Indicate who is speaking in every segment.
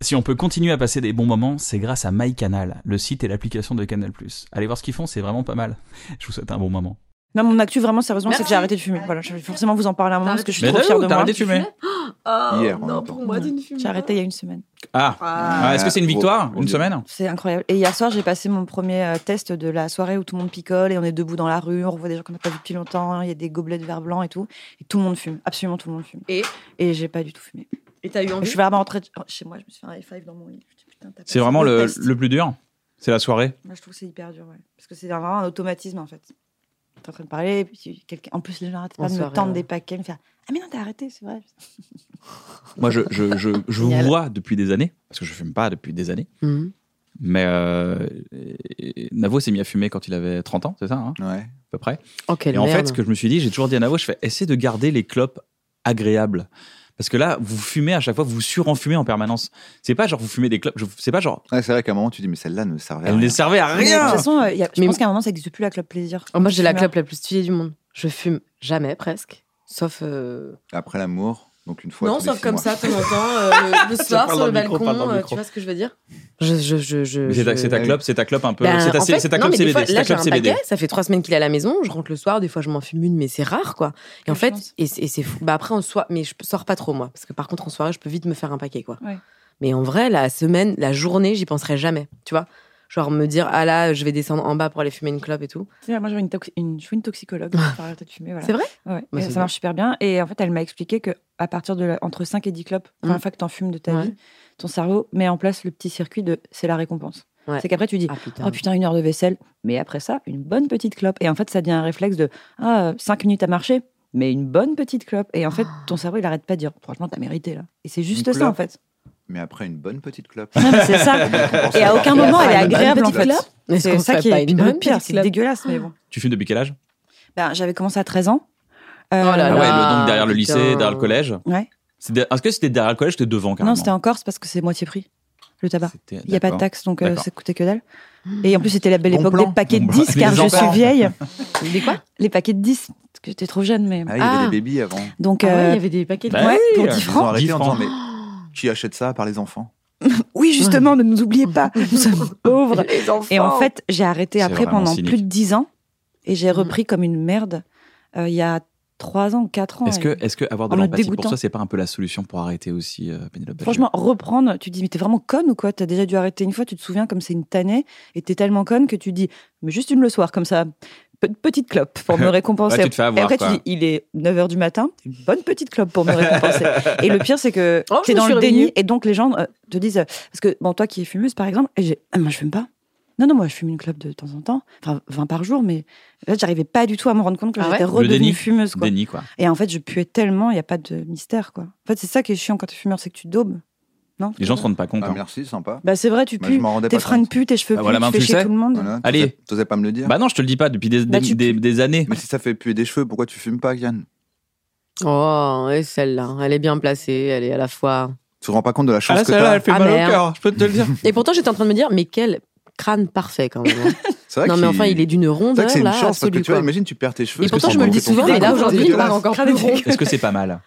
Speaker 1: Si on peut continuer à passer des bons moments, c'est grâce à MyCanal, le site et l'application de Canal+. Allez voir ce qu'ils font, c'est vraiment pas mal. Je vous souhaite un bon moment.
Speaker 2: Non, mon actu, vraiment, sérieusement, c'est que
Speaker 3: Merci.
Speaker 2: j'ai arrêté de fumer. Voilà, je vais forcément vous en parler à un moment parce que je suis
Speaker 1: Mais
Speaker 2: trop
Speaker 1: t'as-
Speaker 2: fière de
Speaker 1: t'as
Speaker 2: moi.
Speaker 1: arrêté de fumer
Speaker 3: Oh,
Speaker 4: Hier, en
Speaker 3: non,
Speaker 4: même
Speaker 3: pour
Speaker 4: temps.
Speaker 3: moi, d'une fumée.
Speaker 2: J'ai arrêté il y a une semaine.
Speaker 1: Ah,
Speaker 3: Ah.
Speaker 1: Ah, est-ce que c'est une victoire
Speaker 4: Gros,
Speaker 1: Une
Speaker 4: gros
Speaker 1: semaine
Speaker 2: C'est incroyable. Et hier soir, j'ai passé mon premier euh, test de la soirée où tout le monde picole et on est debout dans la rue, on revoit des gens qu'on n'a pas vus depuis longtemps, il y a des gobelets de verre blanc et tout. Et tout le monde fume, absolument tout le monde fume.
Speaker 3: Et
Speaker 2: Et j'ai pas du tout fumé.
Speaker 3: Et t'as eu
Speaker 2: Je suis
Speaker 3: envie
Speaker 2: vraiment rentrée de- oh, chez moi, je me suis fait un high five dans mon lit. Je me suis dit, putain, t'as
Speaker 1: C'est
Speaker 2: passé
Speaker 1: vraiment le,
Speaker 2: test.
Speaker 1: le plus dur C'est la soirée
Speaker 2: Moi, je trouve que c'est hyper dur, ouais. Parce que c'est vraiment un automatisme, en fait. T'es en train de parler, et puis tu- quelqu'un. En plus, les gens n'arrêtent
Speaker 5: En
Speaker 2: pas de me
Speaker 5: soirée,
Speaker 2: tendre
Speaker 5: ouais.
Speaker 2: des paquets, me faire Ah, mais non, t'as arrêté, c'est vrai.
Speaker 1: Moi, je, je, je, je vous
Speaker 5: Génial.
Speaker 1: vois depuis des années, parce que je fume pas depuis des années.
Speaker 5: Hmm.
Speaker 1: Mais euh, et- et Navo s'est mis à fumer quand il avait 30 ans, c'est ça, hein,
Speaker 4: Ouais.
Speaker 1: à peu près.
Speaker 5: Oh, quelle
Speaker 1: et en fait,
Speaker 5: merde.
Speaker 1: ce que je me suis dit, j'ai toujours dit à Navo, je fais essayer de garder les clopes agréables. Parce que là, vous fumez à chaque fois, vous surenfumez en permanence. C'est pas genre vous fumez des clopes, je- c'est pas genre
Speaker 4: Ouais, c'est vrai qu'à un moment, tu dis, mais celle-là ne servait à
Speaker 1: elles
Speaker 4: rien.
Speaker 1: ne servaient à
Speaker 2: Mais de toute
Speaker 1: rien.
Speaker 2: façon, euh, y a- je
Speaker 5: Mais-
Speaker 2: pense qu'à un moment, ça n'existe plus la club plaisir.
Speaker 5: Oh, moi, j'ai la
Speaker 2: Fumeur.
Speaker 5: clope la plus stylée du monde. Je fume jamais, presque. Sauf. euh,
Speaker 4: Après l'amour, donc une fois.
Speaker 5: non,
Speaker 4: tous les
Speaker 5: sauf
Speaker 4: six
Speaker 5: comme
Speaker 4: mois.
Speaker 5: ça, de temps en temps, euh, le
Speaker 1: Parle
Speaker 5: soir, sur le
Speaker 1: dans le micro,
Speaker 5: balcon.
Speaker 1: parle dans le
Speaker 5: euh,
Speaker 1: micro.
Speaker 5: tu vois ce que je veux dire je, je, je, je,
Speaker 1: C'est ta,
Speaker 5: je-
Speaker 1: c'est ta
Speaker 4: Ah oui.
Speaker 1: clope, c'est ta clope un peu.
Speaker 5: Ben,
Speaker 1: c'est ta,
Speaker 5: en
Speaker 1: c'est-
Speaker 5: fait,
Speaker 1: c'est ta
Speaker 5: non,
Speaker 1: clope
Speaker 5: mais des
Speaker 1: CBD.
Speaker 5: fois,
Speaker 1: c'est
Speaker 5: là,
Speaker 1: ta
Speaker 5: j'ai
Speaker 1: clope
Speaker 5: un
Speaker 1: CBD.
Speaker 5: paquet, ça fait trois semaines qu'il est à la maison, je rentre le soir, des fois je m'en fume une, mais c'est rare, quoi. Et en
Speaker 2: Quelle
Speaker 5: fait,
Speaker 2: chance.
Speaker 5: et, c'est- et c'est fou. Bah après, en soi, mais je sors pas trop, moi, parce que par contre, en soirée, je peux vite me faire un paquet, quoi.
Speaker 2: Ouais.
Speaker 5: Mais en vrai, la semaine, la journée, j'y penserai jamais, tu vois. Genre me dire, ah là, je vais descendre en bas pour aller fumer une clope et tout.
Speaker 2: Tu sais, Moi, j'avais une toxi- une- je suis une toxicologue. pour faire arrêter de fumer, voilà.
Speaker 5: Ah. C'est vrai
Speaker 2: Ouais, et
Speaker 5: Bah, c'est
Speaker 2: ça
Speaker 5: bien.
Speaker 2: marche super bien. Et en fait, elle m'a expliqué que à partir de la- entre 5 et 10 clopes, la première fois que tu en fumes de ta
Speaker 5: Mm. Ouais.
Speaker 2: vie, ton cerveau met en place le petit circuit de c'est la récompense.
Speaker 5: Ouais.
Speaker 2: C'est qu'après, tu dis
Speaker 5: Ah putain.
Speaker 2: Oh putain, une heure de vaisselle. Mais après ça, une bonne petite clope. Et en fait, ça devient un réflexe de Ah, 5 minutes à marcher, mais une bonne petite clope. Et en fait,
Speaker 5: Ah.
Speaker 2: ton cerveau, il arrête pas de dire Franchement, t'as mérité là. Et c'est juste
Speaker 4: Une
Speaker 2: ça,
Speaker 4: clope.
Speaker 2: en fait.
Speaker 4: Mais après une bonne petite clope.
Speaker 2: Non, mais c'est ça.
Speaker 6: Oh,
Speaker 2: Et à aucun
Speaker 5: Et
Speaker 2: moment,
Speaker 5: après,
Speaker 6: Ah,
Speaker 2: elle est
Speaker 5: une bonne
Speaker 2: agréable, en
Speaker 5: petite
Speaker 2: fait.
Speaker 5: clope Mais
Speaker 2: C'est ça qui est
Speaker 5: une bonne
Speaker 2: le pire, c'est dégueulasse, mais bon.
Speaker 1: Tu fumes depuis quel âge
Speaker 2: Ben, J'avais commencé à 13 ans. Euh,
Speaker 5: Oh là
Speaker 1: Ah
Speaker 5: là.
Speaker 1: ouais, le- donc derrière le lycée,
Speaker 5: putain.
Speaker 1: derrière le collège.
Speaker 2: Ouais.
Speaker 1: C'est de- Est-ce que c'était derrière le collège C'était devant carrément
Speaker 2: Non, c'était en Corse parce que c'est moitié prix, le tabac.
Speaker 1: C'était-
Speaker 2: Il n'y a pas de
Speaker 1: d'accord.
Speaker 2: taxe, donc euh,
Speaker 1: D'accord.
Speaker 2: ça coûtait que dalle. Et en plus, c'était la belle
Speaker 4: Bon
Speaker 2: époque
Speaker 4: plan.
Speaker 2: des paquets de
Speaker 1: Bon,
Speaker 2: 10,
Speaker 1: bah,
Speaker 2: car
Speaker 1: les
Speaker 2: je
Speaker 1: enfants.
Speaker 2: suis vieille.
Speaker 5: Des quoi
Speaker 2: Les paquets de 10, parce que j'étais trop jeune, mais.
Speaker 4: Ah, il y avait
Speaker 5: Ah.
Speaker 4: des bébés avant.
Speaker 2: Donc,
Speaker 5: Ah ouais,
Speaker 2: euh,
Speaker 5: il y avait des paquets de
Speaker 1: Bah
Speaker 2: ouais,
Speaker 1: oui,
Speaker 2: pour
Speaker 1: euh,
Speaker 2: 10
Speaker 4: Ils
Speaker 2: francs.
Speaker 4: ont arrêté en disant,
Speaker 1: francs.
Speaker 4: mais qui achète ça par les enfants
Speaker 2: Oui, justement, ne nous oubliez pas, nous sommes pauvres. Et
Speaker 5: Oh.
Speaker 2: en fait, j'ai arrêté
Speaker 1: C'est
Speaker 2: après
Speaker 1: vraiment
Speaker 2: pendant
Speaker 1: cynique.
Speaker 2: plus de 10 ans, et j'ai
Speaker 5: Mhm.
Speaker 2: repris comme une merde euh, il y a 3 ans, 4 ans.
Speaker 1: Est-ce
Speaker 2: et-
Speaker 1: que, est-ce que avoir de
Speaker 2: En le
Speaker 1: l'empathie pour
Speaker 2: dégoûtant.
Speaker 1: soi, c'est pas un peu la solution pour arrêter aussi euh, Pénélope Badger
Speaker 2: Franchement, reprendre, tu te dis, mais t'es vraiment conne ou quoi T'as déjà dû arrêter une fois, tu te souviens comme c'est une tannée, et t'es tellement conne que tu dis, mais juste une le soir, comme ça, pe- petite clope pour me récompenser.
Speaker 1: Ouais, Bah, tu te fais
Speaker 2: et
Speaker 1: avoir.
Speaker 2: après,
Speaker 1: quoi.
Speaker 2: tu dis, il est 9h du matin, une bonne petite clope pour me récompenser. et le pire, c'est que
Speaker 5: Oh, je
Speaker 2: t'es
Speaker 5: me
Speaker 2: dans
Speaker 5: suis
Speaker 2: le déni,
Speaker 5: réveillée.
Speaker 2: et donc les gens euh, te disent, euh, parce que, bon, toi qui es fumeuse par exemple, et j'ai, ah, moi je fume pas. Non, non, moi je fume une clope de temps en temps, enfin 20 par jour, mais là j'arrivais pas du tout à me rendre compte que
Speaker 5: Ah ouais
Speaker 2: j'étais
Speaker 1: Le déni.
Speaker 2: redevenue fumeuse. Quoi.
Speaker 1: Déni, quoi.
Speaker 2: Et en fait, je puais tellement, il n'y a pas de mystère, quoi. En fait, c'est ça qui est chiant quand t'es fumeur, c'est que tu daubes. Non
Speaker 1: Les gens se rendent pas compte.
Speaker 4: Ah,
Speaker 1: hein.
Speaker 4: merci, sympa.
Speaker 2: Bah, c'est vrai, tu
Speaker 4: Moi, je
Speaker 2: pues.
Speaker 4: m'en rendais
Speaker 2: Tes
Speaker 4: pas
Speaker 2: fringues
Speaker 4: compte.
Speaker 2: puent, tes
Speaker 1: Ah,
Speaker 2: cheveux puent,
Speaker 1: voilà, maintenant,
Speaker 2: tu fais
Speaker 1: tu
Speaker 2: chez
Speaker 1: le sais.
Speaker 2: tout le monde.
Speaker 4: Voilà,
Speaker 1: Allez.
Speaker 4: t'osais- T'osais pas me le dire.
Speaker 1: Bah Ah, non, je te le dis pas depuis des,
Speaker 2: Bah,
Speaker 1: des-
Speaker 2: tu-
Speaker 1: des- des années.
Speaker 4: mais si ça fait puer des cheveux, pourquoi tu fumes pas, Yann
Speaker 5: Oh, et celle-là, elle est bien placée, elle est à la fois.
Speaker 4: Tu te rends pas compte de la chose que
Speaker 1: celle-là,
Speaker 4: t'as
Speaker 1: elle fait
Speaker 5: Ah,
Speaker 1: mal au
Speaker 5: merde.
Speaker 1: cœur, je peux te le dire.
Speaker 5: Et pourtant, j'étais en train de me dire, mais quel crâne parfait quand même. hein.
Speaker 4: C'est vrai
Speaker 5: non,
Speaker 4: qu'il-
Speaker 5: mais enfin, il est d'une
Speaker 4: c'est vrai
Speaker 5: rondeur
Speaker 4: que c'est une
Speaker 5: là,
Speaker 4: chance parce que
Speaker 5: absolue,
Speaker 4: tu vois,
Speaker 5: quoi.
Speaker 4: imagine, tu perds tes cheveux.
Speaker 5: Et
Speaker 4: parce que
Speaker 5: pourtant,
Speaker 4: c'est
Speaker 5: je me le
Speaker 4: ton-
Speaker 5: dis
Speaker 4: c'est ton
Speaker 5: souvent,
Speaker 4: crâne,
Speaker 5: mais là
Speaker 4: c'est
Speaker 5: aujourd'hui, il part
Speaker 4: dégueulasse.
Speaker 5: encore plus rond.
Speaker 1: Est-ce que c'est pas mal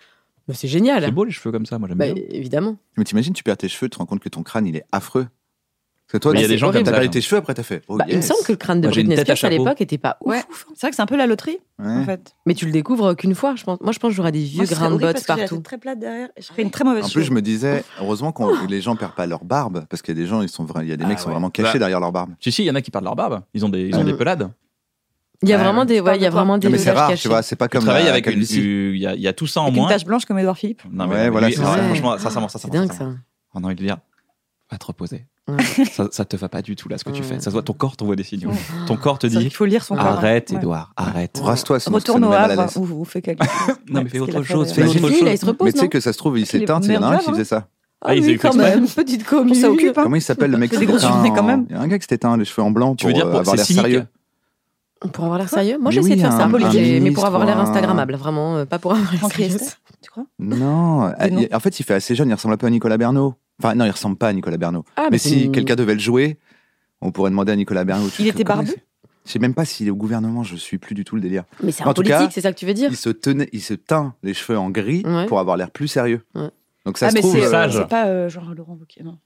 Speaker 5: Mais c'est génial.
Speaker 1: C'est beau les cheveux comme ça, moi j'aime
Speaker 5: Bah,
Speaker 1: bien.
Speaker 5: évidemment.
Speaker 4: Mais t'imagines, tu perds tes cheveux, tu te rends compte que ton crâne, il est affreux. Parce que toi,
Speaker 1: Mais il y a
Speaker 4: tu-
Speaker 1: des gens
Speaker 4: t'as
Speaker 1: comme ça,
Speaker 4: perdu
Speaker 1: hein.
Speaker 4: tes cheveux, après t'as fait. Oh,
Speaker 5: Bah, Il me
Speaker 4: yes.
Speaker 5: semble que le crâne de
Speaker 1: Moi, j'ai une
Speaker 5: Britney
Speaker 1: tête à
Speaker 5: Spears à
Speaker 1: chapeau.
Speaker 5: l'époque était pas ouf,
Speaker 2: Ouais. C'est vrai que c'est un peu la loterie, en
Speaker 4: Ouais.
Speaker 2: fait.
Speaker 5: mais tu le découvres qu'une fois, je pense. Moi, je pense que j'aurais des vieux grains de bottes partout.
Speaker 2: très plate derrière. Je ferais une très mauvaise
Speaker 4: En plus, je me disais, heureusement que les gens perdent pas leur barbe, parce qu'il y a des gens, ils sont vra- il y a des
Speaker 1: Ah
Speaker 4: mecs qui sont
Speaker 1: ouais.
Speaker 4: vraiment cachés
Speaker 1: Bah.
Speaker 4: derrière leur barbe.
Speaker 1: Si, si, il y en a qui partent leur barbe. Ils ont des, ils ont
Speaker 5: Mm.
Speaker 1: des pelades.
Speaker 5: Il y a
Speaker 4: Ouais,
Speaker 5: vraiment
Speaker 4: ouais.
Speaker 5: des, ouais, il y a
Speaker 2: Parle-toi.
Speaker 5: vraiment des
Speaker 4: Non, mais c'est
Speaker 5: visages
Speaker 4: rare,
Speaker 5: cachés.
Speaker 4: tu vois, c'est pas
Speaker 1: Tu
Speaker 4: comme.
Speaker 1: travailles
Speaker 6: euh,
Speaker 4: la-
Speaker 1: avec
Speaker 4: comme
Speaker 1: une.
Speaker 4: ici.
Speaker 1: du- Il y, a- il y a tout ça en
Speaker 2: Avec une
Speaker 1: moins.
Speaker 2: tache blanche comme Edouard Philippe.
Speaker 1: Non,
Speaker 4: Ouais,
Speaker 1: lui,
Speaker 4: voilà,
Speaker 1: ah,
Speaker 4: c'est ça.
Speaker 1: Franchement, sincèrement, ça, ça,
Speaker 5: C'est dingue ça.
Speaker 1: On a envie de dire. va te reposer.
Speaker 5: Ouais.
Speaker 1: ça, ça te va pas du tout là ce que tu
Speaker 5: Ouais.
Speaker 1: fais. Ça se voit, ton corps t'envoie des signaux. ton corps te
Speaker 2: Ça,
Speaker 1: dit
Speaker 2: Il faut lire son corps.
Speaker 1: arrête,
Speaker 2: Ouais.
Speaker 1: Edouard, arrête.
Speaker 6: Rase-toi, sinon ça
Speaker 2: Retourne
Speaker 6: nous
Speaker 2: au
Speaker 6: met mal à
Speaker 2: Havre
Speaker 6: l'aise.
Speaker 2: ou ou fais quelque chose.
Speaker 1: Non, mais
Speaker 2: Ouais,
Speaker 1: fais
Speaker 2: ce
Speaker 1: autre
Speaker 2: qu'il a
Speaker 1: chose,
Speaker 2: fait,
Speaker 1: fais
Speaker 2: ouais.
Speaker 1: autre
Speaker 5: Imagine,
Speaker 1: chose.
Speaker 5: là, il se repose,
Speaker 6: Mais tu sais
Speaker 5: non
Speaker 6: que ça se trouve, il
Speaker 2: Parce qu'il est
Speaker 6: s'éteint, il y en a un
Speaker 2: merde,
Speaker 6: qui faisait ça.
Speaker 1: Ah,
Speaker 5: Ah
Speaker 1: ils
Speaker 5: oui, quand
Speaker 1: exprès.
Speaker 5: même, petite commune.
Speaker 2: On s'occupe. hein.
Speaker 6: Comment il s'appelle le mec
Speaker 2: C'est
Speaker 6: qui
Speaker 2: des grosses
Speaker 6: s'éteint
Speaker 2: journées
Speaker 6: en-
Speaker 2: quand même.
Speaker 6: Il y a un gars qui s'éteint les cheveux en blanc
Speaker 1: Tu
Speaker 6: pour
Speaker 1: veux dire
Speaker 6: euh,
Speaker 1: pour-
Speaker 6: avoir
Speaker 1: c'est
Speaker 6: l'air
Speaker 1: cynique.
Speaker 6: sérieux.
Speaker 5: Pour avoir l'air sérieux Moi,
Speaker 6: Mais
Speaker 5: j'essaie
Speaker 6: oui,
Speaker 5: de faire
Speaker 6: un-
Speaker 5: ça,
Speaker 6: un
Speaker 5: mais mais pour
Speaker 6: ministre,
Speaker 5: avoir l'air
Speaker 6: un-
Speaker 5: Instagrammable, vraiment, euh, pas pour avoir l'air
Speaker 2: Franck
Speaker 5: sérieux.
Speaker 2: Riester, tu crois
Speaker 6: Non,
Speaker 4: euh,
Speaker 2: Des noms.
Speaker 6: il- en fait, il fait assez jeune, il ressemble un peu à Nicolas Bernot. Enfin, non, il ressemble pas à Nicolas Bernot.
Speaker 5: Ah,
Speaker 6: Mais
Speaker 5: c'est
Speaker 6: si
Speaker 5: une-
Speaker 6: quelqu'un devait le jouer, on pourrait demander à Nicolas Bernot. tu
Speaker 2: Il
Speaker 6: le
Speaker 2: était
Speaker 6: connais,
Speaker 2: barbu
Speaker 6: c'est- Je sais même pas s'il est au gouvernement, je suis plus du tout le délire.
Speaker 5: Mais c'est
Speaker 6: En
Speaker 5: un
Speaker 6: tout
Speaker 5: politique,
Speaker 6: cas,
Speaker 5: c'est ça que tu veux dire
Speaker 6: Il se, tenait, il se teint les cheveux en gris
Speaker 5: Ouais.
Speaker 6: pour avoir l'air plus sérieux.
Speaker 5: Ouais.
Speaker 6: Donc ça
Speaker 2: Ah,
Speaker 6: se
Speaker 2: mais
Speaker 6: trouve.
Speaker 2: c'est-
Speaker 6: euh,
Speaker 1: Sage.
Speaker 2: C'est pas euh, genre Laurent Wauquiez, non.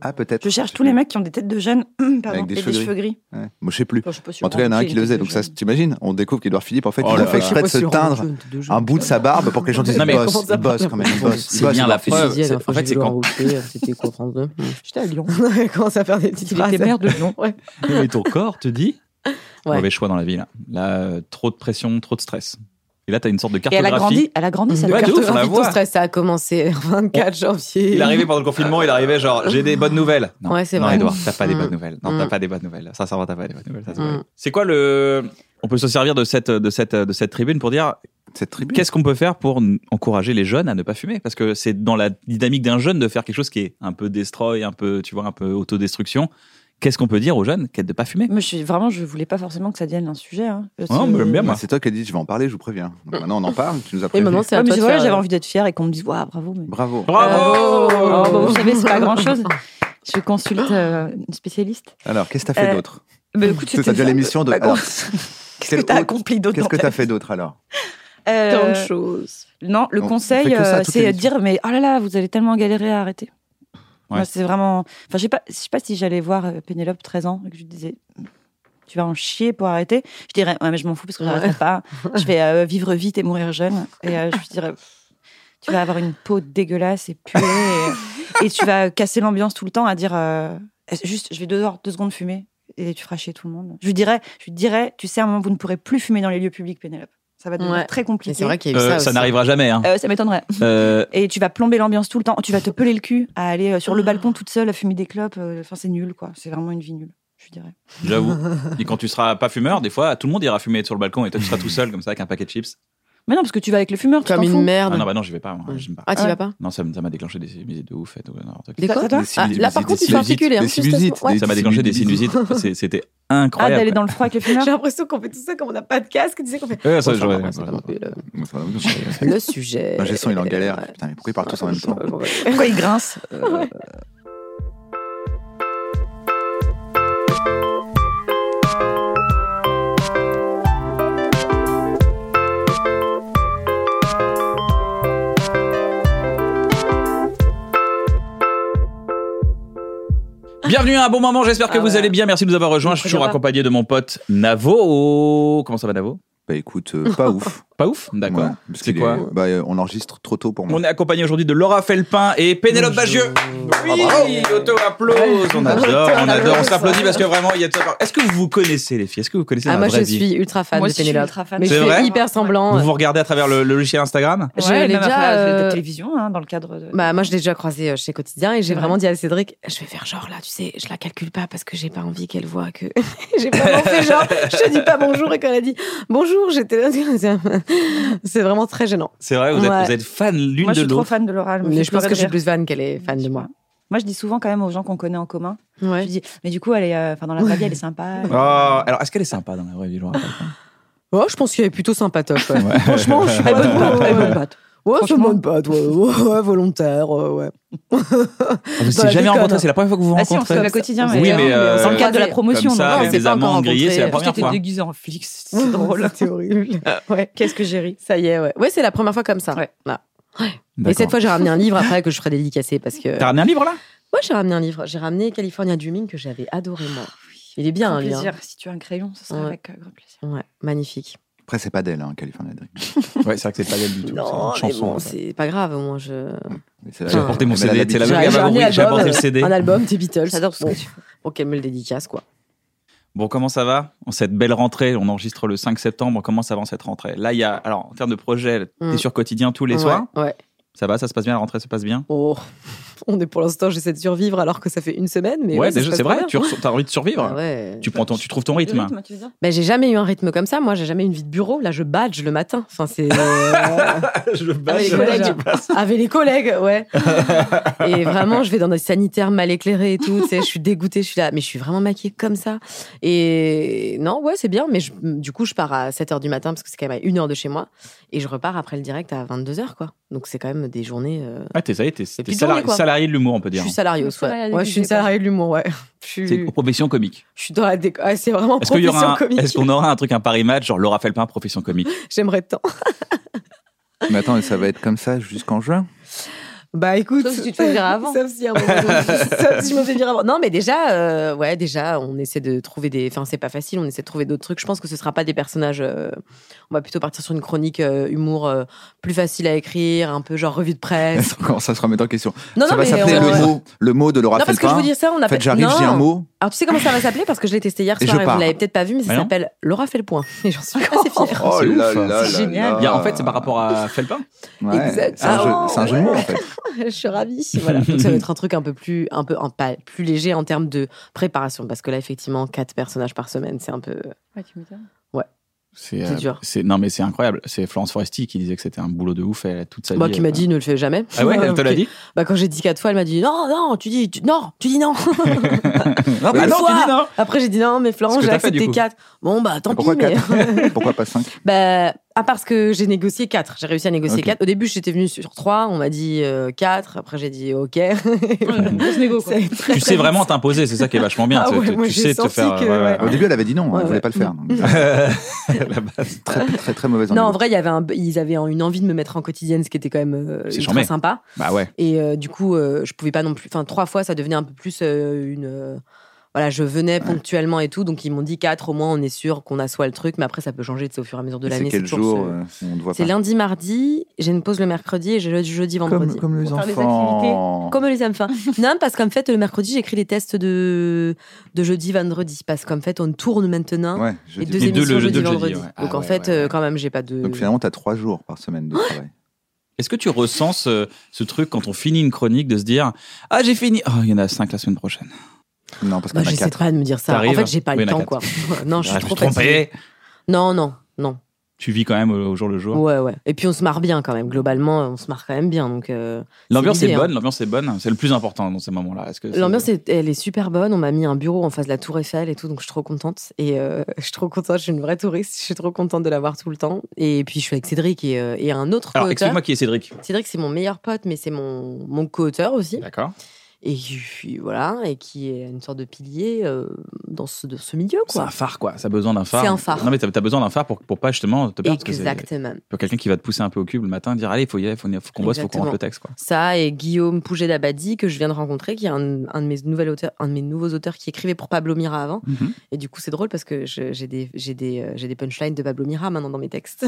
Speaker 6: Ah, peut-être.
Speaker 2: Je cherche tous les mecs qui ont des têtes de jeunes pardon,
Speaker 6: Avec des
Speaker 2: et
Speaker 6: cheveux
Speaker 2: des cheveux gris.
Speaker 6: Ouais. Moi, je sais plus.
Speaker 2: Enfin, je suis pas sûre,
Speaker 6: En tout cas, il y en a un
Speaker 2: Wauquiez,
Speaker 6: qui le
Speaker 2: une
Speaker 6: faisait.
Speaker 2: tête de
Speaker 6: Donc ça,
Speaker 2: jeune.
Speaker 6: t'imagines On découvre qu'Edouard Philippe, en fait,
Speaker 1: Oh
Speaker 6: il
Speaker 1: là
Speaker 6: a fait
Speaker 1: là.
Speaker 6: exprès de se teindre un bout de sa barbe pour que les gens disent
Speaker 1: Non, mais
Speaker 6: il bosse,
Speaker 5: comment ça
Speaker 6: il bosse
Speaker 5: va
Speaker 6: quand même, il bosse. il
Speaker 1: C'est
Speaker 6: bosse,
Speaker 1: bien
Speaker 6: il
Speaker 1: la
Speaker 6: bosse.
Speaker 1: preuve.
Speaker 5: Je dis, la
Speaker 1: c'est-
Speaker 5: dernière fois,
Speaker 1: en fait,
Speaker 5: j'ai
Speaker 1: c'est
Speaker 5: vu
Speaker 1: quand-
Speaker 5: Laurent Wauquiez, C'était quoi, France 2
Speaker 2: J'étais à Lyon.
Speaker 5: Il commence à faire des petites
Speaker 2: Il
Speaker 5: phrases.
Speaker 2: était maire de Lyon.
Speaker 1: Non, mais ton corps te dit
Speaker 5: Ouais.
Speaker 1: mauvais choix dans la vie là. Là, euh, trop de pression, trop de stress. Et là, t'as une sorte de
Speaker 2: Et elle a
Speaker 1: cartographie.
Speaker 2: grandi, elle a grandi, ça
Speaker 1: Ouais, de
Speaker 5: le
Speaker 1: ouf, on la
Speaker 5: cartographie de ton
Speaker 1: voit.
Speaker 5: stress, ça a commencé le 24 janvier.
Speaker 1: Il arrivait pendant le confinement, il arrivait genre j'ai des bonnes nouvelles. Non,
Speaker 5: Ouais, c'est
Speaker 1: non,
Speaker 5: vrai.
Speaker 1: Edouard, t'as pas des
Speaker 5: Mm.
Speaker 1: bonnes nouvelles. Non, t'as
Speaker 5: Mm.
Speaker 1: pas des bonnes nouvelles. Ça, ça va, t'as pas des bonnes nouvelles. ça, c'est
Speaker 5: Mm.
Speaker 1: vrai. C'est quoi le On peut se servir de cette de cette de cette tribune pour dire
Speaker 6: Cette tribu.
Speaker 1: qu'est-ce qu'on peut faire pour n- encourager les jeunes à ne pas fumer parce que c'est dans la dynamique d'un jeune de faire quelque chose qui est un peu destroy, un peu tu vois un peu autodestruction. Qu'est-ce qu'on peut dire aux jeunes qu'être de pas fumer
Speaker 2: Moi, je suis, vraiment, je voulais pas forcément que ça devienne un sujet. Hein. Parce
Speaker 1: Non, mais
Speaker 2: que-
Speaker 1: j'aime bien, moi.
Speaker 6: Bah, C'est toi qui as dit, je vais en parler, je vous préviens. Donc maintenant, on en parle, tu nous as
Speaker 5: Et
Speaker 6: prévenu.
Speaker 5: maintenant,
Speaker 2: Ouais,
Speaker 5: c'est à
Speaker 2: mais
Speaker 5: toi
Speaker 2: c'est-
Speaker 5: de
Speaker 2: voilà,
Speaker 5: faire- euh,
Speaker 2: j'avais envie d'être fière et qu'on me dise, waouh, bravo. mais-
Speaker 6: Bravo.
Speaker 1: Bravo
Speaker 2: Oh, bah, vous savez, c'est pas grand chose. Je consulte euh, une spécialiste.
Speaker 6: Alors, qu'est-ce que t'as fait
Speaker 2: Euh,
Speaker 6: d'autre
Speaker 2: Mais écoute,
Speaker 6: C'est ça,
Speaker 2: c'était
Speaker 6: déjà l'émission de-
Speaker 2: Bah,
Speaker 6: alors,
Speaker 2: Qu'est-ce que
Speaker 6: quel
Speaker 2: t'as
Speaker 6: autre-
Speaker 2: accompli d'autre
Speaker 6: Qu'est-ce
Speaker 2: dans
Speaker 6: que
Speaker 2: ta
Speaker 6: t'as
Speaker 2: vie
Speaker 6: fait d'autre alors
Speaker 2: Euh,
Speaker 5: Tant de choses.
Speaker 2: Non, le
Speaker 6: On- on fait
Speaker 2: conseil,
Speaker 6: que ça
Speaker 2: euh,
Speaker 6: toute
Speaker 2: c'est de
Speaker 6: l'émission.
Speaker 2: dire, mais oh là là, vous allez tellement galérer à arrêter.
Speaker 1: Ouais.
Speaker 2: Moi, c'est vraiment. Enfin, je sais pas, je sais pas si j'allais voir euh, Pénélope 13 ans et que je lui disais, tu vas en chier pour arrêter. Je dirais, ouais, mais je m'en fous parce que j'arrêterai pas. Je vais euh, vivre vite et mourir jeune. Et euh, je lui dirais, tu vas avoir une peau dégueulasse et puée et, et tu vas casser l'ambiance tout le temps à dire, euh, juste, je vais dehors deux secondes fumer et tu feras chier tout le monde. Je lui dirais, je lui dirais, tu sais, à un moment, vous ne pourrez plus fumer dans les lieux publics, Pénélope. Ça va devenir
Speaker 5: Ouais.
Speaker 2: très
Speaker 5: Et
Speaker 2: compliqué.
Speaker 5: c'est vrai qu'il y a eu
Speaker 1: Euh,
Speaker 5: ça.
Speaker 1: ça
Speaker 5: aussi.
Speaker 1: n'arrivera jamais. Hein.
Speaker 2: Euh, ça m'étonnerait.
Speaker 1: Euh,
Speaker 2: Et tu vas plomber l'ambiance tout le temps. Tu vas te peler le cul à aller euh, sur le balcon toute seule à fumer des clopes. Euh, Enfin, c'est nul, quoi. C'est vraiment une vie nulle, je dirais.
Speaker 1: J'avoue. Et quand tu seras pas fumeur, des fois, tout le monde ira fumer sur le balcon et toi, tu seras tout seul comme ça avec un paquet de chips.
Speaker 2: Mais non, parce que tu vas avec le fumeur, tu
Speaker 5: Comme
Speaker 2: t'en fous.
Speaker 5: une
Speaker 1: Ah non,
Speaker 5: merde.
Speaker 1: bah non, j'y vais pas, moi, j'aime pas.
Speaker 5: Ah, tu
Speaker 2: Ah.
Speaker 5: vas pas
Speaker 1: Non, ça m- ça m'a déclenché des sinusites de ouf et tout. n'importe quoi.
Speaker 5: Des
Speaker 2: Ça-
Speaker 5: quoi
Speaker 2: ça doit-
Speaker 5: Ah, Là, par contre, il faut articuler. hein,
Speaker 6: Des
Speaker 5: juste à ce moment-
Speaker 6: sinusites.
Speaker 5: ouais.
Speaker 1: Ça m'a déclenché des sinusites. C'est- C'était incroyable.
Speaker 2: Ah, d'aller dans le froid avec le fumeur
Speaker 5: J'ai l'impression qu'on fait tout ça comme on n'a pas de casque. Tu sais qu'on fait.
Speaker 1: Ouais, ça,
Speaker 5: Enfin,
Speaker 1: j'aurais-
Speaker 5: ouais, c'est euh, pas non plus le-
Speaker 6: sinusites.
Speaker 5: Le sujet.
Speaker 4: Bah,
Speaker 6: J'ai son, il est en galère. Putain, mais pourquoi ils parlent tous en même temps
Speaker 2: Pourquoi il grince Euh,
Speaker 1: Bienvenue à un bon moment, j'espère que
Speaker 5: Ah
Speaker 1: vous
Speaker 5: ouais.
Speaker 1: allez bien. Merci de nous avoir rejoints. Je suis toujours
Speaker 5: Regarde.
Speaker 1: accompagné de mon pote Navo. Comment ça va, Navo
Speaker 6: Bah écoute, euh, pas ouf.
Speaker 1: Pas ouf D'accord.
Speaker 6: Voilà, parce
Speaker 1: C'est
Speaker 6: qu'il
Speaker 1: quoi
Speaker 6: est- bah, euh, On enregistre trop tôt pour moi.
Speaker 1: On est accompagné aujourd'hui de Laura Felpin et Pénélope Bagieux. Ah bah, Oui, auto-applause. On adore, on adore. On s'applaudit parce que vraiment, il y a de ça. Est-ce que vous vous connaissez, les filles Est-ce que vous connaissez
Speaker 5: Ah,
Speaker 1: la
Speaker 5: moi,
Speaker 1: vraie
Speaker 5: je
Speaker 1: vie
Speaker 5: suis ultra fan
Speaker 2: Moi
Speaker 5: de
Speaker 2: aussi, je suis
Speaker 5: Pénélope.
Speaker 2: ultra fan.
Speaker 5: Mais je
Speaker 1: C'est
Speaker 5: fais
Speaker 1: vrai
Speaker 5: hyper semblant.
Speaker 1: Vous vous regardez à travers le, le logiciel Instagram
Speaker 2: Je
Speaker 5: Ouais,
Speaker 2: l'ai
Speaker 5: même
Speaker 2: déjà.
Speaker 5: après,
Speaker 2: euh,
Speaker 5: euh,
Speaker 2: la télévision, hein, dans le cadre de.
Speaker 5: Bah, moi, je l'ai déjà croisée euh, chez Quotidien et j'ai
Speaker 2: Ouais.
Speaker 5: vraiment dit à Cédric, je vais faire genre là, tu sais, je la calcule pas parce que j'ai pas envie qu'elle voit que. j'ai vraiment fait genre, je te dis pas bonjour et quand elle a dit bonjour, j'étais là. C'est vraiment très gênant.
Speaker 1: C'est vrai, vous êtes,
Speaker 5: Ouais.
Speaker 1: vous êtes fan l'une
Speaker 2: moi,
Speaker 1: de
Speaker 2: je suis trop
Speaker 1: l'autre.
Speaker 2: fan de l'oral.
Speaker 5: Mais je pense que je suis plus fan qu'elle est fan de moi.
Speaker 2: Moi, je dis souvent quand même aux gens qu'on connaît en commun.
Speaker 5: Ouais.
Speaker 2: Je dis, mais du coup, elle est, euh, enfin, dans la vraie vie, elle est sympa.
Speaker 1: Oh, alors, est-ce qu'elle est sympa dans la vraie vie,
Speaker 5: Bah,
Speaker 1: Laura
Speaker 5: Oh, je pense qu'elle est plutôt sympatoche. ouais.
Speaker 1: Ouais.
Speaker 5: Franchement, je suis
Speaker 2: Elle est
Speaker 5: pas
Speaker 2: bonne pote, elle est bonne pote.
Speaker 5: Ouais, je
Speaker 2: Franchement.
Speaker 5: demande pas, toi. Ouais, ouais, volontaire, euh, ouais.
Speaker 1: Vous
Speaker 5: Dans la
Speaker 1: jamais
Speaker 5: déconne. Bah,
Speaker 1: rencontré, c'est la première fois que vous vous
Speaker 2: Ah si, on se
Speaker 1: rencontrez.
Speaker 2: voit au quotidien, mais,
Speaker 1: Oui, mais, euh,
Speaker 2: dans le cadre de la
Speaker 5: comme
Speaker 2: promotion.
Speaker 1: Comme ça,
Speaker 5: non,
Speaker 2: donc,
Speaker 1: avec
Speaker 5: on
Speaker 1: des
Speaker 5: s'est pas
Speaker 1: amants
Speaker 5: encore
Speaker 1: grillés, c'est la
Speaker 5: rencontrés.
Speaker 1: première
Speaker 2: J'étais
Speaker 1: fois.
Speaker 2: déguisée en Flix, c'est drôle.
Speaker 5: C'était horrible. Ouais.
Speaker 2: Qu'est-ce que j'ai ri
Speaker 5: Ça y est, ouais. Ouais, c'est la première fois comme ça. Ah.
Speaker 2: Ouais.
Speaker 5: Là. Mais cette fois, j'ai ramené un livre après que je ferai dédicacer parce que.
Speaker 1: T'as ramené un livre là
Speaker 5: Ouais, j'ai ramené un livre. J'ai ramené California Dreaming que j'avais adoré, moi. Il est bien,
Speaker 2: Grand
Speaker 5: un livre.
Speaker 2: plaisir. Si tu as un crayon, ce serait
Speaker 5: Ouais.
Speaker 2: avec euh, grand plaisir.
Speaker 5: Ouais, magnifique.
Speaker 6: Après, c'est pas d'elle, hein, California Dream.
Speaker 1: Ouais, c'est vrai que c'est pas elle du tout.
Speaker 5: non,
Speaker 1: c'est une
Speaker 5: mais
Speaker 1: chanson.
Speaker 5: bon, c'est pas grave, au moins je.
Speaker 6: Mais c'est la-
Speaker 1: J'ai apporté mon
Speaker 6: elle a
Speaker 1: CD, c'est la
Speaker 6: l'habitude.
Speaker 1: meuf qui
Speaker 5: J'ai
Speaker 1: m'a
Speaker 5: ramené
Speaker 1: ouvert, j'ai apporté le
Speaker 5: album,
Speaker 1: CD.
Speaker 5: Un album des Beatles.
Speaker 2: J'adore ce
Speaker 5: Bon,
Speaker 2: que tu fais.
Speaker 5: Pour qu'elle me le dédicace, quoi.
Speaker 1: Bon, comment ça va En cette belle rentrée, on enregistre le 5 septembre. Comment ça va en cette rentrée Là, il y a, alors en termes de projet, t'es
Speaker 5: Mm.
Speaker 1: sur quotidien tous les
Speaker 5: Ouais,
Speaker 1: soirs.
Speaker 5: Ouais.
Speaker 1: Ça va, ça se passe bien, la rentrée se passe bien
Speaker 5: Oh, on est pour l'instant, j'essaie de survivre alors que ça fait une semaine. Mais
Speaker 1: Ouais,
Speaker 5: ça se
Speaker 1: déjà,
Speaker 5: passe
Speaker 1: c'est vrai,
Speaker 5: bien.
Speaker 1: tu as envie de survivre.
Speaker 5: Ah ouais.
Speaker 1: Tu, prends ton, tu trouves ton rythme.
Speaker 2: tu veux dire
Speaker 5: Ben, j'ai jamais eu un rythme comme ça. Moi, j'ai jamais eu une vie de bureau. Là, je badge le matin. Enfin, c'est euh,
Speaker 1: Bah, je
Speaker 5: avec Ah, les collègues. Avec les collègues, ouais. et vraiment, je vais dans des sanitaires mal éclairés et tout. Tu sais, je suis dégoûtée. Je suis là, mais je suis vraiment maquillée comme ça. Et non, ouais, c'est bien. Mais je- du coup, je pars à 7 h du matin parce que c'est quand même à 1 h de chez moi. Et je repars après le direct à 22 h quoi. Donc, c'est quand même des journées. euh,
Speaker 1: Ah, t'es ça y est, t'es t'es
Speaker 5: puis
Speaker 1: salari-
Speaker 5: tourner, quoi.
Speaker 1: salarié de l'humour, on peut
Speaker 5: Je
Speaker 1: dire.
Speaker 5: suis salariée au
Speaker 3: Une salariée
Speaker 5: ouais.
Speaker 3: de
Speaker 5: Ouais, je suis une
Speaker 3: déco.
Speaker 5: salariée de l'humour, ouais. Je suis,
Speaker 1: C'est profession comique.
Speaker 5: je suis dans la déco. Ah, c'est vraiment
Speaker 1: Est-ce qu'il y
Speaker 5: profession
Speaker 1: aura un-
Speaker 5: comique.
Speaker 1: est-ce qu'on aura un truc, un pari match, genre Laura Felpin, profession comique
Speaker 5: J'aimerais tant.
Speaker 4: Mais attends, ça va être comme ça jusqu'en juin
Speaker 5: Bah écoute,
Speaker 3: Sauf si tu te fais virer avant.
Speaker 5: Sauf si, à un moment donné- sauf si je me fais virer avant. Non, mais déjà, euh, ouais, déjà, on essaie de trouver des. Enfin, c'est pas facile. On essaie de trouver d'autres trucs. Je pense que ce sera pas des personnages. euh, On va plutôt partir sur une chronique euh, humour euh, plus facile à écrire, un peu genre revue de presse.
Speaker 4: Attends, ça se remet en question.
Speaker 5: Non,
Speaker 4: ça
Speaker 5: non,
Speaker 4: va
Speaker 5: mais
Speaker 4: s'appeler
Speaker 5: on-
Speaker 4: le mot, le mot de Laura
Speaker 5: Non, parce que je
Speaker 4: Felpin.
Speaker 5: veux dire ça, on
Speaker 4: en
Speaker 5: appelle.
Speaker 4: fait, j'arrive,
Speaker 5: Non.
Speaker 4: j'ai un mot.
Speaker 5: Alors, tu sais comment ça va s'appeler Parce que je l'ai testé hier
Speaker 4: Et
Speaker 5: soir
Speaker 4: je
Speaker 5: et
Speaker 4: pars.
Speaker 5: vous l'avez peut-être pas vu, mais ça
Speaker 1: Mais non.
Speaker 5: s'appelle Laura fait le point. Et j'en suis assez fière.
Speaker 4: Oh
Speaker 1: c'est ouf,
Speaker 4: là là
Speaker 1: hein.
Speaker 2: C'est
Speaker 4: là
Speaker 2: génial.
Speaker 4: là.
Speaker 1: Il y a- En fait, c'est par rapport à Felpin
Speaker 4: Ouais,
Speaker 5: Exact.
Speaker 4: C'est un,
Speaker 5: Ah,
Speaker 4: jeu-
Speaker 5: oh,
Speaker 4: c'est un jeu de mots, en fait.
Speaker 5: Je suis ravie. Voilà. Donc, ça va être un truc un peu plus, un peu un pas plus léger en termes de préparation, parce que là, effectivement, quatre personnages par semaine, c'est un peu.
Speaker 2: Ouais, tu
Speaker 1: Mmh.
Speaker 2: m'étonnes.
Speaker 1: C'est
Speaker 5: C'est
Speaker 1: euh,
Speaker 5: dur.
Speaker 1: c'est- Non, mais c'est incroyable. C'est Florence Foresti qui disait que c'était un boulot de ouf. Elle a toute sa
Speaker 5: Moi
Speaker 1: vie.
Speaker 5: Bah, qui m'a
Speaker 1: euh,
Speaker 5: dit, ne le fais jamais.
Speaker 1: Ah ouais, elle te l'a dit
Speaker 5: Bah, quand j'ai dit quatre fois, elle m'a dit, non, non, tu dis, tu- non, tu dis non.
Speaker 1: Non, bah
Speaker 5: Une
Speaker 1: non, tu
Speaker 5: fois.
Speaker 1: dis non
Speaker 5: Après, j'ai dit non, mais
Speaker 1: Ce
Speaker 5: Florence,
Speaker 1: que
Speaker 5: j'ai
Speaker 1: t'as fait, du
Speaker 5: accepté
Speaker 1: coup.
Speaker 5: quatre. Bon, bah, tant pis,
Speaker 4: Pourquoi
Speaker 5: mais.
Speaker 4: 4 Pourquoi pas 5
Speaker 5: Bah, à part ce que j'ai négocié 4, j'ai réussi à négocier
Speaker 4: Ok.
Speaker 5: 4. Au début, j'étais venue sur 3, on m'a dit 4, après j'ai dit OK.
Speaker 3: Grosse négo, quoi.
Speaker 1: Tu sais vraiment t'imposer, c'est ça qui est vachement bien.
Speaker 5: Ah
Speaker 1: tu-
Speaker 5: ouais,
Speaker 1: tu
Speaker 5: moi,
Speaker 1: tu
Speaker 5: j'ai
Speaker 1: sais te
Speaker 5: senti
Speaker 1: faire.
Speaker 5: que,
Speaker 1: ouais, ouais.
Speaker 4: Au début, elle avait dit non,
Speaker 5: Ouais,
Speaker 4: elle voulait
Speaker 5: ouais.
Speaker 4: pas le faire. donc,
Speaker 1: La base.
Speaker 4: très, très, très mauvaise
Speaker 5: Non, en
Speaker 4: ambiance.
Speaker 5: vrai, il y avait un, ils avaient un- une envie de me mettre en quotidienne, ce qui était quand même euh,
Speaker 1: C'est
Speaker 5: ultra
Speaker 1: charmé.
Speaker 5: sympa.
Speaker 1: Bah ouais.
Speaker 5: Et euh, du coup, euh, je pouvais pas non plus. Enfin, trois fois, ça devenait un peu plus euh, une. euh, voilà, je venais ponctuellement et tout, donc ils m'ont dit 4, au moins on est sûr qu'on assoit le truc, mais après ça peut changer tu sais, au fur et à mesure de
Speaker 4: Et
Speaker 5: l'année.
Speaker 4: C'est quel
Speaker 5: toujours
Speaker 4: jour
Speaker 5: ce-
Speaker 4: euh, On ne voit
Speaker 5: C'est
Speaker 4: pas.
Speaker 5: lundi, mardi, j'ai une pause le mercredi et j'ai le jeudi, vendredi.
Speaker 4: Comme, comme les
Speaker 3: Pour faire des
Speaker 4: enfants.
Speaker 5: Comme les enfants. non, parce qu'en fait, le mercredi, j'écris les tests de, de jeudi, vendredi. Parce qu'en fait, on tourne maintenant.
Speaker 4: Ouais, je
Speaker 5: Et
Speaker 4: dis-
Speaker 5: Hein deux
Speaker 1: Et deux
Speaker 5: émissions
Speaker 1: le-
Speaker 5: jeudi,
Speaker 1: deux le jeudi,
Speaker 5: vendredi.
Speaker 1: ouais. Ah
Speaker 5: Donc en
Speaker 1: ouais,
Speaker 5: fait,
Speaker 1: ouais,
Speaker 5: euh,
Speaker 1: ouais.
Speaker 5: quand même, j'ai pas de.
Speaker 4: Donc finalement, tu as 3 jours par semaine de travail.
Speaker 1: Est-ce que tu ressens ce, ce truc quand on finit une chronique de se dire Ah, j'ai fini Oh, il y en a cinq la semaine prochaine.
Speaker 4: Non, parce
Speaker 5: Bah,
Speaker 4: qu'on a
Speaker 5: j'essaie
Speaker 4: 4.
Speaker 5: pas de me dire ça. En
Speaker 1: T'arrives
Speaker 5: fait, j'ai pas
Speaker 1: Oui,
Speaker 5: le
Speaker 1: il y en a
Speaker 5: temps, quoi. non, je suis
Speaker 1: Ah,
Speaker 5: trop
Speaker 1: me suis trompé.
Speaker 5: fatiguée. Non, non, non.
Speaker 1: Tu vis quand même au, au jour le jour.
Speaker 5: Ouais, ouais. Et puis on se marre bien quand même. Globalement, on se marre quand même bien. Donc euh,
Speaker 1: L'ambiance
Speaker 5: c'est
Speaker 1: est,
Speaker 5: l'idée,
Speaker 1: bonne, l'ambiance est bonne. C'est le plus important dans ces moments-là. Est-ce que c'est-
Speaker 5: l'ambiance, est- elle est super bonne. On m'a mis un bureau en face de la Tour Eiffel et tout, donc je suis trop contente. Et euh, je suis trop contente. Je suis une vraie touriste. Je suis trop contente de l'avoir tout le temps. Et puis je suis avec Cédric et, euh, et un autre
Speaker 1: Alors,
Speaker 5: co-auteur.
Speaker 1: explique-moi qui est Cédric.
Speaker 5: Cédric, c'est mon meilleur pote, mais c'est mon, mon co-auteur aussi.
Speaker 1: D'accord.
Speaker 5: et qui fut- voilà et qui est une sorte de pilier euh, dans ce, de ce milieu
Speaker 1: C'est
Speaker 5: quoi.
Speaker 1: un phare, quoi. Ça a besoin d'un phare.
Speaker 5: C'est un phare.
Speaker 1: Non, mais t'as as besoin d'un phare pour, pour pas justement te perdre. parce que c'est-
Speaker 5: Exactement.
Speaker 1: Pour quelqu'un qui va te pousser un peu au cube le matin, dire Allez, faut y aller, faut, faut qu'on bosse, faut qu'on rentre
Speaker 5: Exactement.
Speaker 1: le texte, quoi.
Speaker 5: Ça et Guillaume Pouget d'Abadi que je viens de rencontrer, qui est un, un de mes nouvelles auteurs, un de mes nouveaux auteurs qui écrivait pour Pablo Mira avant.
Speaker 1: Mhm.
Speaker 5: Et du coup c'est drôle parce que je- j'ai des j'ai des euh, j'ai des punchlines de Pablo Mira maintenant dans mes textes.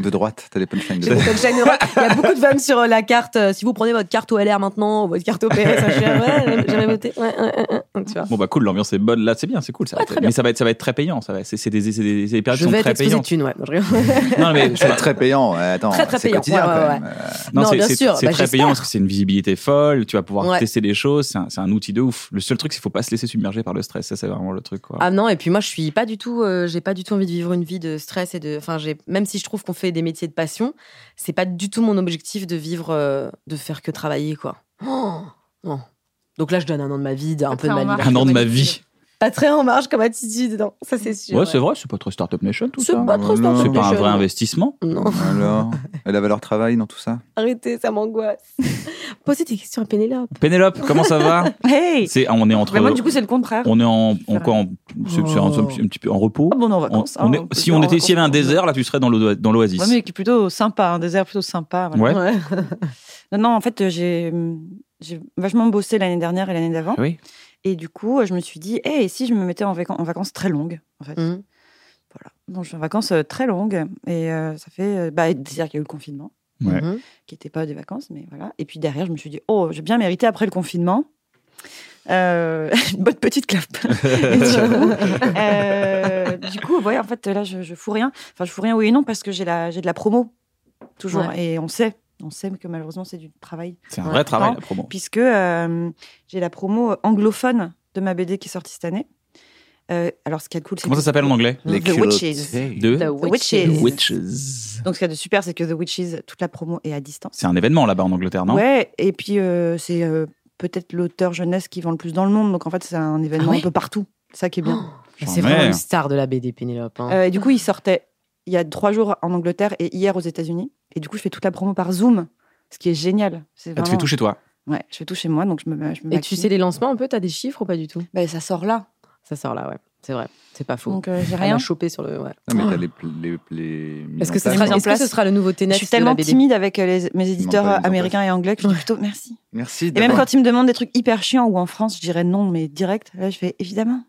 Speaker 4: De droite, t'as des punchlines de
Speaker 5: J'ai des
Speaker 4: droite.
Speaker 5: punchlines heureuses. Il y a beaucoup de vannes sur euh, la carte. euh, Si vous prenez votre carte au LR maintenant, ou votre carte au PS, je suis là, ouais, j'avais voté. Ouais, ouais, ouais, ouais, tu vois.
Speaker 1: Bon, bah cool, l'ambiance est bonne. Là, c'est bien, c'est cool. Ça.
Speaker 5: Ouais, très
Speaker 1: mais ça va, être, ça va être très payant. Ça va. C'est c'est des, c'est des, c'est des périodes qui
Speaker 5: Je
Speaker 1: sont
Speaker 5: vais être
Speaker 1: Ah, très
Speaker 5: exposé de
Speaker 1: payantes.
Speaker 5: thunes, ouais. Non, je rigole.
Speaker 1: Non, mais
Speaker 4: C'est très payant. ouais, Attends,
Speaker 5: Très, très
Speaker 4: c'est
Speaker 5: payant.
Speaker 4: quotidien,
Speaker 5: Ouais,
Speaker 4: quand
Speaker 5: ouais,
Speaker 4: même. Euh,
Speaker 1: Non,
Speaker 5: Non,
Speaker 1: c'est-
Speaker 5: bien
Speaker 1: c'est-
Speaker 5: sûr.
Speaker 1: C'est
Speaker 5: Bah,
Speaker 1: très
Speaker 5: j'espère.
Speaker 1: payant parce que c'est une visibilité folle, tu vas pouvoir
Speaker 5: Ouais.
Speaker 1: tester des choses, c'est un, c'est un outil de ouf. Le seul truc, c'est qu'il faut pas se laisser submerger par le stress, ça c'est vraiment le truc. Quoi.
Speaker 5: Ah non, et puis moi je suis pas du tout, euh, j'ai pas du tout envie de vivre une vie de stress et de, enfin j'ai, même si je trouve qu'on fait des métiers de passion, c'est pas du tout mon objectif de vivre, euh, de faire que travailler quoi. Oh, non. Donc là je donne un an de ma vie, un
Speaker 3: très
Speaker 5: peu de ma
Speaker 3: en
Speaker 5: vie.
Speaker 3: marge.
Speaker 1: un an de ma vie.
Speaker 5: Pas très en marge comme attitude, non, ça c'est sûr.
Speaker 1: Ouais, c'est vrai, c'est pas trop Startup Nation tout
Speaker 5: C'est
Speaker 1: ça.
Speaker 5: pas trop
Speaker 4: Non,
Speaker 5: Startup
Speaker 1: C'est pas un
Speaker 5: Nation,
Speaker 1: vrai
Speaker 5: non.
Speaker 1: investissement.
Speaker 5: Non,
Speaker 6: Euh,
Speaker 4: Alors, et la valeur travail dans tout ça
Speaker 5: arrêtez, ça m'angoisse. Posez des questions à Pénélope.
Speaker 1: Pénélope, comment ça va
Speaker 2: Hey
Speaker 1: C'est on est entre
Speaker 2: Mais moi, du coup, c'est le contraire.
Speaker 1: on est en, en quoi en, c'est- c'est un, un petit- un petit peu en repos.
Speaker 2: Ah bon, on est en
Speaker 1: On-
Speaker 2: vacances.
Speaker 1: on
Speaker 2: hein,
Speaker 1: est-
Speaker 2: peut
Speaker 1: si
Speaker 2: dire
Speaker 1: on
Speaker 2: en
Speaker 1: était s'il y avait un
Speaker 2: vacances.
Speaker 1: désert là, tu serais dans l'o- dans l'oasis.
Speaker 2: Ouais, mais qui est plutôt sympa, un désert plutôt sympa. voilà.
Speaker 1: Ouais.
Speaker 2: Non, non, en fait, j'ai j'ai vachement bossé l'année dernière et l'année d'avant.
Speaker 1: Oui.
Speaker 2: Et du coup, je me suis dit, eh, et si je me mettais en, vacan- en vacances très longues, en
Speaker 1: Mmh.
Speaker 2: fait
Speaker 5: Mhm.
Speaker 2: Voilà. Donc, je suis en vacances euh, très longues. Et euh, ça fait. euh, bah, c'est-à-dire qu'il y a eu le confinement,
Speaker 1: Ouais.
Speaker 5: Mhm.
Speaker 2: qui n'était pas des vacances, mais voilà. Et puis derrière, je me suis dit, oh, j'ai bien mérité après le confinement. Euh, une bonne petite clap. Et du coup, euh, du coup, ouais, en fait, là, je, je fous rien. Enfin, je fous rien, oui et non, parce que j'ai la- j'ai de la promo, toujours. Et on sait On sait que malheureusement, c'est du travail.
Speaker 1: C'est un
Speaker 2: Ouais.
Speaker 1: vrai travail,
Speaker 2: Non.
Speaker 1: la promo.
Speaker 2: Puisque euh, j'ai la promo anglophone de ma BD qui est sortie cette année. Euh, alors, ce qui est cool, c'est
Speaker 1: Comment ça
Speaker 2: que-
Speaker 1: s'appelle en anglais
Speaker 6: Les
Speaker 2: The
Speaker 6: culottes.
Speaker 2: Witches.
Speaker 1: De
Speaker 5: The
Speaker 2: Witches.
Speaker 5: Witches.
Speaker 1: Witches.
Speaker 2: Donc, ce qu'il y a de super, c'est que The Witches, toute la promo est à distance.
Speaker 1: C'est un événement là-bas en Angleterre, non
Speaker 2: Ouais, et puis euh, c'est euh, peut-être l'auteur jeunesse qui vend le plus dans le monde. Donc, en fait, c'est un événement
Speaker 5: Ah ouais
Speaker 2: un peu partout. C'est Ça qui est bien.
Speaker 1: J'en
Speaker 5: C'est vraiment
Speaker 1: ai.
Speaker 5: une star de la BD, Pénélope. hein.
Speaker 2: Euh, et du coup, il sortait il y a trois jours en Angleterre et hier aux États-Unis. Et du coup, je fais toute la promo par Zoom, ce qui est génial. C'est
Speaker 1: Ah,
Speaker 2: vraiment...
Speaker 1: tu fais tout chez toi.
Speaker 2: Ouais, je fais tout chez moi, donc je me. Je me
Speaker 5: Et tu
Speaker 2: maquille.
Speaker 5: sais les lancements un peu T'as des chiffres ou pas du tout
Speaker 2: Ben, ça sort là.
Speaker 5: Ça sort là, ouais. C'est vrai. C'est pas faux.
Speaker 2: Donc euh,
Speaker 1: Ah,
Speaker 2: j'ai
Speaker 5: On
Speaker 2: rien.
Speaker 5: a chopé sur le. ouais.
Speaker 6: Non, mais t'as les. pl- les, les mises
Speaker 5: Est-ce
Speaker 6: en
Speaker 5: que, ce sera,
Speaker 6: place,
Speaker 2: mis en
Speaker 6: quoi.
Speaker 5: est-ce que
Speaker 2: place.
Speaker 5: ce sera le nouveau
Speaker 2: Je
Speaker 5: Ténet
Speaker 2: suis
Speaker 5: de la
Speaker 2: tellement
Speaker 5: BD
Speaker 2: timide avec euh, les- mes éditeurs
Speaker 6: pas
Speaker 2: euh,
Speaker 6: les
Speaker 2: américains et anglais que je dis plutôt merci.
Speaker 6: Merci.
Speaker 2: Et même
Speaker 6: d'avoir-
Speaker 2: quand ils me demandent des trucs hyper chiants ou en France, je dirais non, mais direct. Là, je fais évidemment.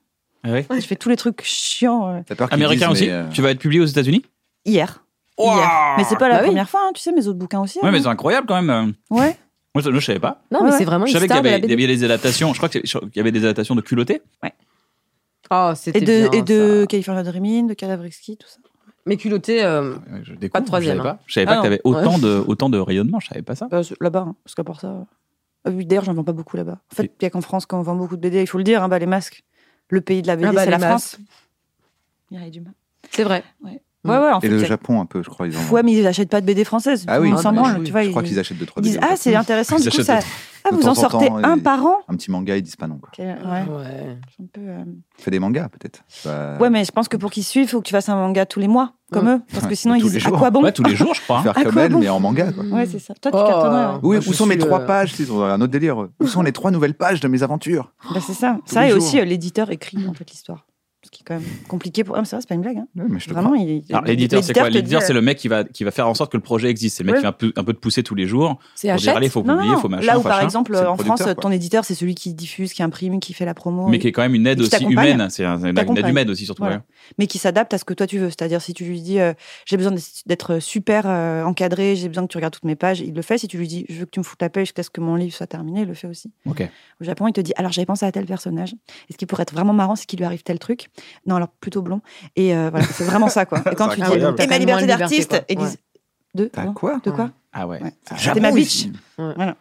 Speaker 1: Ah ouais
Speaker 2: Je fais tous les trucs chiants euh,
Speaker 6: T'as peur qu'ils
Speaker 1: Américain
Speaker 6: disent,
Speaker 1: aussi
Speaker 6: mais, euh,
Speaker 1: Tu vas être publié aux États-Unis
Speaker 2: hier.
Speaker 1: Ouah
Speaker 2: Hier. Mais c'est pas la
Speaker 5: Bah oui.
Speaker 2: première fois, hein. tu sais, mes autres bouquins aussi.
Speaker 1: Ouais,
Speaker 2: hein.
Speaker 1: mais c'est incroyable quand même.
Speaker 2: Ouais.
Speaker 1: Moi, je, moi, je savais pas.
Speaker 5: Non,
Speaker 2: Ouais,
Speaker 5: mais
Speaker 2: ouais.
Speaker 5: c'est vraiment
Speaker 1: Je
Speaker 5: une
Speaker 1: savais qu'il
Speaker 5: star
Speaker 1: y
Speaker 5: de la
Speaker 1: avait, il y
Speaker 5: BD.
Speaker 1: avait des adaptations. Je crois que c'est- je- qu'il y avait des adaptations de culottés.
Speaker 5: Oh,
Speaker 2: Et
Speaker 5: c'était
Speaker 2: de,
Speaker 5: bien,
Speaker 2: et de
Speaker 5: ça.
Speaker 2: California Dreaming, de Cadavrexki, tout ça.
Speaker 5: Mais culotté. euh,
Speaker 6: ouais, je
Speaker 5: Pas
Speaker 6: découvre,
Speaker 5: de troisième.
Speaker 6: je savais
Speaker 5: hein.
Speaker 6: pas.
Speaker 1: Je savais pas
Speaker 5: Ah
Speaker 1: que t'avais
Speaker 5: non.
Speaker 1: autant de autant de rayonnement. Je savais pas ça.
Speaker 2: Bah, c'est là-bas, hein, parce qu'à part ça. euh. Ah oui, D'ailleurs, j'en vends pas beaucoup là-bas. En fait,
Speaker 1: Et-
Speaker 2: il y a qu'en France qu'on vend beaucoup de BD, il faut le dire, hein, bah, les masques. Le pays de la BD,
Speaker 5: Ah bah,
Speaker 2: c'est
Speaker 5: les
Speaker 2: la
Speaker 5: masques.
Speaker 2: France. Mireille Dumas.
Speaker 5: C'est vrai. Mm.
Speaker 2: Ouais, ouais, en
Speaker 6: Et
Speaker 2: fait.
Speaker 6: le
Speaker 2: c'est-
Speaker 6: Japon, un peu, je crois. Ils en...
Speaker 2: Ouais, mais ils achètent pas de BD française.
Speaker 6: Ah
Speaker 2: tout
Speaker 6: oui,
Speaker 2: le monde
Speaker 5: ils
Speaker 2: s'en
Speaker 5: en
Speaker 2: branle,
Speaker 5: achètent,
Speaker 2: tu vois.
Speaker 6: Je crois
Speaker 2: ils-
Speaker 6: qu'ils achètent deux, trois
Speaker 2: Ils disent
Speaker 6: BD.
Speaker 2: Ah, c'est intéressant,
Speaker 1: Ils
Speaker 2: du coup,
Speaker 1: achètent
Speaker 2: ça. Ah,
Speaker 6: de
Speaker 2: vous
Speaker 6: temps
Speaker 2: en
Speaker 6: en
Speaker 2: sortez
Speaker 6: temps,
Speaker 2: un
Speaker 6: et-
Speaker 2: par an
Speaker 6: Un petit manga, ils disent pas non. Quoi.
Speaker 2: Ok, Ouais,
Speaker 5: Ouais.
Speaker 2: je suis un peu, euh,
Speaker 6: Fais des mangas, peut-être. Bah,
Speaker 2: ouais, mais je pense que pour qu'ils suivent, il faut que tu fasses un manga tous les mois, comme eux. Parce que sinon,
Speaker 6: Tous
Speaker 2: ils
Speaker 6: les
Speaker 2: disent À
Speaker 6: jours.
Speaker 2: quoi Ah bon
Speaker 1: Ouais, tous les jours, je crois. hein.
Speaker 6: Faire
Speaker 2: à
Speaker 6: comme
Speaker 2: quoi
Speaker 6: elle,
Speaker 2: bon
Speaker 6: mais en manga. Quoi.
Speaker 2: Ouais, c'est ça. Toi, tu
Speaker 5: Oh.
Speaker 2: cartonnerais. ouais.
Speaker 6: Oui,
Speaker 5: Moi, je
Speaker 6: où sont mes
Speaker 5: suis,
Speaker 6: trois
Speaker 5: euh,
Speaker 6: pages c'est un autre délire. Où sont les trois nouvelles pages de mes aventures
Speaker 2: Bah, c'est ça. ça,
Speaker 6: les
Speaker 2: et
Speaker 6: jours.
Speaker 2: aussi, euh, l'éditeur écrit en fait l'histoire. Ce qui est quand même compliqué pour. Ah, mais c'est vrai, c'est pas une blague. hein.
Speaker 6: Ouais, mais je te
Speaker 2: Vraiment, il.
Speaker 1: Alors, l'éditeur, c'est quoi
Speaker 2: te
Speaker 1: L'éditeur,
Speaker 2: dit,
Speaker 1: c'est le mec qui va, qui va faire en sorte que le projet existe. C'est le mec
Speaker 2: Ouais.
Speaker 1: qui va un peu, un peu te pousser tous les jours.
Speaker 5: C'est
Speaker 1: Pour dire, allez,
Speaker 5: Hachette.
Speaker 1: faut
Speaker 2: euh, Non,
Speaker 1: publier,
Speaker 2: non,
Speaker 1: faut machin.
Speaker 2: Là où, par
Speaker 1: machin.
Speaker 2: exemple,
Speaker 6: C'est le
Speaker 2: en France,
Speaker 6: producteur, quoi.
Speaker 2: ton éditeur, c'est celui qui diffuse, qui imprime, qui fait la promo.
Speaker 1: Mais qui est quand même une aide
Speaker 2: Qui
Speaker 1: aussi
Speaker 2: t'accompagne.
Speaker 1: humaine. hein. C'est un- c'est une aide
Speaker 2: T'accompagne.
Speaker 1: humaine aussi, surtout. hein.
Speaker 2: Voilà.
Speaker 1: ouais.
Speaker 2: mais qui s'adapte à ce que toi tu veux. C'est-à-dire si tu lui dis euh, j'ai besoin d'être super euh, encadré, j'ai besoin que tu regardes toutes mes pages, il le fait. Si tu lui dis je veux que tu me foutes la paix jusqu'à ce que mon livre soit terminé, il le fait aussi.
Speaker 1: Ok.
Speaker 2: Au Japon, il te dit alors j'avais pensé à tel personnage. Et ce qui pourrait être vraiment marrant, c'est qu'il lui arrive tel truc. Non, alors plutôt blond. Et euh, voilà, c'est vraiment ça quoi. Et quand tu
Speaker 6: C'est
Speaker 2: dis
Speaker 6: incroyable.
Speaker 2: et ma liberté
Speaker 5: Moins de liberté,
Speaker 2: d'artiste,
Speaker 5: quoi.
Speaker 2: ils disent de
Speaker 6: T'as
Speaker 2: hein,
Speaker 6: quoi
Speaker 2: de quoi
Speaker 1: Ah ouais.
Speaker 2: Ouais.
Speaker 1: Ah,
Speaker 2: C'était ma bitch.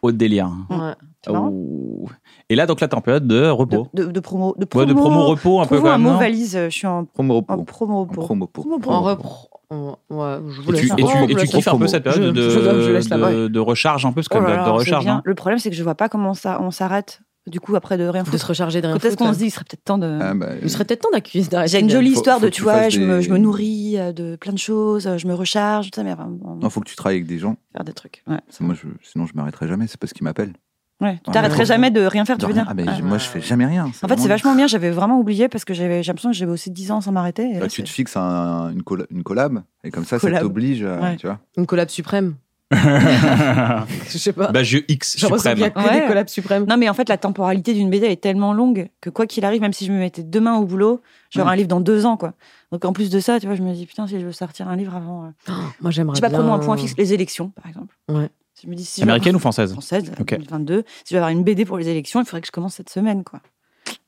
Speaker 1: Au délire. hein.
Speaker 5: Ouais.
Speaker 2: C'est marrant.
Speaker 1: Oh. Et là, donc là, t'es en période de
Speaker 2: De,
Speaker 1: repos.
Speaker 2: de- de promo, de
Speaker 1: Ouais,
Speaker 2: promo,
Speaker 1: de promo repos un peu
Speaker 2: Trouvons
Speaker 1: quand
Speaker 2: un
Speaker 1: même.
Speaker 2: mot
Speaker 1: non
Speaker 2: valise. euh, Je suis en,
Speaker 6: Promo
Speaker 2: en
Speaker 6: pour.
Speaker 2: promo pour.
Speaker 6: Promo pour.
Speaker 2: Promo
Speaker 5: On
Speaker 2: pour.
Speaker 5: reprend. on- Ouais, je vous
Speaker 1: Et tu,
Speaker 5: laisse.
Speaker 1: et tu, et tu kiffes un peu
Speaker 6: promo.
Speaker 1: cette période
Speaker 5: Je-
Speaker 1: de,
Speaker 5: je- je laisse là-bas.
Speaker 1: de, de recharge un peu, parce que
Speaker 2: Oh là
Speaker 1: de,
Speaker 2: là,
Speaker 1: de
Speaker 2: c'est
Speaker 1: recharge,
Speaker 2: bien.
Speaker 1: hein.
Speaker 2: Le problème, c'est que je vois pas comment ça, on s'arrête. Du coup, après de rien
Speaker 5: de
Speaker 2: foutre.
Speaker 5: se recharger hein. de rien.
Speaker 2: Quand est-ce qu'on
Speaker 5: foutre.
Speaker 2: se dit, il serait peut-être temps de. Bah,
Speaker 6: Ah, bah,
Speaker 5: Il serait peut-être temps d'accuser.
Speaker 2: J'ai une jolie
Speaker 6: Faut-
Speaker 2: histoire
Speaker 6: faut
Speaker 2: de,
Speaker 6: que
Speaker 2: tu
Speaker 6: tu
Speaker 2: vois,
Speaker 6: fasses
Speaker 2: je, me,
Speaker 6: des-
Speaker 2: je me nourris euh, de plein de choses, euh, je me recharge, tout ça, mais enfin, bon,
Speaker 6: Non, faut que tu travailles avec des gens.
Speaker 2: faire des trucs. Ouais,
Speaker 6: Parce que Moi, je... Sinon, je m'arrêterai jamais. C'est parce qu'ils m'appellent.
Speaker 2: ouais. Tu
Speaker 6: Ouais,
Speaker 2: t'arrêterais
Speaker 6: ouais.
Speaker 2: jamais de rien faire, tu
Speaker 6: De
Speaker 2: veux
Speaker 6: rien.
Speaker 2: dire
Speaker 6: Ah, ben,
Speaker 2: Ouais.
Speaker 6: je- Moi, je fais jamais rien.
Speaker 2: En fait, c'est
Speaker 6: vraiment-
Speaker 2: vachement bien, j'avais vraiment oublié parce que j'avais j'ai l'impression que j'avais aussi 10 ans sans m'arrêter. et
Speaker 6: Bah,
Speaker 2: là,
Speaker 6: tu te
Speaker 2: c'est-
Speaker 6: fixes un- une, colla- une collab et comme ça,
Speaker 2: Collab.
Speaker 6: ça t'oblige. à-
Speaker 2: Ouais.
Speaker 6: Tu vois.
Speaker 5: Une collab suprême. Je sais pas.
Speaker 1: bah, je X
Speaker 5: J'ai l'impression qu'il y a
Speaker 1: suprême.
Speaker 5: que
Speaker 2: Ouais.
Speaker 5: des collabs suprêmes.
Speaker 2: Non, mais en fait, la temporalité d'une BD est tellement longue que quoi qu'il arrive, même si je me mettais demain au boulot, j'aurais
Speaker 6: Mm.
Speaker 2: un livre dans deux ans, quoi. Donc en plus de ça, tu vois, je me dis, putain, si je veux sortir un livre avant. euh,
Speaker 5: Moi, j'aimerais
Speaker 2: Je sais pas,
Speaker 5: bien-
Speaker 2: prenons un point fixe, les élections, par exemple.
Speaker 5: Ouais.
Speaker 2: Je me dis, si je veux-
Speaker 1: Américaine ou française
Speaker 2: française,
Speaker 1: Mmh. Ok.
Speaker 2: 2022. Si je veux avoir une BD pour les élections, il faudrait que je commence cette semaine, quoi.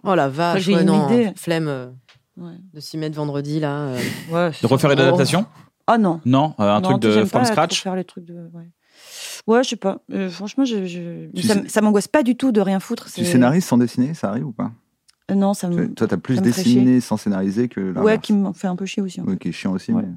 Speaker 5: Oh la vache.
Speaker 2: j'ai
Speaker 5: ouais,
Speaker 2: une
Speaker 5: non,
Speaker 2: idée.
Speaker 5: Flemme euh,
Speaker 2: Ouais.
Speaker 5: de s'y mettre vendredi, là. euh.
Speaker 2: Ouais,
Speaker 1: De refaire une
Speaker 5: Oh.
Speaker 1: adaptation
Speaker 2: Ah non.
Speaker 1: Non, euh, un
Speaker 2: Non,
Speaker 1: truc
Speaker 2: tu sais,
Speaker 1: de
Speaker 2: j'aime
Speaker 1: from
Speaker 2: pas trop
Speaker 1: scratch.
Speaker 2: faire les trucs de. Ouais, Ouais, je sais pas. Euh, franchement, je, je-
Speaker 6: Tu
Speaker 2: ça,
Speaker 6: sais-
Speaker 2: m- ça m'angoisse pas du tout de rien foutre.
Speaker 6: Tu
Speaker 2: c'est-
Speaker 6: scénarises sans dessiner, ça arrive ou pas
Speaker 2: Euh, Non, ça me.
Speaker 6: Toi, t'as plus
Speaker 2: ça me ferait
Speaker 6: dessiné sans scénariser que là.
Speaker 2: Ouais, qui me fait un peu chier aussi. hein.
Speaker 6: qui est chiant aussi.
Speaker 2: Ouais.
Speaker 6: mais-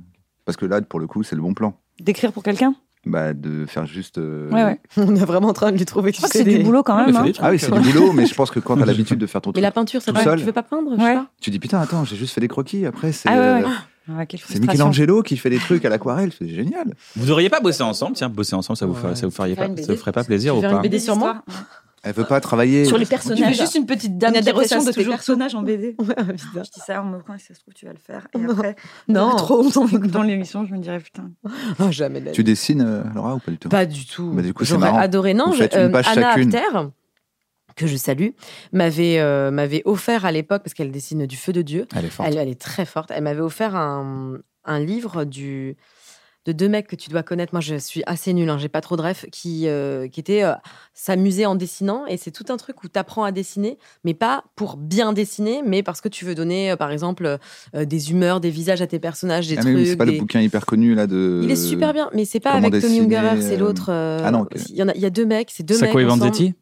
Speaker 6: Parce que là, pour le coup, c'est le bon plan.
Speaker 2: D'écrire pour quelqu'un
Speaker 6: Bah, de faire juste. euh,
Speaker 2: Ouais, ouais.
Speaker 5: On est vraiment en train de lui trouver
Speaker 2: Je
Speaker 5: tu
Speaker 2: crois que
Speaker 5: sais,
Speaker 2: c'est du
Speaker 5: des-
Speaker 2: boulot quand
Speaker 1: Ouais,
Speaker 2: même.
Speaker 1: mais
Speaker 2: hein.
Speaker 1: fais des trucs. euh.
Speaker 6: Ah oui, c'est du boulot, mais je pense que quand t'as l'habitude de faire ton
Speaker 5: Mais
Speaker 6: truc.
Speaker 5: la peinture, ça
Speaker 6: Tout
Speaker 5: te-
Speaker 6: seul.
Speaker 5: tu veux pas peindre je
Speaker 2: Ouais.
Speaker 5: sais pas
Speaker 6: Tu dis putain, attends, j'ai juste fait des croquis. Après, c'est.
Speaker 2: Ah ouais, ouais.
Speaker 6: euh,
Speaker 2: Ah, quelle
Speaker 6: C'est
Speaker 2: frustration.
Speaker 6: Michelangelo qui fait des trucs à l'aquarelle, c'est génial.
Speaker 1: Vous auriez pas bossé ensemble Tiens, bosser ensemble, ça vous,
Speaker 5: Ouais.
Speaker 1: ferait- ça vous, feriez
Speaker 5: Faire
Speaker 1: pas,
Speaker 5: une
Speaker 1: ça
Speaker 5: BD,
Speaker 1: vous ferait pas plaisir ou
Speaker 5: faire une
Speaker 1: pas
Speaker 5: BD.
Speaker 2: Des
Speaker 5: sur moi
Speaker 2: histoires.
Speaker 6: Elle veut pas travailler.
Speaker 5: Sur les
Speaker 7: Tu fais
Speaker 5: personnages.
Speaker 7: juste une petite dame
Speaker 2: Une
Speaker 7: qui
Speaker 2: adaptation
Speaker 7: ressasse
Speaker 2: de tes
Speaker 7: toujours tout.
Speaker 2: personnages en BD.
Speaker 5: Ouais, putain.
Speaker 2: Je dis ça en me disant, si ça se trouve, tu vas le faire. Et après,
Speaker 5: Non.
Speaker 2: trop longtemps dans l'émission, je me dirais, putain.
Speaker 5: Ah, jamais de la
Speaker 6: Tu dessines, euh, Laura, ou pas du tout
Speaker 5: Pas du tout.
Speaker 6: Bah, du coup, c'est
Speaker 5: J'aurais
Speaker 6: marrant.
Speaker 5: adoré. Non,
Speaker 6: Vous
Speaker 5: je-
Speaker 6: faites une
Speaker 5: euh,
Speaker 6: page
Speaker 5: Anna
Speaker 6: chacune.
Speaker 5: Apter, que je salue, m'avait euh, m'avait offert à l'époque, parce qu'elle dessine du feu de Dieu,
Speaker 1: Elle est forte.
Speaker 5: elle, elle est très forte, elle m'avait offert un, un livre du, de deux mecs que tu dois connaître. Moi, je suis assez nulle, hein, j'ai pas trop de ref, qui, euh, qui étaient euh, s'amuser en dessinant. Et c'est tout un truc où tu apprends à dessiner, mais pas pour bien dessiner, mais parce que tu veux donner, euh, par exemple, euh, des humeurs, des visages à tes personnages, des
Speaker 4: Ah, mais
Speaker 5: trucs.
Speaker 4: oui, c'est pas
Speaker 5: des-
Speaker 4: le bouquin hyper connu là de.
Speaker 5: Il est super bien, mais c'est pas
Speaker 4: Comment
Speaker 5: avec Tommy
Speaker 4: dessiner,
Speaker 5: Ungerer, c'est
Speaker 4: euh,
Speaker 5: l'autre. euh,
Speaker 4: ah non, ok.
Speaker 5: Il y, en a, il y a deux mecs, c'est deux
Speaker 1: Sacco et
Speaker 5: mecs. ensemble.
Speaker 1: Vanzetti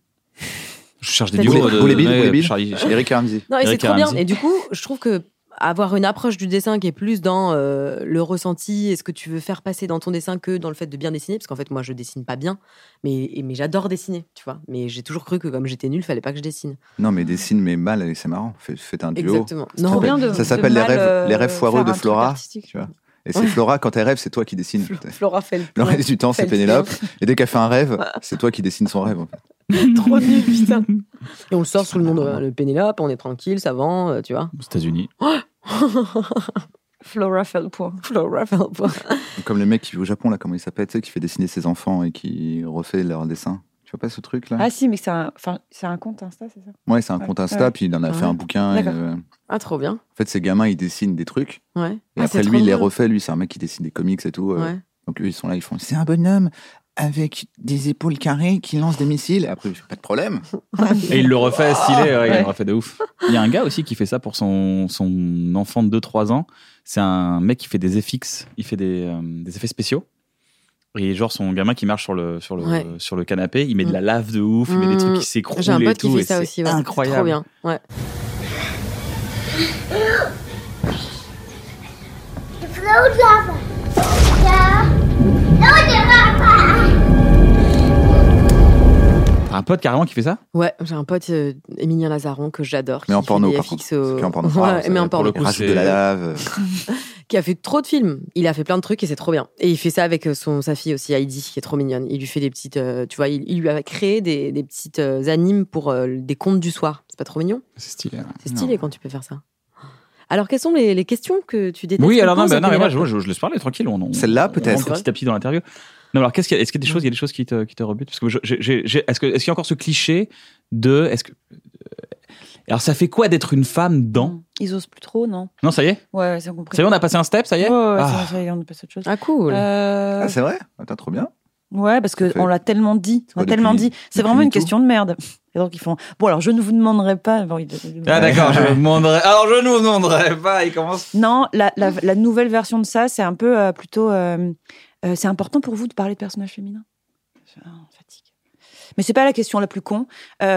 Speaker 1: Je cherche des
Speaker 5: Peut-être.
Speaker 1: duos.
Speaker 4: Boulet-
Speaker 1: de-
Speaker 4: Boulet Bill,
Speaker 1: ouais,
Speaker 4: Boulet Bill.
Speaker 1: Charlie-
Speaker 4: Eric Ramsey.
Speaker 5: Non, et c'est
Speaker 1: Eric
Speaker 5: trop bien.
Speaker 1: Ramsey.
Speaker 5: Et du coup, je trouve que avoir une approche du dessin qui est plus dans euh, le ressenti et ce que tu veux faire passer dans ton dessin que dans le fait de bien dessiner, parce qu'en fait, moi, je dessine pas bien, mais, et- mais j'adore dessiner, tu vois. Mais j'ai toujours cru que comme j'étais nulle, fallait pas que je dessine.
Speaker 4: Non, mais dessine mais mal, et c'est marrant. Faites, faites un duo.
Speaker 5: Exactement.
Speaker 4: Ça
Speaker 5: Non,
Speaker 3: Trop bien
Speaker 4: s'appelle-
Speaker 3: de-
Speaker 4: ça
Speaker 3: de
Speaker 4: s'appelle les
Speaker 3: mal,
Speaker 4: rêves,
Speaker 3: euh,
Speaker 4: les rêves foireux
Speaker 3: faire
Speaker 4: de
Speaker 3: un truc
Speaker 4: Flora.
Speaker 3: artistique.
Speaker 4: Tu vois. Et c'est Flora, quand elle rêve, c'est toi qui dessines.
Speaker 5: Flora Ah. fait le
Speaker 4: Le reste du temps, c'est
Speaker 5: Fais le
Speaker 4: Pénélope. Et dès qu'elle fait un rêve, c'est toi qui dessine son rêve. en fait.
Speaker 5: trop nul, putain. Et on le sort sous le nom de euh, le Pénélope, on est tranquille, ça vend, euh, tu vois.
Speaker 1: Aux États-Unis.
Speaker 2: Flora fait le point.
Speaker 5: Flora fait le point.
Speaker 4: Comme le mec qui vit au Japon, là, comment il s'appelle, tu sais, qui fait dessiner ses enfants et qui refait leurs dessins. Tu vois pas ce truc là
Speaker 2: Ah si, mais c'est un, enfin, c'est un compte Insta, c'est ça
Speaker 4: Ouais, c'est un
Speaker 2: Ouais.
Speaker 4: compte Insta,
Speaker 2: Ouais.
Speaker 4: puis il en a fait
Speaker 5: Ah.
Speaker 4: un bouquin. et,
Speaker 2: D'accord.
Speaker 4: euh,
Speaker 5: Ah, trop bien.
Speaker 4: en fait, ces gamins, ils dessinent des trucs.
Speaker 5: Ouais.
Speaker 4: Et
Speaker 5: Ah,
Speaker 4: après,
Speaker 5: c'est
Speaker 4: lui,
Speaker 5: trop
Speaker 4: il les
Speaker 5: bien.
Speaker 4: refait. Lui, c'est un mec qui dessine des comics et tout. euh,
Speaker 5: Ouais.
Speaker 4: Donc, eux, ils sont là, ils font C'est un bonhomme avec des épaules carrées qui lance des missiles. Et après, je fais, pas de problème.
Speaker 1: Et il le refait stylé, ouais, il
Speaker 2: Ouais.
Speaker 1: le refait de ouf. Il y a un gars aussi qui fait ça pour son, son enfant de 2-3 ans. C'est un mec qui fait des FX, il fait des, euh, des effets spéciaux. Et genre son gamin qui marche sur le, sur le,
Speaker 5: Ouais.
Speaker 1: sur le canapé, il met de la lave de ouf, il met des
Speaker 5: Mm.
Speaker 1: trucs qui s'écroulent
Speaker 5: J'ai un
Speaker 1: et
Speaker 5: pote
Speaker 1: tout.
Speaker 5: qui fait
Speaker 1: et
Speaker 5: ça
Speaker 1: c'est
Speaker 5: aussi, ouais. C'est
Speaker 1: incroyable.
Speaker 5: Trop bien. Ouais.
Speaker 1: T'as un pote carrément qui fait ça
Speaker 5: Ouais, j'ai un pote, euh, Émilien Lazaron, que j'adore.
Speaker 4: Mais
Speaker 5: qui
Speaker 4: en
Speaker 5: fait
Speaker 4: porno,
Speaker 5: des
Speaker 4: par
Speaker 5: FX
Speaker 4: contre.
Speaker 5: au-
Speaker 4: C'est qu'en porno.
Speaker 5: Ouais,
Speaker 4: Ah, ça,
Speaker 5: mais en
Speaker 4: pour le
Speaker 5: porno.
Speaker 1: porno.
Speaker 4: coup,
Speaker 1: C'est-
Speaker 4: rajoute de la lave.
Speaker 5: Qui a fait trop de films. Il a fait plein de trucs et c'est trop bien. Et il fait ça avec euh, son, sa fille aussi, Heidi, qui est trop mignonne. Il lui fait des petites. euh, tu vois, il, il lui a créé des, des petites euh, animes pour euh, des contes du soir. C'est pas trop mignon
Speaker 1: C'est stylé. hein.
Speaker 5: C'est stylé quand tu peux faire ça. Alors, quelles sont les, les questions que tu détestes
Speaker 1: Oui,
Speaker 5: qu'on
Speaker 1: alors non,
Speaker 5: pose
Speaker 1: mais,
Speaker 5: à
Speaker 1: non, mais moi,
Speaker 5: Pénélope
Speaker 1: je, je, je laisse parler tranquille. On, on-
Speaker 4: Celle-là,
Speaker 1: on
Speaker 4: peut-être.
Speaker 1: rentre petit à petit dans l'interview. Non, alors, qu'est-ce qu'il y a- est-ce qu'il y a des choses, il y a des choses qui te, qui te rebutent Parce que je- j'ai- j'ai- j'ai- est-ce que- est-ce qu'il y a encore ce cliché de, est-ce que, euh, alors ça fait quoi d'être une femme dans
Speaker 2: Ils osent plus trop, non
Speaker 1: Non, ça y est,
Speaker 2: Ouais, ouais, c'est compris.
Speaker 1: ça y est, on a passé un step, ça y est.
Speaker 2: Ouais, ouais, ouais,
Speaker 1: Ah.
Speaker 2: c'est bon, ça y est, on passe à autre chose.
Speaker 5: Ah, cool.
Speaker 2: Euh,
Speaker 4: Ah, c'est vrai Attends, trop bien.
Speaker 2: ouais, parce
Speaker 4: Ça fait-
Speaker 2: qu'on l'a tellement dit. On
Speaker 4: quoi,
Speaker 2: l'a tellement
Speaker 4: depuis-
Speaker 2: dit. C'est
Speaker 4: depuis
Speaker 2: vraiment une
Speaker 4: MeToo
Speaker 2: question de merde. Et donc ils font. Bon, alors je ne vous demanderai pas. Bon, ils- ils-
Speaker 1: Ah d'accord, je me demanderai. Alors je nous demanderai pas. Il commence.
Speaker 2: Non, la, la- la nouvelle version de ça, c'est un peu euh, plutôt. euh, euh, c'est important pour vous de parler de personnages féminins Ah, on fatigue. Mais c'est pas la question la plus con.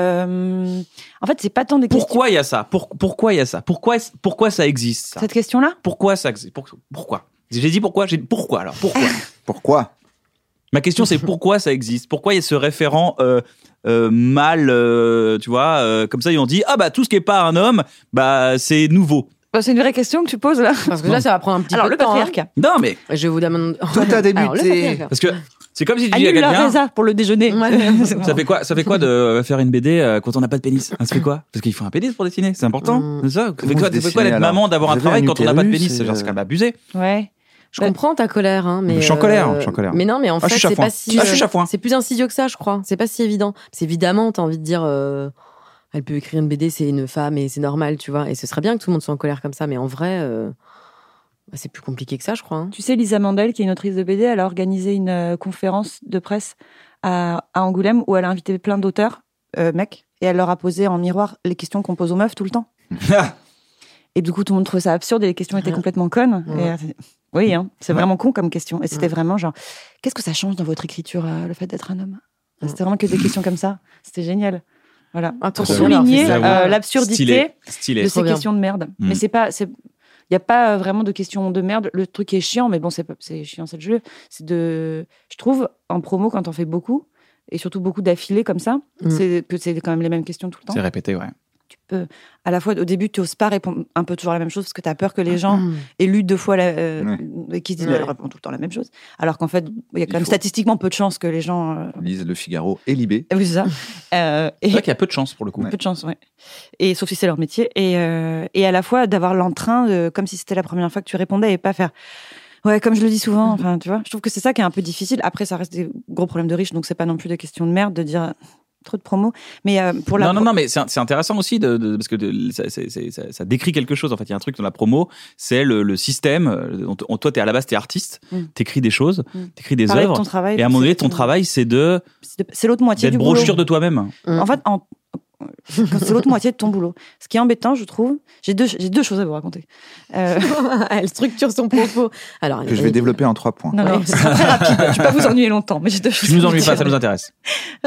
Speaker 2: Euh, en fait, c'est pas tant des questions.
Speaker 1: Pourquoi il y a ça Pour- Pourquoi il y a ça Pourquoi pourquoi ça existe ça
Speaker 2: Cette question-là
Speaker 1: Pourquoi ça existe Pour- Pourquoi J'ai dit pourquoi. J'ai dit pourquoi alors Pourquoi
Speaker 4: Pourquoi
Speaker 1: Ma question c'est pourquoi ça existe Pourquoi il y a ce référent euh, euh, mâle euh, Tu vois euh, Comme ça ils ont dit ah bah tout ce qui est pas un homme bah c'est nouveau.
Speaker 2: Bah, C'est une vraie question que tu poses là.
Speaker 5: Parce que là, ça va prendre un petit
Speaker 2: Alors,
Speaker 5: peu
Speaker 2: le
Speaker 5: de temps. hein.
Speaker 2: patriarcat.
Speaker 1: Non mais
Speaker 5: Je vous demande.
Speaker 4: Toi, t'as débuté.
Speaker 5: Alors, le patriarcat.
Speaker 1: parce que c'est comme si tu dis à
Speaker 2: Annule la
Speaker 1: quelqu'un.
Speaker 2: reza pour le déjeuner.
Speaker 5: Ouais.
Speaker 2: C'est bon.
Speaker 1: Ça fait quoi Ça fait quoi de euh, faire une BD euh, quand on n'a pas de pénis Ah, Ça fait quoi Parce qu'il faut un pénis pour dessiner, c'est important.
Speaker 5: Mm.
Speaker 1: C'est Ça, ça fait
Speaker 4: Comment
Speaker 1: quoi,
Speaker 4: vous
Speaker 1: ça fait quoi
Speaker 4: dessinez,
Speaker 1: d'être
Speaker 4: alors
Speaker 1: maman d'avoir un
Speaker 4: Vous avez
Speaker 1: travail
Speaker 4: un
Speaker 1: quand on n'a pas de
Speaker 4: utérus,
Speaker 1: pénis C'est genre,
Speaker 4: euh,
Speaker 1: c'est quand même abusé.
Speaker 2: Ouais.
Speaker 5: Je comprends ta colère, hein, mais
Speaker 1: Je suis en colère, je suis en colère.
Speaker 5: Mais non, mais en
Speaker 1: Ah, je
Speaker 5: fait,
Speaker 1: suis
Speaker 5: c'est
Speaker 1: chafouin.
Speaker 5: pas si.
Speaker 1: Ah, je suis chafouin.
Speaker 5: C'est plus insidieux que ça, je crois. C'est pas si évident. C'est évidemment, t'as envie de dire, euh, elle peut écrire une BD, c'est une femme et c'est normal, tu vois. Et ce serait bien que tout le monde soit en colère comme ça, mais en vrai, euh, bah, c'est plus compliqué que ça, je crois. hein.
Speaker 2: Tu sais, Lisa Mandel, qui est une autrice de BD, elle a organisé une euh, conférence de presse à, à Angoulême où elle a invité plein d'auteurs, euh, mecs, et elle leur a posé en miroir les questions qu'on pose aux meufs tout le temps. Et du coup, tout le monde trouvait ça absurde et les questions étaient
Speaker 5: Ouais.
Speaker 2: complètement connes.
Speaker 5: Ouais.
Speaker 2: Et, euh, c'est- oui, hein, c'est
Speaker 1: Ouais.
Speaker 2: vraiment con comme question. Et c'était
Speaker 5: Ouais.
Speaker 2: vraiment genre, qu'est-ce que ça change dans votre écriture, euh, le fait d'être un homme
Speaker 5: Ouais.
Speaker 2: C'était vraiment que des questions comme ça. C'était génial. Voilà.
Speaker 5: Ah,
Speaker 2: Pour
Speaker 5: trop
Speaker 1: J'avoue.
Speaker 2: souligner
Speaker 1: J'avoue.
Speaker 2: euh, l'absurdité
Speaker 1: Stylé. Stylé.
Speaker 2: de
Speaker 5: Trop
Speaker 2: ces
Speaker 5: bien.
Speaker 2: questions de merde.
Speaker 1: Mm.
Speaker 2: Mais c'est pas, c'est, il y a pas euh, vraiment de questions de merde. Le truc est chiant, mais bon, c'est pas- c'est chiant, c'est le jeu. C'est de, je trouve, en promo quand on fait beaucoup et surtout beaucoup d'affilés comme ça,
Speaker 5: Mm.
Speaker 2: c'est que c'est quand même les mêmes questions tout le temps.
Speaker 1: C'est répété, ouais.
Speaker 2: Tu peux, à la fois au début, tu oses pas répondre un peu toujours la même chose parce que tu as peur que les
Speaker 5: Mm.
Speaker 2: gens aient lu deux fois la, euh, et qu'ils se disent,
Speaker 5: Ouais.
Speaker 2: elle répond tout le temps la même chose. Alors qu'en fait, il y a quand
Speaker 4: Il
Speaker 2: même
Speaker 4: faut.
Speaker 2: statistiquement peu de chances que les gens. euh,
Speaker 4: Lise Le Figaro et Libé.
Speaker 2: Oui, c'est ça. Euh, et-
Speaker 1: C'est vrai qu'il y a peu de chance pour le coup.
Speaker 2: peu de chance, ouais. Et sauf si c'est leur métier. Et, euh, et à la fois d'avoir l'entrain, de, comme si c'était la première fois que tu répondais et pas faire. Ouais, comme je le dis
Speaker 1: Mhm.
Speaker 2: souvent, enfin, tu vois, je trouve que c'est ça qui est un peu difficile. Après, ça reste des gros problèmes de riches, donc c'est pas non plus des questions de merde de dire trop de promos. Mais euh, pour la
Speaker 1: non, non,
Speaker 2: pro-
Speaker 1: non, mais c'est c'est intéressant aussi de, de- parce que de- ça, c'est- c'est- ça- ça décrit quelque chose. En fait, il y a un truc dans la promo, c'est le, le système. euh, dont- dont toi, t'es à la base, t'es artiste,
Speaker 2: Mm.
Speaker 1: t'écris des choses,
Speaker 2: Mm.
Speaker 1: t'écris des
Speaker 2: parler de
Speaker 1: œuvres.
Speaker 2: ton travail,
Speaker 1: Et à un moment donné, ton
Speaker 2: c'est-
Speaker 1: travail, c'est de
Speaker 2: c'est de- C'est l'autre moitié
Speaker 1: d'être
Speaker 2: du boulot.
Speaker 1: brochure de toi-même.
Speaker 5: Hein.
Speaker 2: En fait, en- c'est l'autre moitié de ton boulot. Ce qui est embêtant, je trouve, j'ai deux, j'ai deux choses à vous raconter. Euh,
Speaker 5: Elle structure son propos. Alors,
Speaker 4: que je vais développer en trois points.
Speaker 2: non, non,
Speaker 5: Ouais.
Speaker 2: ce sera très rapide. Je ne vais pas vous ennuyer longtemps, mais j'ai deux choses.
Speaker 1: Tu nous
Speaker 2: à
Speaker 1: ennuies
Speaker 2: vous
Speaker 1: pas,
Speaker 2: dire.
Speaker 1: ça nous intéresse.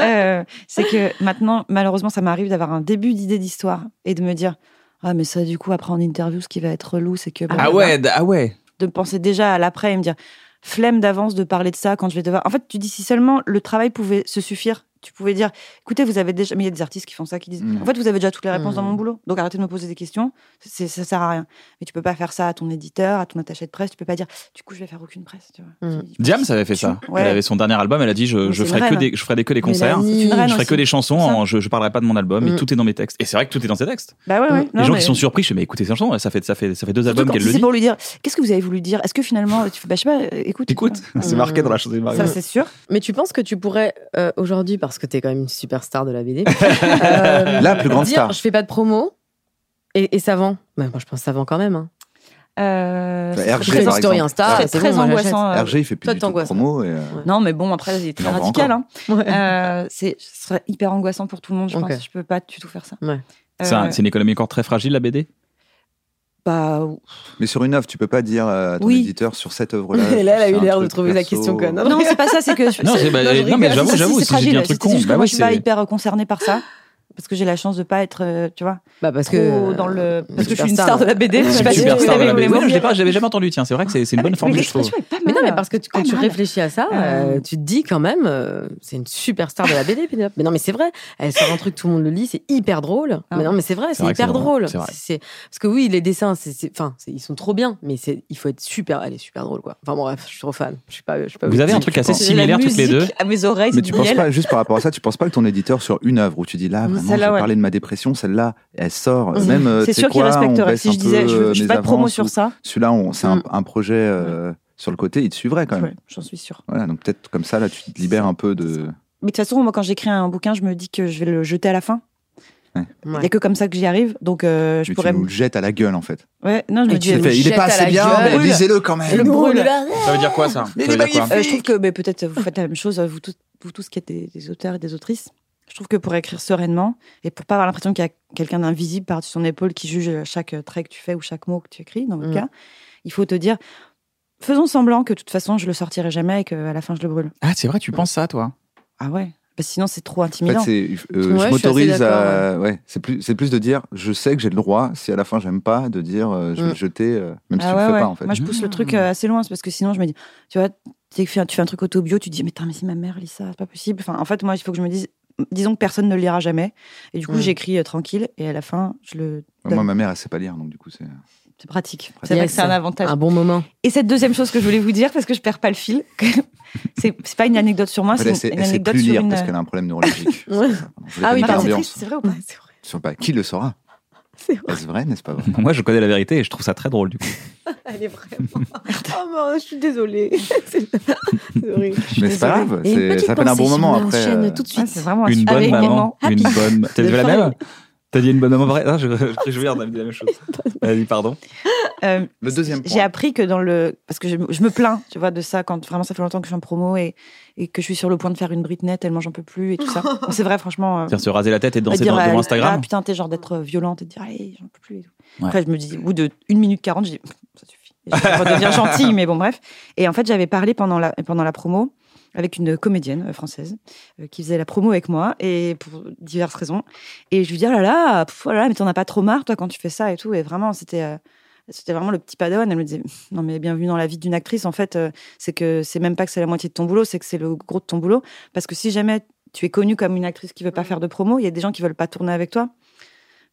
Speaker 2: Euh, c'est que maintenant, malheureusement, ça m'arrive d'avoir un début d'idée d'histoire et de me dire Ah, mais ça, du coup, après en interview, ce qui va être relou, c'est que.
Speaker 1: Ah ouais, d- ah ouais.
Speaker 2: De penser déjà à l'après et me dire Flemme d'avance de parler de ça quand je vais devoir. En fait, tu dis si seulement le travail pouvait se suffire. Tu pouvais dire, écoutez, vous avez déjà, mais il y a des artistes qui font ça, qui disent,
Speaker 1: Mmh.
Speaker 4: Mm.
Speaker 2: en fait, vous avez déjà toutes les réponses
Speaker 5: Mm.
Speaker 2: dans mon boulot, donc arrêtez de me poser des questions, c'est, ça sert à rien. Mais tu peux pas faire ça à ton éditeur, à ton attaché de presse, tu peux pas dire, du coup, je vais faire aucune presse, tu vois.
Speaker 5: Mm.
Speaker 2: Tu- tu-
Speaker 1: Diams avait fait Mmh. ça.
Speaker 2: Ouais.
Speaker 1: Elle avait son dernier album. Elle a dit je,
Speaker 2: Mais
Speaker 1: je
Speaker 2: c'est
Speaker 1: ferai
Speaker 2: une
Speaker 1: que des
Speaker 2: reine.
Speaker 1: je ferai des- que des concerts.
Speaker 2: C'est une reine
Speaker 1: Je ferai
Speaker 2: aussi.
Speaker 1: que des chansons,
Speaker 2: Ça.
Speaker 1: en- je, je parlerai pas de mon album, mais
Speaker 5: Mm.
Speaker 1: tout est dans mes textes. Et c'est vrai que tout est dans ses textes.
Speaker 2: Bah ouais, ouais.
Speaker 1: Mmh. les
Speaker 2: Non,
Speaker 1: gens
Speaker 2: mais-
Speaker 1: qui sont surpris, je fais mais écoutez ces chansons, ça fait, ça fait, ça fait deux
Speaker 2: Surtout
Speaker 1: albums
Speaker 2: quand
Speaker 1: qu'elle
Speaker 2: si
Speaker 1: le
Speaker 2: c'est
Speaker 1: dit.
Speaker 2: pour lui dire, qu'est-ce que vous avez voulu dire Est-ce que finalement, tu fais, bah, je sais pas, euh, écoute.
Speaker 1: Écoute, c'est marqué dans la chanson.
Speaker 2: Ça, c'est sûr.
Speaker 5: Mais tu penses que tu pourrais, euh, aujourd'hui, parce que t'es quand même une superstar de la BD,
Speaker 4: La plus grande
Speaker 5: dire
Speaker 4: star.
Speaker 5: je fais pas de promo et, et ça vend. Bah, moi, je pense que ça vend quand même. Hein.
Speaker 2: Euh,
Speaker 4: Bah,
Speaker 5: Je
Speaker 4: RG,
Speaker 5: serais
Speaker 4: par
Speaker 5: historien
Speaker 4: exemple.
Speaker 5: star,
Speaker 2: c'est
Speaker 5: c'est
Speaker 2: Ah, très
Speaker 5: bon, moi, j'achète.
Speaker 2: angoissant. euh,
Speaker 4: RG, il fait plus
Speaker 5: Toi,
Speaker 4: du tout de
Speaker 5: t'angoisses.
Speaker 4: promo. et, euh,
Speaker 2: Non, mais bon, après, il est
Speaker 4: Il
Speaker 2: très
Speaker 4: en vend
Speaker 2: radical.
Speaker 4: encore.
Speaker 2: Hein. Euh, c'est, ce serait hyper angoissant pour tout le monde, je
Speaker 5: Ok.
Speaker 2: pense. Je peux pas du tout faire ça.
Speaker 5: Ouais.
Speaker 1: C'est un-
Speaker 2: Euh,
Speaker 1: c'est Ah, une économie encore très fragile, la BD
Speaker 2: bah,
Speaker 4: Mais sur une œuvre, tu peux pas dire euh, à ton
Speaker 2: Oui.
Speaker 4: éditeur sur cette œuvre-là.
Speaker 5: Et là, elle a
Speaker 4: c'est
Speaker 5: eu
Speaker 4: un
Speaker 5: l'air de
Speaker 4: truc
Speaker 5: trouver la
Speaker 4: perso.
Speaker 5: question conne.
Speaker 2: non, c'est pas ça, c'est que. je-
Speaker 1: Non, c'est- bah,
Speaker 5: je
Speaker 1: non, mais
Speaker 5: rigole.
Speaker 1: j'avoue,
Speaker 2: Ah, Si, si,
Speaker 1: j'avoue,
Speaker 2: c'est
Speaker 1: si j'ai dit un
Speaker 2: fragile.
Speaker 1: truc
Speaker 2: C'était
Speaker 1: con,
Speaker 2: juste que
Speaker 1: bah
Speaker 2: moi,
Speaker 1: ouais,
Speaker 2: je suis pas
Speaker 1: c'est-
Speaker 2: hyper concernée par ça. Parce que j'ai la chance de pas être, euh, tu vois,
Speaker 5: Bah, parce
Speaker 2: trop
Speaker 5: que.
Speaker 2: dans le. Parce que je suis une
Speaker 5: superstar,
Speaker 2: star de la BD. Je sais pas si vous
Speaker 1: Superstar de
Speaker 2: avez
Speaker 1: la
Speaker 2: le
Speaker 1: BD.
Speaker 2: mot,
Speaker 1: Ouais, non, je l'ai
Speaker 2: mais-
Speaker 1: pas- je l'avais jamais entendu, tiens, c'est vrai que c'est c'est une bonne
Speaker 2: Mais
Speaker 1: formule, je trouve.
Speaker 2: l'expression est pas
Speaker 5: Mais non, mais
Speaker 2: mal.
Speaker 5: parce que tu- quand
Speaker 2: Pas
Speaker 5: tu
Speaker 2: mal.
Speaker 5: réfléchis à ça, euh,
Speaker 2: Euh.
Speaker 5: tu te dis quand même, euh, c'est une superstar de la BD, Pénélope. Mais non, mais c'est vrai, elle sort un truc, tout le monde le lit, c'est hyper drôle.
Speaker 2: Ah.
Speaker 5: Mais non, mais c'est vrai,
Speaker 1: C'est
Speaker 5: c'est
Speaker 1: vrai que
Speaker 5: hyper
Speaker 1: c'est drôle,
Speaker 5: drôle.
Speaker 1: c'est vrai.
Speaker 5: C'est- Parce que oui, les dessins, c'est, c'est- enfin, c'est- ils sont trop bien, mais c'est, il faut être super, elle est super drôle, quoi. Enfin, bon, bref, je suis trop fan. Je suis pas, je suis pas
Speaker 1: Vous avez un truc assez similaire toutes les deux.
Speaker 2: à mes oreilles,
Speaker 4: Mais tu penses pas, juste par rapport à ça, tu penses pas que ton éditeur sur une œuvre où tu dis là,
Speaker 2: Mm,
Speaker 4: vraiment, je
Speaker 2: celle-là,
Speaker 4: vais
Speaker 2: ouais.
Speaker 4: parler de ma dépression, celle-là, elle sort.
Speaker 5: Mm.
Speaker 4: Même, euh, tu
Speaker 2: C'est
Speaker 4: sais
Speaker 2: sûr qu'il
Speaker 4: quoi, on
Speaker 2: respecterait.
Speaker 4: baisse
Speaker 2: Si
Speaker 4: un
Speaker 2: je disais,
Speaker 4: peu,
Speaker 2: je
Speaker 4: euh,
Speaker 2: je fais
Speaker 4: mes
Speaker 2: pas de promo
Speaker 4: avances ou-
Speaker 2: sur ça.
Speaker 4: Celui-là, on- c'est un,
Speaker 5: Mm.
Speaker 4: un projet euh, sur le côté, il te suivrait quand même.
Speaker 2: Ouais, J'en suis sûre.
Speaker 4: Voilà, donc peut-être comme ça, là, tu te libères un peu de.
Speaker 2: Mais de toute façon, moi, quand j'écris un bouquin, je me dis que je vais le jeter à la fin. Il n'y a que comme ça que j'y arrive. Donc, euh, je
Speaker 4: Mais
Speaker 2: pourrais.
Speaker 4: tu nous
Speaker 2: me-
Speaker 4: le jettes à la gueule, en fait.
Speaker 2: Ouais, non, je me
Speaker 5: Et
Speaker 2: dis.
Speaker 5: tu
Speaker 2: euh,
Speaker 5: le fais-
Speaker 4: il est
Speaker 5: jettes à
Speaker 4: pas
Speaker 5: la
Speaker 4: assez bien,
Speaker 5: gueule.
Speaker 4: mais lisez-le quand même.
Speaker 2: Le brûle.
Speaker 1: Ça veut dire quoi, ça
Speaker 4: Mais
Speaker 1: Ça veut
Speaker 4: il est
Speaker 1: dire quoi
Speaker 2: Euh, je trouve que mais peut-être vous faites la même chose, vous, tous- vous tous qui êtes des, des auteurs et des autrices. Je trouve que pour écrire sereinement et pour pas avoir l'impression qu'il y a quelqu'un d'invisible par-dessus son épaule qui juge chaque trait que tu fais ou chaque mot que tu écris, dans votre
Speaker 5: Mm.
Speaker 2: cas, il faut te dire faisons semblant que de toute façon je le sortirai jamais et qu'à la fin je le brûle.
Speaker 1: Ah, c'est vrai, tu penses ça, toi
Speaker 2: Ah ouais Parce que sinon c'est trop
Speaker 4: En fait,
Speaker 2: intimidant.
Speaker 4: c'est, euh,
Speaker 5: Ouais, je suis
Speaker 4: je
Speaker 5: assez
Speaker 4: m'autorise à.
Speaker 5: d'accord,
Speaker 4: Ouais, c'est plus, c'est plus de dire, je sais que j'ai le droit. Si à la fin j'aime pas, de dire, euh, je vais
Speaker 5: Mm.
Speaker 4: le jeter, euh, même si
Speaker 2: Ah
Speaker 4: tu
Speaker 2: ouais,
Speaker 4: le fais
Speaker 2: ouais.
Speaker 4: pas, en fait.
Speaker 2: Moi, je pousse le truc
Speaker 5: Hmm.
Speaker 2: euh, assez loin, c'est parce que sinon, je me dis, tu vois, tu fais, un- tu fais un truc autobio, tu te dis, mais tain, mais si ma mère lit ça, c'est pas possible. Enfin, en fait, moi, il faut que je me dise, disons que personne ne le lira jamais. Et du coup,
Speaker 5: Mm.
Speaker 2: j'écris euh, tranquille, et à la fin, je le.
Speaker 4: Moi,
Speaker 2: donne.
Speaker 4: ma mère, elle sait pas lire, donc du coup, c'est.
Speaker 2: C'est pratique. C'est
Speaker 5: Yes.
Speaker 2: vrai que c'est un avantage.
Speaker 5: Un bon moment.
Speaker 2: Et cette deuxième chose que je voulais vous dire, parce que je perds pas le fil, que- c'est c'est pas une anecdote sur moi,
Speaker 4: En fait,
Speaker 2: Ah, c'est
Speaker 4: elle sait,
Speaker 2: une, une
Speaker 4: elle sait
Speaker 2: anecdote
Speaker 4: plus
Speaker 2: sur
Speaker 4: lire
Speaker 2: une. euh,
Speaker 4: parce qu'elle a un problème neurologique. Je vais
Speaker 5: Ouais. Ah
Speaker 4: pas mettre
Speaker 2: Ah,
Speaker 5: oui,
Speaker 2: c'est
Speaker 5: pardon.
Speaker 4: l'ambiance.
Speaker 2: triste, c'est vrai ou pas
Speaker 5: c'est vrai.
Speaker 4: Je sais pas. Qui le saura
Speaker 5: C'est vrai.
Speaker 4: Est-ce vrai, n'est-ce pas vrai
Speaker 1: Moi, je connais la vérité et je trouve ça très drôle, du coup.
Speaker 5: Elle est vraiment. Oh non, je suis désolée. c'est c'est horrible.
Speaker 4: Mais c'est pas grave.
Speaker 5: Et une
Speaker 4: c'est-
Speaker 5: petite
Speaker 4: Ça s'appelle un
Speaker 5: pensée
Speaker 4: bon
Speaker 5: sur
Speaker 4: moment
Speaker 5: la
Speaker 4: après.
Speaker 5: chaîne
Speaker 4: euh,
Speaker 5: tout de
Speaker 2: Ouais,
Speaker 5: suite.
Speaker 2: Ah, c'est vraiment un
Speaker 1: Une
Speaker 2: super-
Speaker 1: bonne
Speaker 2: avec
Speaker 1: maman,
Speaker 2: Maman.
Speaker 1: une bonne. T'as dit la
Speaker 5: Famille.
Speaker 1: même T'as dit une bonne maman vraie Ah, je je crois que je voulais dire, on a dit la même chose. Vas-y, pardon.
Speaker 2: Euh,
Speaker 4: Le deuxième point.
Speaker 2: J'ai appris que dans le. Parce que je, je me plains, tu vois, de ça, quand vraiment ça fait longtemps que je suis en promo et, et que je suis sur le point de faire une Britney tellement j'en peux plus et tout ça. Bon, C'est vrai, franchement. euh,
Speaker 1: Tiens, se raser la tête et
Speaker 2: de
Speaker 1: danser
Speaker 2: dire,
Speaker 1: dans-
Speaker 2: euh,
Speaker 1: devant Instagram
Speaker 2: Ah putain, t'es genre d'être violente et de dire, allez, j'en peux plus. et tout.
Speaker 1: Ouais.
Speaker 2: Après, je me dis, au bout de 1 minute 40, je dis, ça suffit. Et Je redeviens gentille, mais bon, bref. Et en fait, j'avais parlé pendant la, pendant la promo avec une comédienne euh, française euh, qui faisait la promo avec moi et pour diverses raisons. Et je lui dis, oh là là, pff, oh là là, mais t'en as pas trop marre, toi, quand tu fais ça et tout. Et vraiment, c'était. euh, c'était vraiment le petit padawan. Elle me disait Non, mais bienvenue dans la vie d'une actrice. En fait, euh, c'est que c'est même pas que c'est la moitié de ton boulot, c'est que c'est le gros de ton boulot. Parce que si jamais tu es connue comme une actrice qui veut pas faire de promo, il y a des gens qui veulent pas tourner avec toi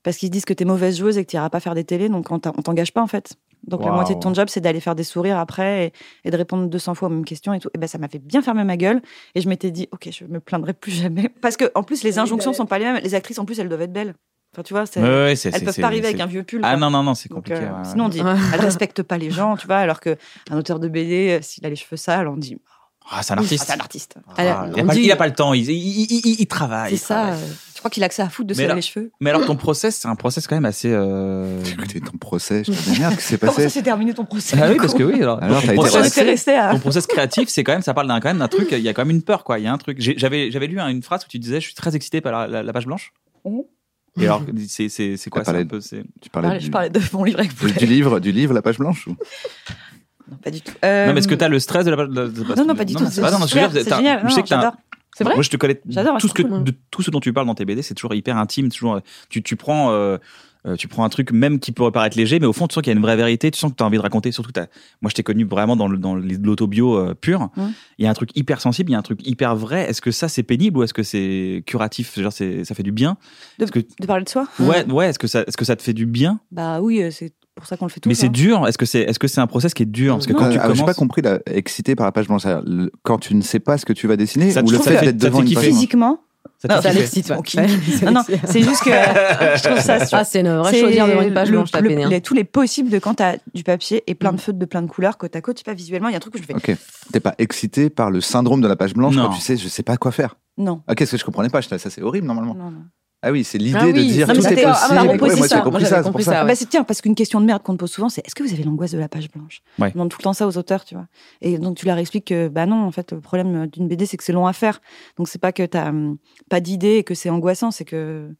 Speaker 2: parce qu'ils se disent que tu es mauvaise joueuse et que tu iras pas faire des télés, donc on t'a- on t'engage pas en fait. Donc la
Speaker 1: Waouh.
Speaker 2: moitié de ton job, c'est d'aller faire des sourires après et, et de répondre 200 fois aux mêmes questions et tout. Et ben ça m'avait bien fermé ma gueule et je m'étais dit, ok, je me plaindrai plus jamais. Parce que en plus, les injonctions sont pas les mêmes. Les actrices, en plus, elles doivent être belles. Enfin, tu vois, c'est-
Speaker 1: Ouais, ouais, c'est-
Speaker 2: elles
Speaker 1: c'est-
Speaker 2: peuvent
Speaker 1: c'est-
Speaker 2: pas arriver
Speaker 1: c'est-
Speaker 2: avec un vieux pull.
Speaker 1: Ah
Speaker 2: quoi.
Speaker 1: non, non, non, c'est
Speaker 2: Donc,
Speaker 1: compliqué.
Speaker 2: euh,
Speaker 1: ouais, ouais.
Speaker 2: Sinon, on dit,
Speaker 5: Ouais.
Speaker 2: elles respectent pas les gens, tu vois, alors qu'un auteur de BD, euh, s'il a les cheveux sales, on dit, oh,
Speaker 1: Ah, c'est un artiste.
Speaker 2: c'est un artiste.
Speaker 1: Ah, il, a
Speaker 5: on
Speaker 1: pas,
Speaker 5: dit-
Speaker 1: il a pas le temps, il, il- il- il- il travaille.
Speaker 5: C'est
Speaker 1: il
Speaker 5: ça.
Speaker 1: travaille.
Speaker 2: euh, Je crois qu'il a que ça à foutre de se
Speaker 1: Mais
Speaker 2: laver
Speaker 1: là-
Speaker 2: les cheveux.
Speaker 1: Mais alors ton process, c'est un process quand même assez. euh,
Speaker 4: Écoutez, ton procès, je te démerde, qu'est-ce qui s'est
Speaker 2: Comment
Speaker 4: passé
Speaker 2: ça s'est terminé ton procès
Speaker 1: bah, Ah
Speaker 2: du
Speaker 1: oui, parce
Speaker 2: coup
Speaker 1: que oui. Alors,
Speaker 4: Alors,
Speaker 1: ton
Speaker 4: t'as été
Speaker 2: J'en
Speaker 1: process,
Speaker 2: étais restée à.
Speaker 1: ton process créatif, c'est quand même, ça parle d'un quand même d'un truc. Il y a quand même une peur, quoi. Il y a un truc. J'ai- J'avais, j'avais lu hein, une phrase où tu disais, je suis très excité par la, la- la page blanche.
Speaker 2: Oh.
Speaker 1: Et alors, c'est, c'est, c'est quoi
Speaker 4: T'as
Speaker 1: ça
Speaker 4: parlé
Speaker 1: un peu, c'est-
Speaker 4: Tu parlais
Speaker 2: Je
Speaker 4: du,
Speaker 2: parlais de mon livre avec
Speaker 4: du-
Speaker 2: poulet.
Speaker 4: du livre, du livre, la page blanche ou
Speaker 2: Non, pas du tout. Euh,
Speaker 1: Non, mais est-ce que t'as le stress de la page de- de-
Speaker 2: Non, non, pas du tout.
Speaker 1: mais c'est pas- non, mais je veux
Speaker 2: super,
Speaker 1: dire,
Speaker 2: C'est
Speaker 1: t'as-
Speaker 2: génial.
Speaker 1: Je sais que t'as un-
Speaker 2: j'adore. C'est vrai
Speaker 1: Moi, je te connais.
Speaker 2: J'adore,
Speaker 1: Tout ce que
Speaker 5: c'est cool.
Speaker 1: de tout ce dont tu parles dans tes BD, c'est toujours hyper intime. Toujours, euh, tu, tu prends. euh, euh, tu prends un truc même qui pourrait paraître léger, mais au fond, tu sens qu'il y a une vraie vérité, tu sens que tu as envie de raconter. Surtout, t'as- moi, je t'ai connu vraiment dans, le, dans les- l'autobio euh, pur.
Speaker 2: Mm.
Speaker 1: Il y a un truc hyper sensible, il y a un truc hyper vrai. Est-ce que ça, c'est pénible ou est-ce que c'est curatif Genre, c'est- ça fait du bien
Speaker 2: De,
Speaker 1: Est-ce que-
Speaker 2: de parler de soi
Speaker 1: Ouais, ouais est-ce que, est que ça te fait du bien
Speaker 2: Bah oui, euh, c'est pour ça qu'on le fait tous.
Speaker 1: Mais c'est
Speaker 2: hein.
Speaker 1: dur Est-ce que c'est est -ce c'est un process qui est dur Parce que
Speaker 4: Euh,
Speaker 1: quand tu
Speaker 4: ah, J'ai pas
Speaker 1: commences.
Speaker 4: compris, là, excité par la page blanche, c'est-à-dire, le- quand tu ne sais pas ce que tu vas dessiner,
Speaker 1: Ça,
Speaker 4: ou
Speaker 1: je
Speaker 4: le
Speaker 1: trouve
Speaker 4: fait
Speaker 1: que ça
Speaker 4: d'être
Speaker 1: fait- ça
Speaker 4: devant une
Speaker 1: fait
Speaker 4: page
Speaker 1: kiffer.
Speaker 4: blanche.
Speaker 2: Physiquement
Speaker 1: ça te fait
Speaker 2: Non,
Speaker 5: Ça
Speaker 1: kiffer.
Speaker 5: l'excite, ouais.
Speaker 2: On kiffe.
Speaker 5: Ouais,
Speaker 2: Non, non,
Speaker 5: c'est-
Speaker 2: c'est juste que euh, je trouve ça
Speaker 5: Ah, c'est une vraie
Speaker 2: C'est
Speaker 5: chose devant une page
Speaker 2: le-
Speaker 5: blanche, t'as
Speaker 2: le-
Speaker 5: peiné. hein. Mm.
Speaker 2: les- tous les possibles de quand t'as du papier et plein de feutres de plein de couleurs côte à côte, tu sais pas visuellement, il y a un truc que je fais.
Speaker 4: Ok. T'es pas excité par le syndrome de la page blanche
Speaker 1: Non.
Speaker 4: quand tu sais, je sais pas quoi faire.
Speaker 2: Non.
Speaker 4: Ah, qu'est-ce que je comprenais pas j'étais là, Ça, c'est horrible normalement.
Speaker 2: Non, non.
Speaker 4: Ah oui, c'est l'idée
Speaker 5: Ah
Speaker 4: de
Speaker 5: oui,
Speaker 4: dire
Speaker 5: non,
Speaker 4: tout
Speaker 5: mais
Speaker 4: est possible.
Speaker 5: d'accord, ah,
Speaker 2: ma
Speaker 4: Ouais, moi,
Speaker 2: proposition,
Speaker 4: j'ai
Speaker 2: moi,
Speaker 4: compris
Speaker 5: j'avais
Speaker 4: ça, c'est pour
Speaker 5: compris
Speaker 4: ça.
Speaker 5: ça. Ah ouais.
Speaker 2: Bah, c'est tiens, parce qu'une question de merde qu'on te pose souvent, c'est est-ce que vous avez l'angoisse de la page blanche
Speaker 1: Ouais.
Speaker 2: On demande tout le temps ça aux auteurs, tu vois. Et donc tu leur expliques que, bah non, en fait, le problème d'une BD, c'est que c'est long à faire. Donc c'est pas que t'as hum, pas d'idée et que c'est angoissant, c'est que,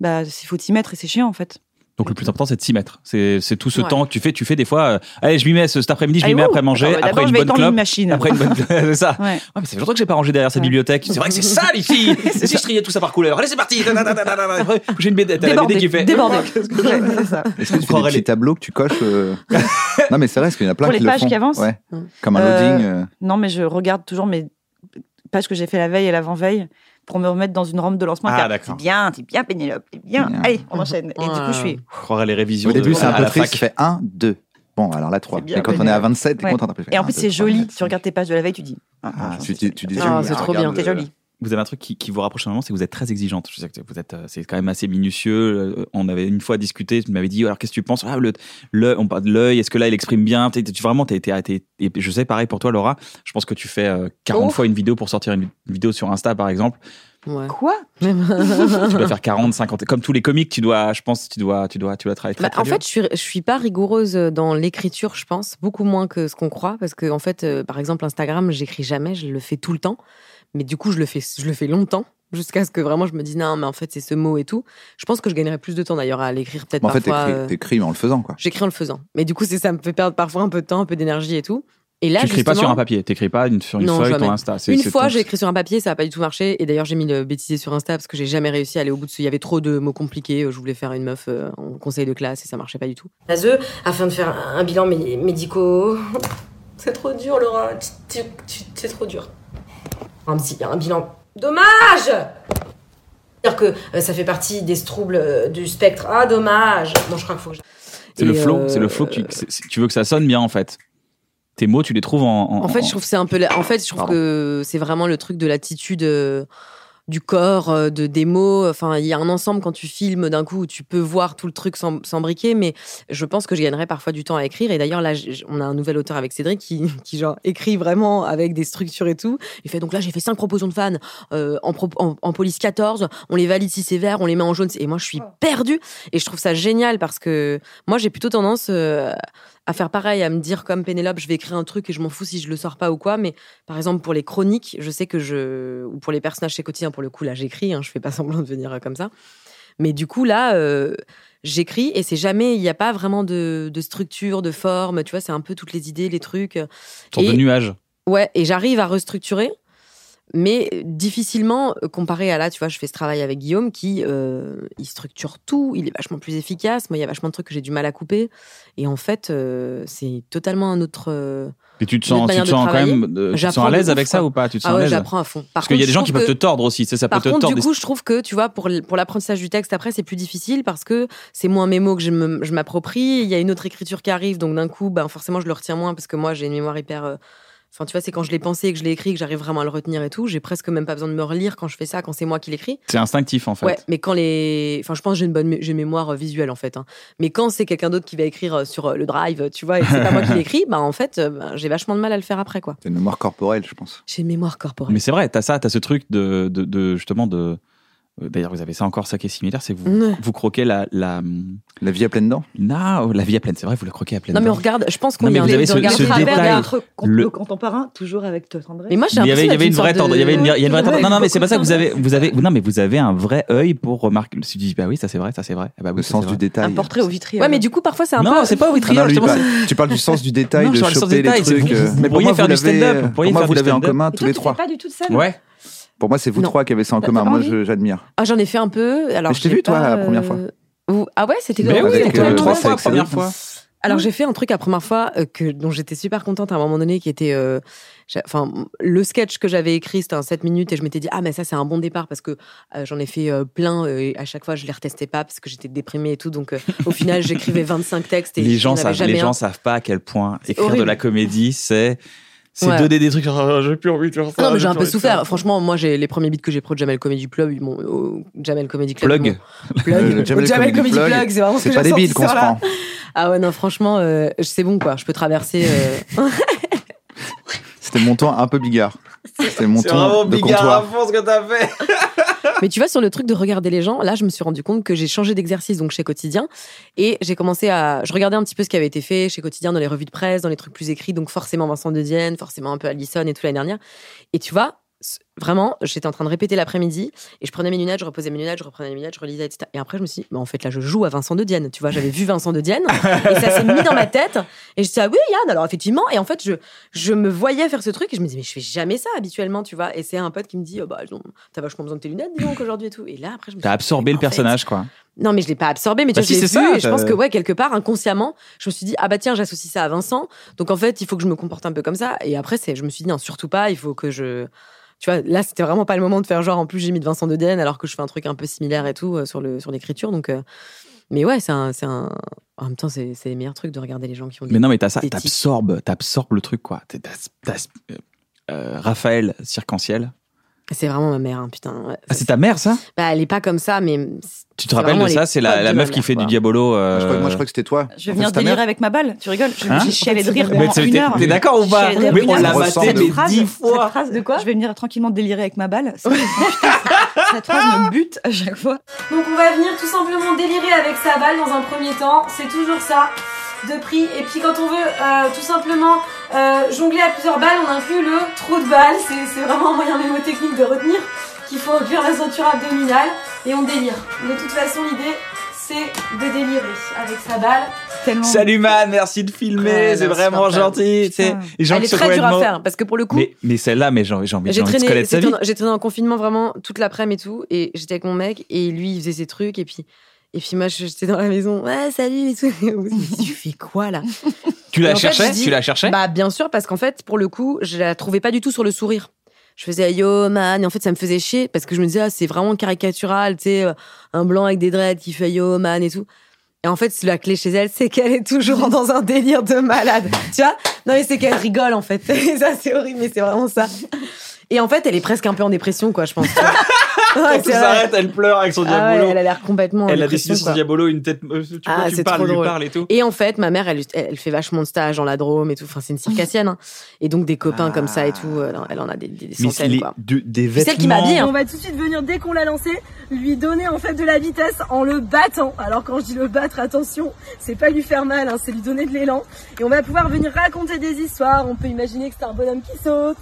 Speaker 2: bah, il faut t'y mettre et c'est chiant, en fait.
Speaker 1: Donc le plus important, c'est de s'y mettre. C'est c'est tout ce
Speaker 5: Ouais.
Speaker 1: temps que tu fais. Tu fais des fois, euh, allez, je m'y mets ce- cet après-midi, je m'y
Speaker 2: Allez,
Speaker 1: mets
Speaker 2: ouh,
Speaker 1: après manger,
Speaker 2: attends, bah,
Speaker 1: après
Speaker 2: d'abord,
Speaker 1: une
Speaker 2: je vais
Speaker 1: bonne
Speaker 2: étendre une
Speaker 1: clope,
Speaker 2: machine.
Speaker 1: après une bonne, c'est ça.
Speaker 2: Ouais.
Speaker 1: Ouais, mais ça fait longtemps que j'ai pas rangé derrière cette
Speaker 2: Ouais.
Speaker 1: bibliothèque. C'est vrai que c'est sale ici. c'est trié tout ça par couleur. Allez, c'est parti. Après, J'ai une BD, t'as la BD qui fait.
Speaker 2: débordé.
Speaker 4: Est-ce que tu fais des
Speaker 1: Croirais les-
Speaker 4: petits tableaux que tu coches euh, Non, mais c'est vrai, parce qu'il y en a plein
Speaker 2: Pour
Speaker 4: qui
Speaker 2: les
Speaker 4: le
Speaker 2: pages
Speaker 4: font.
Speaker 2: qui avancent
Speaker 4: Ouais.
Speaker 5: Hum.
Speaker 4: Comme un
Speaker 2: Euh,
Speaker 4: loading. euh,
Speaker 2: Non, mais je regarde toujours mes pages que j'ai fait la veille et l'avant-veille pour me remettre dans une rampe de lancement.
Speaker 1: Ah,
Speaker 2: car
Speaker 1: d'accord.
Speaker 2: C'est bien, c'est bien, Pénélope, c'est bien.
Speaker 4: Bien.
Speaker 2: Allez, on enchaîne. Et du coup, je suis.
Speaker 1: Je croirais les révisions.
Speaker 4: Au début,
Speaker 1: de-
Speaker 4: c'est un
Speaker 1: à
Speaker 4: peu
Speaker 1: la
Speaker 4: triste. Tu
Speaker 1: fac.
Speaker 4: fais 1, 2. Bon, alors la 3.
Speaker 2: bien,
Speaker 4: Mais quand
Speaker 2: mais
Speaker 4: on est à
Speaker 2: ouais.
Speaker 4: 27, t'es
Speaker 2: Ouais.
Speaker 4: content d'après.
Speaker 2: Et en
Speaker 4: Un,
Speaker 2: plus,
Speaker 4: deux,
Speaker 1: Ah,
Speaker 2: c'est
Speaker 4: trois,
Speaker 2: joli.
Speaker 4: quatre,
Speaker 2: Tu
Speaker 4: cinq.
Speaker 2: regardes tes pages de la veille, tu dis.
Speaker 4: Ah,
Speaker 2: non,
Speaker 4: tu-
Speaker 2: c'est-
Speaker 4: tu- tu dis
Speaker 5: Ah,
Speaker 4: joli.
Speaker 5: c'est trop bien.
Speaker 4: Regarde,
Speaker 2: C'est
Speaker 4: euh,
Speaker 2: joli.
Speaker 1: Vous avez un truc qui, qui vous rapproche énormément, c'est que vous êtes très exigeante. Je sais que vous êtes, euh, c'est quand même assez minutieux. Euh, On avait une fois discuté, tu m'avais dit, alors qu'est-ce que tu penses Ah, le, le- on parle de l'œil. Est-ce que là, il exprime bien T'es- t'es- tu, Vraiment, t'as été, t'es- et je sais, pareil pour toi, Laura. Je pense que tu fais euh, 40 fois une vidéo pour sortir une vidéo sur Insta, par exemple.
Speaker 5: Ouais.
Speaker 2: Quoi
Speaker 1: tu dois faire 40, 50. Comme tous les comiques, tu dois, je pense, tu dois, tu dois, tu dois travailler très,
Speaker 5: Bah,
Speaker 1: très
Speaker 5: en
Speaker 1: dur.
Speaker 5: fait, je suis, je suis pas rigoureuse euh, dans l'écriture, je pense, beaucoup moins que ce qu'on croit, parce que en fait, euh, par exemple, Instagram, j'écris jamais, je le fais tout le temps, mais du coup, je le fais, je le fais longtemps, jusqu'à ce que vraiment je me dise non, mais en fait, c'est ce mot et tout. Je pense que je gagnerais plus de temps d'ailleurs à l'écrire, peut-être
Speaker 1: Bah,
Speaker 4: Mais En fait,
Speaker 5: parfois.
Speaker 4: t'écris-
Speaker 5: euh,
Speaker 4: t'écris mais en le faisant, quoi.
Speaker 5: J'écris en le faisant, mais du coup, c'est ça me fait perdre parfois un peu de temps, un peu d'énergie et tout. Et là,
Speaker 1: tu écris pas sur
Speaker 5: justement,
Speaker 1: un papier, tu pas une, sur une
Speaker 5: Non,
Speaker 1: feuille
Speaker 5: jamais.
Speaker 1: ton Insta. C'est-
Speaker 5: Une
Speaker 1: c'est
Speaker 5: fois,
Speaker 1: ton-
Speaker 5: j'ai écrit sur un papier, ça n'a pas du tout marché. Et d'ailleurs, j'ai mis le bêtisier sur Insta parce que j'ai jamais réussi à aller au bout de ce. Il y avait trop de mots compliqués. Je voulais faire une meuf euh, en conseil de classe et ça marchait pas du tout.
Speaker 8: naseux afin de faire un un bilan mé- médico. C'est trop dur, Laura. Tu- tu- tu- C'est trop dur. Un, petit- un bilan. Dommage C'est-à-dire que euh, ça fait partie des troubles euh, du spectre. Ah, dommage Bon, je crois qu'il faut que je.
Speaker 1: C'est le
Speaker 5: Et,
Speaker 1: flow,
Speaker 5: euh,
Speaker 1: c'est le flow. que Tu, c'est- c'est- tu veux que ça sonne bien, en fait. Tes mots, tu les trouves en.
Speaker 5: En fait, je trouve que c'est un peu. la- En fait, je trouve
Speaker 1: Pardon.
Speaker 5: que c'est vraiment le truc de l'attitude euh, du corps, euh, de des mots. Enfin, il y a un ensemble quand tu filmes d'un coup où tu peux voir tout le truc s'em- s'embriquer. Mais je pense que je gagnerais parfois du temps à écrire. Et d'ailleurs, là, j- j- on a un nouvel auteur avec Cédric qui, qui genre écrit vraiment avec des structures et tout. Il fait donc là, j'ai fait cinq propositions de fans euh, en, pro- en, en police 14. On les valide si c'est vert, on les met en jaune. Et moi, je suis perdue. Et je trouve ça génial parce que moi, j'ai plutôt tendance euh, à faire pareil, à me dire comme Pénélope, je vais écrire un truc et je m'en fous si je le sors pas ou quoi. Mais par exemple, pour les chroniques, je sais que je. ou pour les personnages chez Quotidien, pour le coup, là, j'écris, hein, je fais pas semblant de venir euh, comme ça. Mais du coup, là, euh, j'écris et c'est jamais. Il n'y a pas vraiment de, de structure, de forme, tu vois, c'est un peu toutes les idées, les trucs.
Speaker 1: Tour de
Speaker 5: Et-
Speaker 1: nuage.
Speaker 5: Ouais, et j'arrive à restructurer, mais difficilement euh, comparé à là, tu vois, je fais ce travail avec Guillaume qui euh, il structure tout, il est vachement plus efficace. Moi, il y a vachement de trucs que j'ai du mal à couper, et en fait, euh, c'est totalement un autre. euh,
Speaker 1: Et tu te
Speaker 5: Notre
Speaker 1: sens, tu
Speaker 5: manière
Speaker 1: te
Speaker 5: de
Speaker 1: sens quand
Speaker 5: travailler.
Speaker 1: même. euh, Tu te sens
Speaker 5: J'apprends
Speaker 1: à l'aise
Speaker 5: de ouf,
Speaker 1: avec ça
Speaker 5: quoi.
Speaker 1: ou pas Tu te sens
Speaker 5: Ah
Speaker 1: à
Speaker 5: ouais,
Speaker 1: l'aise
Speaker 5: j'apprends à fond. Par
Speaker 1: Parce qu'il y a
Speaker 5: contre,
Speaker 1: des
Speaker 5: je
Speaker 1: gens
Speaker 5: trouve
Speaker 1: qui peuvent te
Speaker 5: que-
Speaker 1: tordre aussi. Ça, ça peut
Speaker 5: par
Speaker 1: te
Speaker 5: contre,
Speaker 1: tordre.
Speaker 5: du coup, je trouve que, tu vois, pour l- pour l'apprentissage du texte, après, c'est plus difficile parce que c'est moins mes mots que je me- je m'approprie. Il y a une autre écriture qui arrive, donc d'un coup, ben, forcément, je le retiens moins parce que moi, j'ai une mémoire hyper. euh, Enfin, tu vois, c'est quand je l'ai pensé et que je l'ai écrit, que j'arrive vraiment à le retenir et tout. J'ai presque même pas besoin de me relire quand je fais ça, quand c'est moi qui l'écris.
Speaker 1: C'est instinctif en fait.
Speaker 5: Ouais, mais quand les. Enfin, je pense que j'ai une bonne mé- j'ai une mémoire euh, visuelle, en fait. hein. Mais quand c'est quelqu'un d'autre qui va écrire euh, sur euh, le drive, tu vois, et que c'est pas moi qui l'écris, bah, en fait, euh, bah, j'ai vachement de mal à le faire après, quoi.
Speaker 4: C'est une mémoire corporelle, je pense.
Speaker 5: J'ai une mémoire corporelle.
Speaker 1: Mais c'est vrai, t'as ça, t'as ce truc de, de, de- justement de. euh, D'ailleurs, vous avez ça encore, ça qui est similaire, c'est vous,
Speaker 5: Ouais.
Speaker 1: vous croquez la, la,
Speaker 4: La vie à pleines dents.
Speaker 1: non, la vie à pleine. C'est vrai, vous la croquez à pleine.
Speaker 5: Non, mais on
Speaker 1: dent.
Speaker 5: regarde, je pense
Speaker 1: Non,
Speaker 5: qu'on
Speaker 1: mais
Speaker 5: est
Speaker 1: vous
Speaker 5: obligé
Speaker 1: avez
Speaker 5: de
Speaker 1: ce-
Speaker 5: regarder
Speaker 1: ce
Speaker 5: à travers.
Speaker 1: détail.
Speaker 2: Entre
Speaker 1: Le-
Speaker 2: le contemporain, toujours avec te tendresse.
Speaker 5: Mais moi,
Speaker 1: Il
Speaker 5: j'ai
Speaker 1: y
Speaker 5: l'impression
Speaker 1: avait, il y
Speaker 5: d'être
Speaker 1: avait une vraie
Speaker 5: sorte de-
Speaker 1: tendance. Il y avait une, il y a une vraie tendance. Non, non, mais c'est pas ça.
Speaker 5: Ouais.
Speaker 1: Vous avez, vous avez, non, mais vous avez un vrai œil pour remarquer. Si tu dis, bah oui, ça c'est vrai, ça c'est vrai. Ah bah oui,
Speaker 4: Le
Speaker 1: ça,
Speaker 4: sens
Speaker 1: c'est
Speaker 4: du
Speaker 1: vrai.
Speaker 4: détail.
Speaker 2: Un portrait au vitrier.
Speaker 5: Ouais, mais du coup, parfois, c'est un
Speaker 1: Non,
Speaker 5: peu.
Speaker 1: c'est pas au
Speaker 4: Ah
Speaker 1: vitrier.
Speaker 4: non, lui,
Speaker 1: justement,
Speaker 4: bah,
Speaker 1: c'est-
Speaker 4: tu parles du sens du détail,
Speaker 1: Non,
Speaker 4: de
Speaker 1: je parle du sens du
Speaker 4: choper les
Speaker 1: détail, c'est
Speaker 4: trucs.
Speaker 1: vous-
Speaker 4: euh,
Speaker 1: vous
Speaker 4: mais pour
Speaker 1: pourriez
Speaker 4: moi, vous
Speaker 1: faire du
Speaker 4: l'avez,
Speaker 1: stand-up, vous
Speaker 4: euh,
Speaker 1: pourriez
Speaker 4: pour moi,
Speaker 1: faire
Speaker 4: vous
Speaker 1: du
Speaker 4: l'avez en
Speaker 1: stand-up.
Speaker 4: commun tous les trois.
Speaker 2: pas du tout de scène.
Speaker 1: Ouais.
Speaker 4: Pour moi, c'est vous
Speaker 5: Non.
Speaker 4: trois qui avez ça en
Speaker 2: T'as
Speaker 4: commun.
Speaker 2: pas
Speaker 4: Moi,
Speaker 2: envie
Speaker 4: je- j'admire.
Speaker 5: Ah, j'en ai fait un peu. Alors,
Speaker 4: Mais je t'ai
Speaker 5: j'ai
Speaker 4: vu, toi,
Speaker 5: pas,
Speaker 4: la première fois.
Speaker 5: euh, ou- Ah ouais, c'était
Speaker 1: Mais
Speaker 5: toi.
Speaker 1: oui,
Speaker 4: Avec,
Speaker 1: c'était
Speaker 4: euh,
Speaker 1: la
Speaker 4: trois
Speaker 1: première fois,
Speaker 4: sexes,
Speaker 1: première
Speaker 4: oui.
Speaker 1: fois.
Speaker 5: Alors j'ai fait un truc la première fois euh, que dont j'étais super contente à un moment donné qui était euh, j'a- enfin le sketch que j'avais écrit c'était un 7 minutes et je m'étais dit ah mais ça c'est un bon départ parce que euh, j'en ai fait euh, plein euh, et à chaque fois je les retestais pas parce que j'étais déprimée et tout donc euh, au final j'écrivais 25 textes et
Speaker 1: Les
Speaker 5: j'en
Speaker 1: gens
Speaker 5: avais
Speaker 1: savent,
Speaker 5: jamais
Speaker 1: les
Speaker 5: un.
Speaker 1: gens savent pas à quel point écrire de
Speaker 5: horrible.
Speaker 1: la comédie, c'est, c'est
Speaker 5: Ouais.
Speaker 1: donner des trucs genre, Ah, j'ai plus envie de faire ça.
Speaker 5: Ah non mais j'ai un
Speaker 1: plus
Speaker 5: peu
Speaker 1: envie de
Speaker 5: souffert.
Speaker 1: faire ça.
Speaker 5: Franchement moi j'ai les premiers beats que j'ai pro de Jamel Comedy Club ils m'ont au- Jamel Comedy Club.
Speaker 1: Plug.
Speaker 5: ils m'ont- Plug.
Speaker 4: Le- le Jamel Comedy Plug,
Speaker 5: c'est vraiment ce
Speaker 4: C'est
Speaker 5: que
Speaker 4: pas
Speaker 5: j'ai
Speaker 4: des
Speaker 5: ressenti
Speaker 4: bides qu'on
Speaker 5: ce
Speaker 4: se
Speaker 5: soir-là.
Speaker 4: prend.
Speaker 5: Ah ouais non franchement euh, c'est bon quoi je peux traverser. euh,
Speaker 4: C'était mon ton un peu bigard. C'était mon ton de comptoir.
Speaker 1: fond ce que t'as fait.
Speaker 5: Mais tu vois, sur le truc de regarder les gens, là, je me suis rendu compte que j'ai changé d'exercice, donc chez Quotidien. Et j'ai commencé à. Je regardais un petit peu ce qui avait été fait chez Quotidien dans les revues de presse, dans les trucs plus écrits, donc forcément Vincent de Dienne, forcément un peu Allison et tout l'année dernière. Et tu vois, c- vraiment, j'étais en train de répéter l'après-midi et je prenais mes lunettes, je reposais mes lunettes, je reprenais mes lunettes, je relisais, etc. Et après, je me suis dit, mais en fait, là, je joue à Vincent de Dienne. Tu vois, j'avais vu Vincent de Dienne et ça s'est mis dans ma tête. Et je dis, ah oui, Yann, alors effectivement. Et en fait, je, je me voyais faire ce truc et je me disais, mais je fais jamais ça habituellement, tu vois. Et c'est un pote qui me dit, oh, bah, non, t'as vachement besoin de tes lunettes, dis donc, aujourd'hui et tout. Et là, après, je me suis
Speaker 1: T'as
Speaker 5: dit,
Speaker 1: absorbé
Speaker 5: mais
Speaker 1: le
Speaker 5: en fait-
Speaker 1: personnage, quoi.
Speaker 5: Non, mais je l'ai pas absorbé, mais
Speaker 1: Bah
Speaker 5: tu vois,
Speaker 1: si,
Speaker 5: je l'ai
Speaker 1: c'est
Speaker 5: vu
Speaker 1: ça,
Speaker 5: et je
Speaker 1: t'as-
Speaker 5: pense que, ouais, quelque part, inconsciemment, je me suis dit, ah bah tiens, j'associe ça à Vincent. Donc en fait, il faut que je me comporte un peu comme ça. Et après, c'est, je me suis dit, non, surtout pas, il faut que je. Tu vois, là, c'était vraiment pas le moment de faire genre, en plus, j'ai mis de Vincent de Dienne alors que je fais un truc un peu similaire et tout euh, sur, le, sur l'écriture. Donc. euh, Mais ouais, c'est un, c'est un. En même temps, c'est, c'est les meilleurs trucs de regarder les gens qui ont des
Speaker 1: Mais non, mais t'as ça,
Speaker 5: Des tics.
Speaker 1: t'absorbes, t'absorbes le truc, quoi. T'es- t'as- t'as- euh, euh, Raphaël, circ-en-ciel.
Speaker 5: C'est vraiment ma mère, hein, putain. ouais.
Speaker 1: Ah, c'est ta mère, ça
Speaker 5: Bah, elle est pas comme ça, mais c'est-
Speaker 1: Tu te
Speaker 5: c'est
Speaker 1: rappelles de
Speaker 5: vraiment les
Speaker 1: ça C'est la,
Speaker 5: potes
Speaker 1: la
Speaker 5: de ma
Speaker 1: meuf qui
Speaker 5: mère,
Speaker 1: fait
Speaker 5: quoi.
Speaker 1: du diabolo. euh,
Speaker 4: Moi, je crois que- moi, je crois que c'était toi.
Speaker 2: Je vais
Speaker 4: En fait,
Speaker 2: venir
Speaker 4: c'est ta mère.
Speaker 2: délirer avec ma balle. Tu rigoles Je
Speaker 1: Hein
Speaker 2: J'ai chialé de rire
Speaker 1: Mais
Speaker 2: pendant
Speaker 1: t'es-
Speaker 2: une
Speaker 1: t'es-
Speaker 2: heure.
Speaker 1: t'es d'accord ou pas
Speaker 2: J'ai adoré.
Speaker 1: Mais on l'a
Speaker 4: On ressent
Speaker 1: maté
Speaker 4: de-
Speaker 1: mais
Speaker 2: Cette phrase-
Speaker 1: dix fois.
Speaker 2: Cette phrase de quoi Je vais venir tranquillement délirer avec ma balle. Ça- Cette phrase me bute à chaque fois.
Speaker 8: Donc on va venir tout simplement délirer avec sa balle dans un premier temps, c'est toujours ça de prix. Et puis quand on veut euh, tout simplement euh, jongler à plusieurs balles, on inclut le trou de balle. C'est c'est vraiment un moyen mémotechnique de retenir qu'il faut inclure la ceinture abdominale et on délire. De toute façon l'idée c'est de délirer avec sa balle.
Speaker 2: Tellement.
Speaker 1: Salut man, merci de filmer,
Speaker 5: Ouais,
Speaker 1: c'est
Speaker 5: non, c'est
Speaker 1: vraiment
Speaker 5: incroyable.
Speaker 1: gentil. tu sais.
Speaker 2: Putain.
Speaker 1: Les gens
Speaker 5: Elle
Speaker 1: qui
Speaker 5: est
Speaker 1: se
Speaker 5: très dure à
Speaker 1: complètement-
Speaker 5: faire, parce que pour le coup.
Speaker 1: Mais, mais celle-là, mais j'ai envie, j'ai envie j'ai
Speaker 5: J'ai
Speaker 1: envie de se
Speaker 5: traîné,
Speaker 1: connaître sa
Speaker 5: j'ai
Speaker 1: vie.
Speaker 5: tourné- j'ai traîné en confinement vraiment toute l'après-midi et tout, et j'étais avec mon mec, et lui, il faisait ses trucs, et puis, et puis moi, j'étais dans la maison, ouais, salut, et tout. Je me suis dit, tu fais quoi, là?
Speaker 1: Tu
Speaker 5: Et
Speaker 1: la
Speaker 5: en fait,
Speaker 1: cherchais
Speaker 5: je dis-
Speaker 1: Tu la cherchais
Speaker 5: Bah, bien sûr, parce qu'en fait, pour le coup, je la trouvais pas du tout sur le sourire. Je faisais yo man, et en fait, ça me faisait chier parce que je me disais, ah, c'est vraiment caricatural, tu sais, euh, un blanc avec des dreads qui fait yo man et tout. Et en fait, la clé chez elle, c'est qu'elle est toujours dans un délire de malade. Tu vois Non, mais c'est qu'elle rigole, en fait. Et ça, c'est horrible, mais c'est vraiment ça. Et en fait, elle est presque un peu en dépression, quoi, je pense. tu vois. Ouais,
Speaker 1: Tout
Speaker 5: c'est vrai.
Speaker 1: s'arrête, elle pleure avec son
Speaker 5: Ah ouais,
Speaker 1: diabolo.
Speaker 5: elle a l'air complètement. en
Speaker 1: elle a
Speaker 5: dépression,
Speaker 1: décidé son
Speaker 5: quoi.
Speaker 1: diabolo, une tête. euh, Tu,
Speaker 5: Ah,
Speaker 1: tu
Speaker 5: c'est
Speaker 1: parles,
Speaker 5: trop
Speaker 1: lui
Speaker 5: drôle.
Speaker 1: parle et tout.
Speaker 5: Et en fait, ma mère, elle, elle fait vachement de stages dans la Drôme et tout. Enfin, c'est une circassienne. hein. Et donc, des copains comme ça et tout. euh, Elle en a des, des- des
Speaker 1: Ah. Mais c'est
Speaker 5: centaines,
Speaker 1: les-
Speaker 5: quoi.
Speaker 1: de- des
Speaker 5: C'est
Speaker 1: vêtements.
Speaker 5: celle qui m'a habillée. hein.
Speaker 9: On va tout de suite venir, dès qu'on l'a lancé, lui donner en fait de la vitesse en le battant. Alors quand je dis le battre, attention, c'est pas lui faire mal, hein, c'est lui donner de l'élan. Et on va pouvoir venir raconter des histoires. On peut imaginer que c'est un bonhomme qui saute.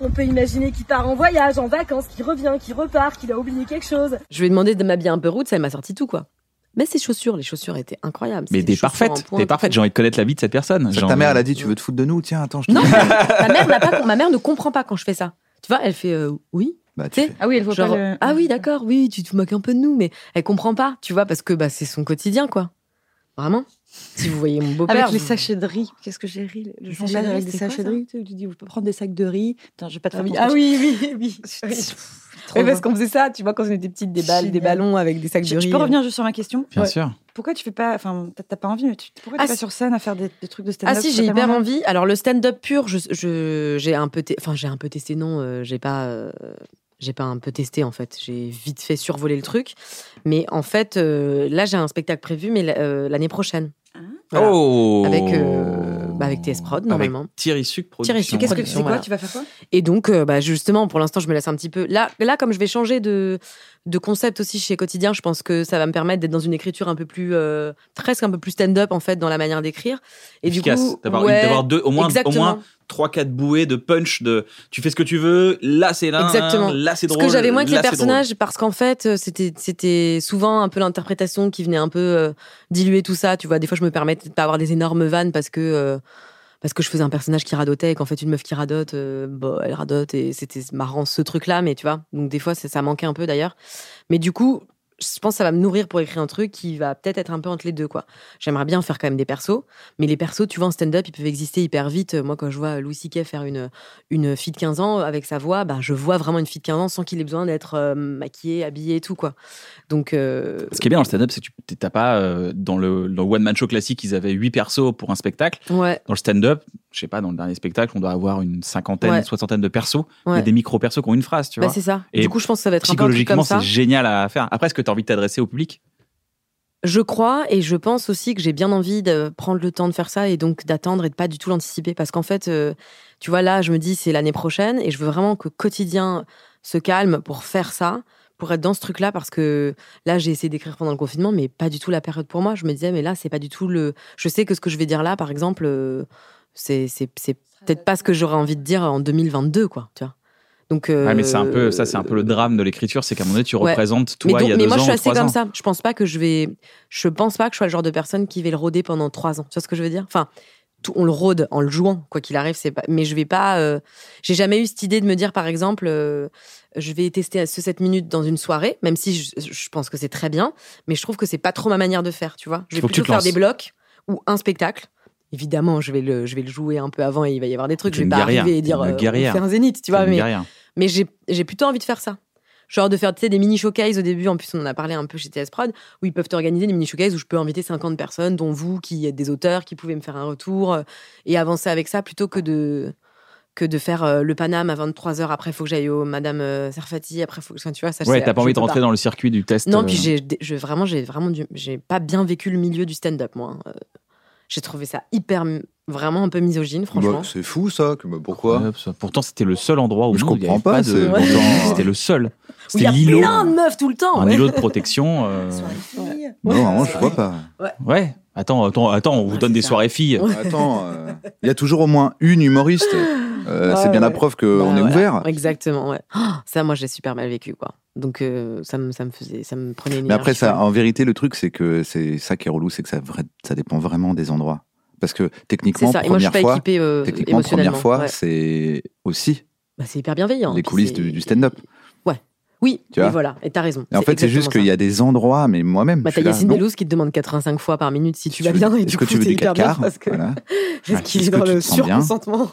Speaker 9: On peut imaginer qu'il part en voyage, en vacances, qu'il revient, qu'il repart, qu'il a oublié quelque chose.
Speaker 5: Je lui ai demandé de m'habiller un peu rude, ça elle m'a sorti tout, quoi. Mais ses chaussures, les chaussures étaient incroyables.
Speaker 1: Mais
Speaker 5: C'était
Speaker 1: des
Speaker 5: chaussures en
Speaker 1: parfaites,
Speaker 5: pointe
Speaker 1: des
Speaker 5: et
Speaker 1: parfaites.
Speaker 5: tout.
Speaker 1: J'ai envie de connaître la vie de cette personne.
Speaker 4: C'est que
Speaker 1: J'ai
Speaker 4: Ta
Speaker 1: envie-
Speaker 4: mère, elle a dit Tu veux te foutre de nous Tiens, attends, je te
Speaker 5: Non,
Speaker 4: dis.
Speaker 5: ma mère, n'a pas, ma mère ne comprend pas quand je fais ça. Tu vois, elle fait euh, oui.
Speaker 4: Bah, tu
Speaker 5: Tu sais,
Speaker 4: fais.
Speaker 2: Ah oui, elle voit
Speaker 5: genre,
Speaker 2: pas le-
Speaker 5: ah oui, d'accord, oui, tu te moques un peu de nous, mais elle comprend pas, tu vois, parce que bah, c'est son quotidien, quoi. Vraiment Si vous voyez mon beau-père.
Speaker 2: Avec les
Speaker 5: vous-
Speaker 2: sachets de riz. Qu'est-ce que j'ai ri
Speaker 5: Les
Speaker 2: Le
Speaker 5: sachets
Speaker 2: jour
Speaker 5: de riz,
Speaker 2: avec des
Speaker 5: c'est quoi,
Speaker 2: sachets de
Speaker 5: ça
Speaker 2: riz. Tu tu dis, vous pouvez prendre des sacs de riz. Putain, je vais pas te
Speaker 5: Ah
Speaker 2: faire
Speaker 5: oui,
Speaker 2: mon
Speaker 5: ah
Speaker 2: truc.
Speaker 5: oui, oui, oui.
Speaker 2: Trop
Speaker 5: Oui, parce
Speaker 2: bon.
Speaker 5: qu'on faisait ça, tu vois, quand on était petites, des balles, des
Speaker 2: Génial.
Speaker 5: ballons avec des sacs de
Speaker 2: Je,
Speaker 5: riz.
Speaker 2: je peux revenir juste sur ma question
Speaker 1: Bien sûr.
Speaker 2: Pourquoi tu fais pas. Enfin, t'as- t'as pas envie, mais tu, pourquoi
Speaker 5: Ah,
Speaker 2: t'es pas
Speaker 5: si.
Speaker 2: sur scène à faire des, des trucs de stand-up
Speaker 5: Ah si,
Speaker 2: T'as
Speaker 5: j'ai hyper
Speaker 2: tellement
Speaker 5: envie. Alors le stand-up pur, je- je j'ai un peu, te- enfin j'ai un peu testé. Non, euh, j'ai pas, euh, j'ai pas un peu testé en fait. J'ai vite fait survoler le truc. Mais en fait, euh, là j'ai un spectacle prévu, mais la- euh, l'année prochaine. Voilà.
Speaker 1: Oh
Speaker 5: Avec, euh, bah, avec TS Prod, normalement.
Speaker 1: Avec Thierry Suc Production.
Speaker 5: Thierry Suc, qu'est-ce que
Speaker 2: C'est quoi
Speaker 5: Voilà.
Speaker 2: Tu vas faire quoi
Speaker 5: Et donc, euh, bah, justement, pour l'instant, je me laisse un petit peu. Là, là, comme je vais changer de, de concept aussi chez Quotidien, je pense que ça va me permettre d'être dans une écriture un peu plus, euh, presque un peu plus stand-up en fait dans la manière d'écrire. Et
Speaker 1: Efficace.
Speaker 5: du coup,
Speaker 1: D'avoir une-
Speaker 5: ouais,
Speaker 1: d'avoir deux, au moins, au
Speaker 5: exactement.
Speaker 1: moins trois, quatre bouées de punch de tu fais ce que tu veux, là c'est là,
Speaker 5: Exactement.
Speaker 1: là c'est
Speaker 5: Ce
Speaker 1: drôle.
Speaker 5: que j'avais moins avec
Speaker 1: là,
Speaker 5: les
Speaker 1: c'est drôle.
Speaker 5: personnages, parce qu'en fait, euh, c'était c'était souvent un peu l'interprétation qui venait un peu euh, diluer tout ça. Tu vois, des fois, je me permettais de pas avoir des énormes vannes parce que euh, parce que je faisais un personnage qui radotait et qu'en fait, une meuf qui radote, euh, bah, elle radote et c'était marrant ce truc-là. Mais tu vois, donc des fois, ça, ça manquait un peu d'ailleurs. Mais du coup. Je pense que ça va me nourrir pour écrire un truc qui va peut-être être un peu entre les deux, quoi. J'aimerais bien faire quand même des persos, mais les persos, tu vois, en stand-up, ils peuvent exister hyper vite. Euh, Moi, quand je vois Louis C.K. faire une, une fille de 15 ans avec sa voix, bah, je vois vraiment une fille de 15 ans sans qu'il ait besoin d'être euh, maquillée, habillée et tout, quoi. Donc, euh,
Speaker 1: Ce qui est bien dans le stand-up, c'est que tu t'as pas euh, dans le dans le one man show classique, ils avaient huit persos pour un spectacle.
Speaker 5: ouais,
Speaker 1: Dans le stand-up, je sais pas, dans le dernier spectacle, on doit avoir une cinquantaine,
Speaker 5: Ouais.
Speaker 1: une soixantaine de persos,
Speaker 5: Ouais.
Speaker 1: mais des micro persos qui ont une phrase, tu
Speaker 5: bah,
Speaker 1: vois.
Speaker 5: c'est ça.
Speaker 1: Et
Speaker 5: du coup, je pense que ça va être un peu un truc
Speaker 1: Psychologiquement,
Speaker 5: comme ça.
Speaker 1: c'est génial à faire. Après, est-ce que tu as envie de t'adresser au public
Speaker 5: Je crois et je pense aussi que j'ai bien envie de prendre le temps de faire ça et donc d'attendre et de pas du tout l'anticiper parce qu'en fait, euh, tu vois, là, je me dis c'est l'année prochaine et je veux vraiment que quotidien se calme pour faire ça, pour être dans ce truc-là parce que là, j'ai essayé d'écrire pendant le confinement, mais pas du tout la période pour moi. Je me disais, mais là, c'est pas du tout le. Je sais que ce que je vais dire là, par exemple, euh, c'est c'est c'est peut-être pas ce que j'aurais envie de dire en 2022, quoi. Tu vois. Donc.
Speaker 1: Ouais, mais c'est un peu ça, c'est un peu le
Speaker 5: euh,
Speaker 1: drame de l'écriture, c'est qu'à un moment donné, tu
Speaker 5: Ouais.
Speaker 1: représentes
Speaker 5: mais
Speaker 1: toi
Speaker 5: donc-
Speaker 1: il y a
Speaker 5: mais
Speaker 1: deux
Speaker 5: moi,
Speaker 1: ans,
Speaker 5: je suis assez
Speaker 1: trois
Speaker 5: comme
Speaker 1: ans.
Speaker 5: ça. Je pense pas que je vais. Je pense pas que je sois le genre de personne qui va le rôder pendant trois ans. Tu vois ce que je veux dire Enfin, tout- on le rôde en le jouant, quoi qu'il arrive. C'est pas. Mais je vais pas. euh, J'ai jamais eu cette idée de me dire, par exemple, euh, je vais tester ce 7 minutes dans une soirée, même si je, je pense que c'est très bien. Mais je trouve que c'est pas trop ma manière de faire. Tu vois Je vais
Speaker 1: Faut que tu te
Speaker 5: plutôt faire
Speaker 1: lances.
Speaker 5: des blocs ou un spectacle. Évidemment, je vais le, je vais le jouer un peu avant et il va y avoir des trucs.
Speaker 1: T'es
Speaker 5: Je vais
Speaker 1: une
Speaker 5: pas
Speaker 1: guerrière,
Speaker 5: arriver et
Speaker 1: t'es
Speaker 5: dire,
Speaker 1: une
Speaker 5: euh, on
Speaker 1: guerrière.
Speaker 5: fait un zénith, tu
Speaker 1: T'es
Speaker 5: vois.
Speaker 1: une
Speaker 5: Mais
Speaker 1: guerrière.
Speaker 5: mais j'ai j'ai plutôt envie de faire ça. Genre de faire tu sais, des mini showcases au début, en plus on en a parlé un peu chez TS Prod, où ils peuvent organiser des mini showcases où je peux inviter 50 personnes, dont vous qui êtes des auteurs, qui pouvez me faire un retour euh, et avancer avec ça plutôt que de que de faire euh, le Paname à 23h, après faut que j'aille au Madame euh, Sarfati, après faut que enfin, tu vois ça
Speaker 1: Ouais,
Speaker 5: c'est-
Speaker 1: t'as pas
Speaker 5: je
Speaker 1: envie de
Speaker 5: peux
Speaker 1: rentrer dans le circuit du test.
Speaker 5: Non,
Speaker 1: euh,
Speaker 5: puis j'ai dé- je- vraiment j'ai vraiment du- j'ai pas bien vécu le milieu du stand-up moi. Euh, J'ai trouvé ça hyper m- vraiment un peu misogyne franchement.
Speaker 6: Bah, c'est fou ça, que- bah, pourquoi
Speaker 1: Ouais, ça- Pourtant, c'était le seul endroit où
Speaker 6: Je
Speaker 1: non, il y
Speaker 6: comprends
Speaker 1: avait
Speaker 6: pas,
Speaker 1: de-
Speaker 6: c'est-
Speaker 1: pourtant, C'était le seul.
Speaker 5: Où il y
Speaker 1: C'était
Speaker 5: a
Speaker 1: l'îlot,
Speaker 5: plein de meufs tout le temps.
Speaker 1: un
Speaker 5: ouais.
Speaker 1: îlot de protection. euh,
Speaker 2: envie.
Speaker 6: Non, vraiment, je vois pas.
Speaker 1: Ouais. Attends, attends, attends, on vous
Speaker 5: Ouais,
Speaker 1: donne
Speaker 5: c'est
Speaker 1: des
Speaker 5: ça.
Speaker 1: soirées filles.
Speaker 6: Attends, euh, il y a toujours au moins une humoriste. Euh,
Speaker 2: Ouais,
Speaker 6: c'est bien la
Speaker 2: ouais.
Speaker 6: preuve qu'on
Speaker 5: Bah,
Speaker 6: est
Speaker 5: voilà.
Speaker 6: ouvert.
Speaker 5: Exactement, ouais. Oh, ça, moi, j'ai super mal vécu, quoi. Donc, euh, ça, me, ça me faisait, ça me prenait une
Speaker 6: Mais après,
Speaker 5: énergie
Speaker 6: ça,
Speaker 5: folle.
Speaker 6: en vérité, le truc, c'est que c'est ça qui est relou, c'est que ça, vra- ça dépend vraiment des endroits. Parce que techniquement,
Speaker 5: C'est ça. Et moi, je suis
Speaker 6: première
Speaker 5: pas
Speaker 6: fois,
Speaker 5: équipée euh,
Speaker 6: techniquement,
Speaker 5: émotionnellement.
Speaker 6: première fois,
Speaker 5: ouais.
Speaker 6: c'est aussi
Speaker 5: Bah, c'est hyper bienveillant.
Speaker 6: les
Speaker 5: puis
Speaker 6: coulisses
Speaker 5: c'est-
Speaker 6: du, du stand-up.
Speaker 5: Oui,
Speaker 6: Tu
Speaker 5: mais
Speaker 6: vois
Speaker 5: voilà. Et t'as raison.
Speaker 6: Et en fait, c'est juste qu'il
Speaker 5: exactement
Speaker 6: y
Speaker 5: ça.
Speaker 6: a des endroits, mais moi-même.
Speaker 5: Bah,
Speaker 6: je
Speaker 5: t'as
Speaker 6: suis là,
Speaker 5: Yacine
Speaker 6: non.
Speaker 5: Delouze qui te demande 85 fois par minute si tu vas
Speaker 6: veux-
Speaker 5: bien. Et
Speaker 6: Est-ce
Speaker 5: du
Speaker 6: que
Speaker 5: coup,
Speaker 6: tu veux
Speaker 5: t'es
Speaker 6: du
Speaker 5: hyper bien
Speaker 6: quarts
Speaker 5: parce que.
Speaker 6: Voilà. Ah,
Speaker 5: Parce qu'il est
Speaker 6: Est-ce que
Speaker 5: dans
Speaker 6: tu
Speaker 5: le
Speaker 6: te sens bien
Speaker 5: surconsentement.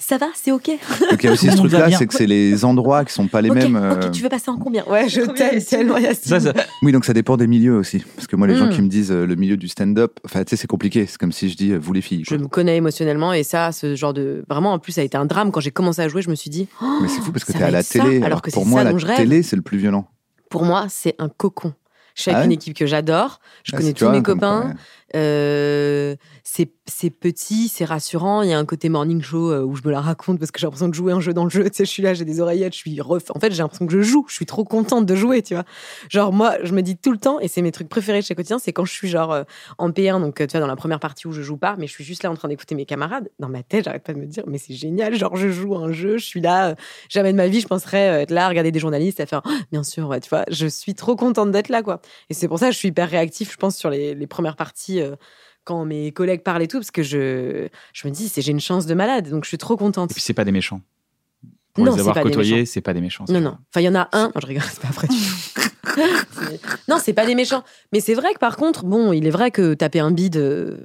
Speaker 5: ça va, c'est OK.
Speaker 6: Donc il y a aussi
Speaker 1: Tout
Speaker 6: ce
Speaker 1: le monde va
Speaker 6: truc-là,
Speaker 1: bien.
Speaker 6: c'est que c'est les endroits qui sont pas les
Speaker 5: Ok,
Speaker 6: mêmes. euh,
Speaker 5: ok, tu veux passer en combien Ouais, je
Speaker 2: Combien,
Speaker 5: t'aime
Speaker 2: Yacine
Speaker 5: tellement, Yacine.
Speaker 1: Ça, ça-
Speaker 6: Oui, donc ça dépend des milieux aussi. Parce que moi, les gens
Speaker 5: Mm.
Speaker 6: qui me disent euh, le milieu du stand-up, enfin, tu sais, c'est compliqué. C'est comme si je dis euh, vous les filles.
Speaker 5: Je
Speaker 6: quoi.
Speaker 5: me connais émotionnellement et ça, ce genre de. Vraiment, en plus, ça a été un drame. Quand j'ai commencé à jouer, je me suis dit,
Speaker 6: Mais c'est fou parce que
Speaker 5: ça
Speaker 6: t'es à
Speaker 5: va
Speaker 6: la
Speaker 5: être ça,
Speaker 6: télé.
Speaker 5: alors
Speaker 6: Alors
Speaker 5: que
Speaker 6: pour
Speaker 5: c'est
Speaker 6: moi,
Speaker 5: ça
Speaker 6: la
Speaker 5: dont je rêve.
Speaker 6: télé, c'est le plus violent.
Speaker 5: pour moi, c'est un cocon. Je suis avec
Speaker 6: Ah ouais
Speaker 5: une équipe que j'adore, je
Speaker 6: Ah,
Speaker 5: connais
Speaker 6: c'est- tu
Speaker 5: tous
Speaker 6: vois,
Speaker 5: mes
Speaker 6: comme quoi,
Speaker 5: copains,
Speaker 6: ouais.
Speaker 5: euh, c'est c'est petit, c'est rassurant, il y a un côté morning show euh, où je me la raconte parce que j'ai l'impression de jouer un jeu dans le jeu, tu sais, je suis là, j'ai des oreillettes, je suis ref... En fait, j'ai l'impression que je joue, je suis trop contente de jouer, tu vois. Genre, moi, je me dis tout le temps, et c'est mes trucs préférés de chez Quotidien, c'est quand je suis genre euh, en P1, donc euh, tu vois, dans la première partie où je joue pas, mais je suis juste là en train d'écouter mes camarades, dans ma tête, j'arrête pas de me dire, mais c'est génial, genre je joue à un jeu, je suis là, euh, jamais de ma vie, je penserais euh, être là, regarder des journalistes, à faire, Oh, bien sûr, ouais, tu vois, je suis trop contente d'être là, quoi. Et c'est pour ça que je suis hyper réactif, je pense, sur les, les premières parties. euh, quand mes collègues parlent et tout, parce que je, je me dis, c'est j'ai une chance de malade, donc je suis trop contente.
Speaker 1: Et puis, c'est pas des méchants. Pour
Speaker 5: Non,
Speaker 1: les
Speaker 5: c'est
Speaker 1: avoir
Speaker 5: pas des
Speaker 1: côtoyés,
Speaker 5: méchants.
Speaker 1: c'est pas des méchants.
Speaker 5: Non, non. Enfin, il y en a un. Non, je rigole, c'est pas vrai du tout. non, c'est pas des méchants. Mais c'est vrai que par contre, bon, il est vrai que taper un bide euh,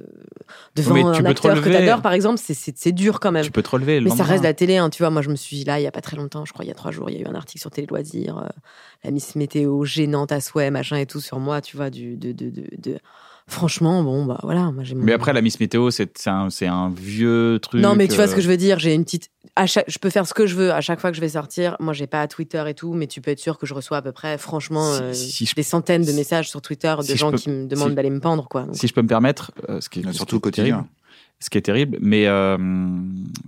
Speaker 5: devant
Speaker 1: Mais tu
Speaker 5: un
Speaker 1: peux te
Speaker 5: acteur que
Speaker 1: relever.
Speaker 5: t'adores, par exemple, c'est- c'est c'est dur quand même.
Speaker 1: Tu peux te relever le
Speaker 5: Mais ça
Speaker 1: lendemain.
Speaker 5: reste la télé, hein, tu vois. Moi, je me suis dit, là, il y a pas très longtemps, je crois, il y a trois jours, il y a eu un article sur Télé Loisirs, euh, la Miss Météo gênante à souhait, machin et tout sur moi, tu vois. Du, de, de, de, de- Franchement, bon, bah voilà, moi j'ai mon-
Speaker 1: Mais après, la Miss Météo, c'est c'est un, c'est un vieux truc. euh,
Speaker 5: non, mais tu vois ce que je
Speaker 1: veux
Speaker 5: veux dire. J'ai une petite. À chaque... Je peux faire ce que je veux à chaque fois que je vais sortir. Moi, j'ai pas Twitter et tout, mais tu peux être sûr que je reçois à peu près, franchement,
Speaker 1: Si-
Speaker 5: euh,
Speaker 1: si je-
Speaker 5: des centaines de messages sur Twitter de
Speaker 1: si je
Speaker 5: gens
Speaker 1: peux-
Speaker 5: qui me demandent
Speaker 1: si-
Speaker 5: d'aller me pendre, quoi. Donc,
Speaker 1: Si je peux me permettre, euh, ce qui est surtout quotidien. ce qui est terrible, mais euh,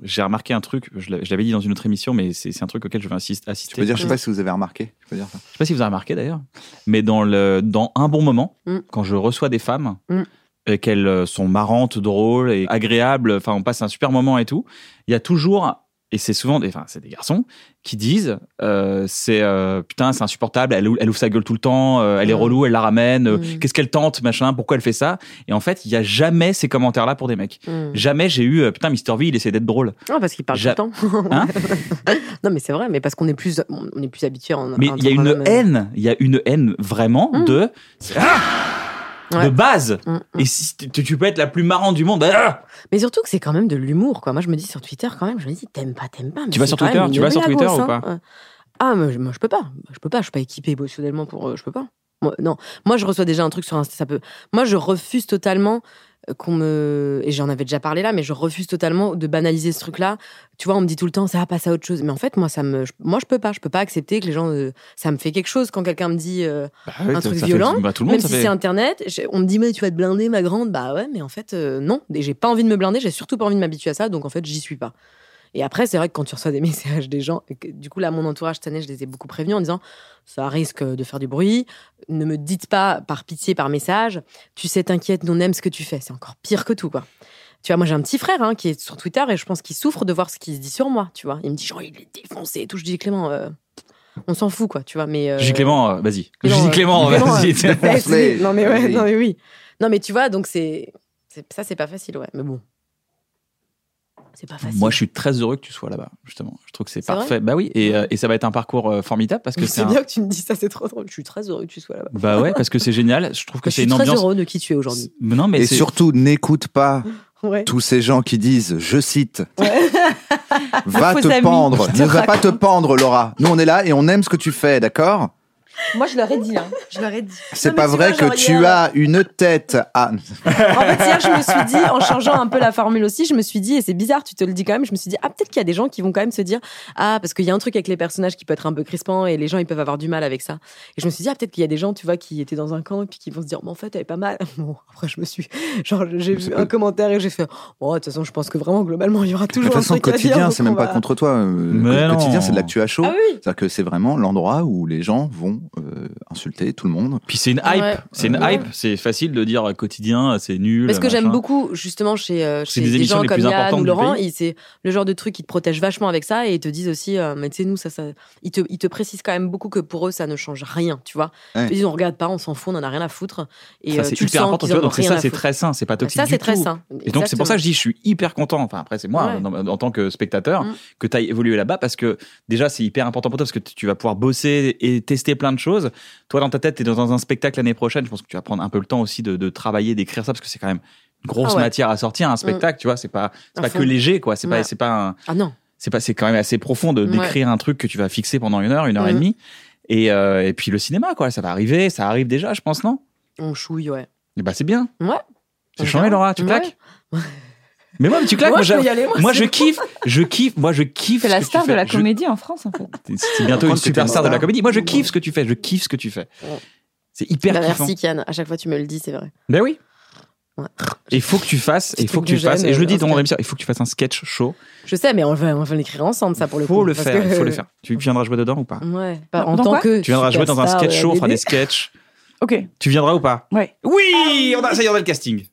Speaker 1: j'ai remarqué un truc, je l'avais je l'avais dit dans une autre émission, mais c'est c'est un truc auquel je vais insister. assister.
Speaker 6: Je peux dire, je sais pas si vous avez remarqué. Je peux dire ça.
Speaker 1: Je sais pas si vous avez remarqué d'ailleurs, mais dans, le, dans un bon moment,
Speaker 5: Mm.
Speaker 1: quand je reçois des femmes
Speaker 5: Mm.
Speaker 1: et qu'elles euh, sont marrantes, drôles et agréables, enfin on passe un super moment et tout, il y a toujours, et c'est souvent des, enfin, c'est des garçons, qui disent euh, c'est euh, putain, c'est insupportable, elle, ou- elle ouvre sa gueule tout le temps, euh, elle est relou, elle la ramène, euh,
Speaker 5: Mm.
Speaker 1: qu'est-ce qu'elle tente, machin, pourquoi elle fait ça Et en fait, il y a jamais ces commentaires-là pour des mecs.
Speaker 5: Mm.
Speaker 1: Jamais j'ai eu euh, putain, Mister V, il essaie d'être drôle.
Speaker 5: Ah, parce qu'il parle
Speaker 1: Ja-
Speaker 5: tout le temps.
Speaker 1: Hein
Speaker 5: non, mais c'est vrai, mais parce qu'on est plus, on est plus habitué. à en-
Speaker 1: Mais
Speaker 5: à
Speaker 1: il y a
Speaker 5: entendre
Speaker 1: une
Speaker 5: même-
Speaker 1: haine, il y a une haine vraiment de Ah
Speaker 5: Mm. Ouais.
Speaker 1: de base.
Speaker 5: Mm,
Speaker 1: Et si t- tu peux être la plus marrante du monde, ah
Speaker 5: Mais surtout que c'est quand même de l'humour, quoi. Moi, je me dis sur Twitter, quand même, je me dis, t'aimes pas, t'aimes pas. mais
Speaker 1: Tu vas
Speaker 5: c'est
Speaker 1: sur
Speaker 5: quand
Speaker 1: Twitter
Speaker 5: même
Speaker 1: Tu
Speaker 5: une
Speaker 1: vas sur
Speaker 5: blague,
Speaker 1: Twitter ou
Speaker 5: hein.
Speaker 1: pas
Speaker 5: Euh, Ah, moi, je- moi, je peux pas. Je peux pas. Je suis pas équipée émotionnellement pour. euh, Je peux pas. Moi, non. Moi, je reçois déjà un truc sur Insta. Ça peut. Moi, je refuse totalement euh, qu'on me. Et j'en avais déjà parlé là, mais je refuse totalement de banaliser ce truc-là. Tu vois, on me dit tout le temps, ça va passer à autre chose. Mais en fait, moi, ça me. je- Moi, je peux pas. Je peux pas accepter que les gens. euh, Ça me fait quelque chose quand quelqu'un me dit. euh,
Speaker 1: ouais,
Speaker 5: un
Speaker 1: ça-
Speaker 5: truc
Speaker 1: ça fait-
Speaker 5: violent,
Speaker 1: bah, tout le monde,
Speaker 5: même
Speaker 1: ça
Speaker 5: si
Speaker 1: fait-
Speaker 5: c'est internet, j'ai- on me dit mais tu vas te blinder ma grande, bah ouais mais en fait euh, non, et j'ai pas envie de me blinder, j'ai surtout pas envie de m'habituer à ça, donc en fait j'y suis pas. Et après c'est vrai que quand tu reçois des messages des gens, que- du coup là mon entourage cette année je les ai beaucoup prévenus en disant ça risque de faire du bruit, ne me dites pas par pitié par message, tu sais t'inquiète, nous, on aime ce que tu fais, c'est encore pire que tout quoi. Tu vois, moi j'ai un petit frère hein, qui est sur Twitter et je pense qu'il souffre de voir ce qu'il se dit sur moi, tu vois. Il me dit genre il est défoncé et tout, je dis Clément, euh, on s'en fout quoi, tu vois. Mais euh,
Speaker 1: J'ai Clément, euh, vas-y.
Speaker 5: mais non,
Speaker 1: J'ai
Speaker 5: euh,
Speaker 1: Clément,
Speaker 5: mais non,
Speaker 1: vas-y.
Speaker 5: euh, bah,
Speaker 1: défonce-les.
Speaker 5: si, Non mais ouais,
Speaker 1: Vas-y.
Speaker 5: non mais oui. Non mais tu vois, donc c'est c'est- ça c'est pas facile, ouais. Mais bon, c'est pas facile.
Speaker 1: Moi, je suis très heureux que tu sois là-bas, justement. Je trouve que c'est
Speaker 5: C'est vrai
Speaker 1: parfait. Bah oui, et, euh, et ça va être un parcours euh, formidable parce que
Speaker 5: Mais
Speaker 1: c'est.
Speaker 5: c'est
Speaker 1: un-
Speaker 5: bien que tu me dis ça, c'est trop drôle. Je suis très heureux que tu sois là-bas.
Speaker 1: Bah ouais, parce que c'est génial. Je trouve que
Speaker 5: je
Speaker 1: c'est
Speaker 5: suis
Speaker 1: une
Speaker 5: très
Speaker 1: ambiance.
Speaker 5: heureux de qui tu es aujourd'hui.
Speaker 1: Non, mais
Speaker 6: Et
Speaker 1: c'est-
Speaker 6: surtout, n'écoute pas
Speaker 5: Ouais.
Speaker 6: tous ces gens qui disent, je cite, va
Speaker 2: Faux
Speaker 6: te
Speaker 2: amis.
Speaker 6: pendre,
Speaker 2: Je te
Speaker 6: ne va pas
Speaker 2: raconte.
Speaker 6: te pendre, Laura. Nous, on est là et on aime ce que tu fais, d'accord
Speaker 2: Moi, je leur ai dit. Hein. Je leur ai dit.
Speaker 6: C'est
Speaker 2: Non, mais
Speaker 6: pas vrai
Speaker 2: vois,
Speaker 6: que
Speaker 2: genre,
Speaker 6: tu
Speaker 2: hier-
Speaker 6: as une tête à.
Speaker 5: En fait, hier, je me suis dit, en changeant un peu la formule aussi, je me suis dit, et c'est bizarre, tu te le dis quand même, je me suis dit, ah, peut-être qu'il y a des gens qui vont quand même se dire, ah, parce qu'il y a un truc avec les personnages qui peut être un peu crispant et les gens, ils peuvent avoir du mal avec ça. Et je me suis dit, ah, peut-être qu'il y a des gens, tu vois, qui étaient dans un camp et puis qui vont se dire, mais en fait, elle est pas mal. Bon, après, je me suis, genre, j'ai vu un commentaire et j'ai fait, oh, de toute façon, je pense que vraiment, globalement, il y aura
Speaker 6: De toute
Speaker 5: toujours un
Speaker 6: façon,
Speaker 5: truc à dire,
Speaker 6: quotidien,
Speaker 5: donc
Speaker 6: c'est même
Speaker 5: on
Speaker 6: pas
Speaker 5: va-
Speaker 6: contre toi. euh,
Speaker 1: Mais
Speaker 6: Le
Speaker 1: non.
Speaker 6: quotidien, c'est de l'actu à chaud.
Speaker 5: Ah oui.
Speaker 6: C'est-à-dire que c'est vraiment l'endroit où les gens vont euh, insulter tout le monde.
Speaker 1: Puis c'est une hype.
Speaker 5: Ouais.
Speaker 1: C'est une
Speaker 6: Ouais.
Speaker 1: hype. C'est facile de dire euh, quotidien, c'est nul.
Speaker 5: Parce que j'aime
Speaker 1: machin.
Speaker 5: beaucoup, justement, chez, euh,
Speaker 1: C'est
Speaker 5: chez
Speaker 1: des
Speaker 5: des,
Speaker 1: émissions
Speaker 5: gens
Speaker 1: les
Speaker 5: comme
Speaker 1: plus
Speaker 5: Yann
Speaker 1: importantes
Speaker 5: ou
Speaker 1: du
Speaker 5: Laurent,
Speaker 1: pays.
Speaker 5: ils- c'est le genre de truc qui te protège vachement avec ça et ils te disent aussi, euh, mais tu sais, nous, ça, ça, ils, te, ils te précisent quand même beaucoup que pour eux, ça ne change rien, tu vois.
Speaker 6: Ouais.
Speaker 5: Ils disent, on regarde pas, on s'en fout, on en a rien à foutre. Et
Speaker 1: Ça,
Speaker 5: euh,
Speaker 1: c'est
Speaker 5: tu le
Speaker 1: hyper
Speaker 5: sens,
Speaker 1: important.
Speaker 5: qu'ils
Speaker 1: tu vois,
Speaker 5: en ont
Speaker 1: donc c'est
Speaker 5: rien
Speaker 1: ça,
Speaker 5: à
Speaker 1: c'est
Speaker 5: foutre.
Speaker 1: très sain, c'est pas toxique.
Speaker 5: ça,
Speaker 1: du
Speaker 5: c'est très
Speaker 1: tout.
Speaker 5: sain.
Speaker 1: Et donc, c'est pour ça que je
Speaker 5: Exactement.
Speaker 1: dis, je suis hyper content. Enfin, après, c'est moi,
Speaker 5: Ouais.
Speaker 1: dans- en, tant que spectateur,
Speaker 5: Mm.
Speaker 1: que tu as évolué là-bas parce que déjà, c'est hyper important pour toi parce que t- tu vas pouvoir bosser et tester plein de choses. Toi, dans ta tête, tu es dans un spectacle l'année prochaine. Je pense que tu vas prendre un peu le temps aussi de, de travailler, d'écrire ça parce que c'est quand même une grosse
Speaker 5: Ah ouais. Mm.
Speaker 1: matière à sortir. Un spectacle, tu vois, c'est pas, c'est
Speaker 5: À
Speaker 1: pas
Speaker 5: fond.
Speaker 1: que léger, quoi. C'est pas,
Speaker 5: Ouais.
Speaker 1: c'est pas un-
Speaker 5: Ah non.
Speaker 1: c'est pas, c'est quand même assez profond de
Speaker 5: Ouais.
Speaker 1: d'écrire un truc que tu vas fixer pendant une heure, une heure et
Speaker 5: Mm.
Speaker 1: demie. Et, euh, et puis le cinéma, quoi, ça va arriver, ça arrive déjà, je pense, non?
Speaker 5: On chouille, ouais.
Speaker 1: Et bah, c'est bien.
Speaker 5: Ouais.
Speaker 1: C'est chambé, Laura, tu
Speaker 5: Ouais.
Speaker 1: claques? Mais moi, mais tu claques,
Speaker 5: Moi,
Speaker 1: moi,
Speaker 5: je peux
Speaker 1: j'a-
Speaker 5: y aller, moi,
Speaker 1: moi,
Speaker 5: c'est
Speaker 1: je
Speaker 5: bon.
Speaker 1: kiffe, je kiffe, moi je kiffe.
Speaker 10: C'est
Speaker 1: ce
Speaker 10: la
Speaker 1: que tu
Speaker 10: star de
Speaker 1: fais.
Speaker 10: la
Speaker 1: Je-
Speaker 10: comédie en France, en fait.
Speaker 1: T'es- C'est bientôt une superstar de la comédie. Moi je kiffe ce que tu fais, je kiffe ce que tu fais.
Speaker 5: Ouais.
Speaker 1: C'est hyper
Speaker 5: Bah,
Speaker 1: kiffant.
Speaker 5: merci, Kian. À chaque fois, tu me le dis, c'est vrai.
Speaker 1: Ben oui.
Speaker 5: Ouais.
Speaker 1: Il faut que tu fasses, il faut
Speaker 5: truc
Speaker 1: que tu
Speaker 5: de
Speaker 1: fasses,
Speaker 5: jeune,
Speaker 1: et je le dis
Speaker 5: euh,
Speaker 1: dans mon
Speaker 5: Oscar.
Speaker 1: émission, il faut que tu fasses un sketch show.
Speaker 5: Je sais, mais on va, on va l'écrire ensemble, ça, pour le coup.
Speaker 1: Faut le
Speaker 5: parce
Speaker 1: faire, il
Speaker 5: que-
Speaker 1: faut le faire. Tu viendras jouer dedans ou pas
Speaker 5: Ouais. Bah, en
Speaker 10: Dans
Speaker 5: tant
Speaker 10: quoi
Speaker 5: que.
Speaker 1: Tu viendras jouer dans un
Speaker 5: superstar, euh,
Speaker 1: sketch
Speaker 5: ouais,
Speaker 1: show, on fera
Speaker 5: bébé.
Speaker 1: des sketchs.
Speaker 10: Ok.
Speaker 1: Tu viendras ou pas
Speaker 10: Ouais.
Speaker 1: Oui, on a essayé le casting.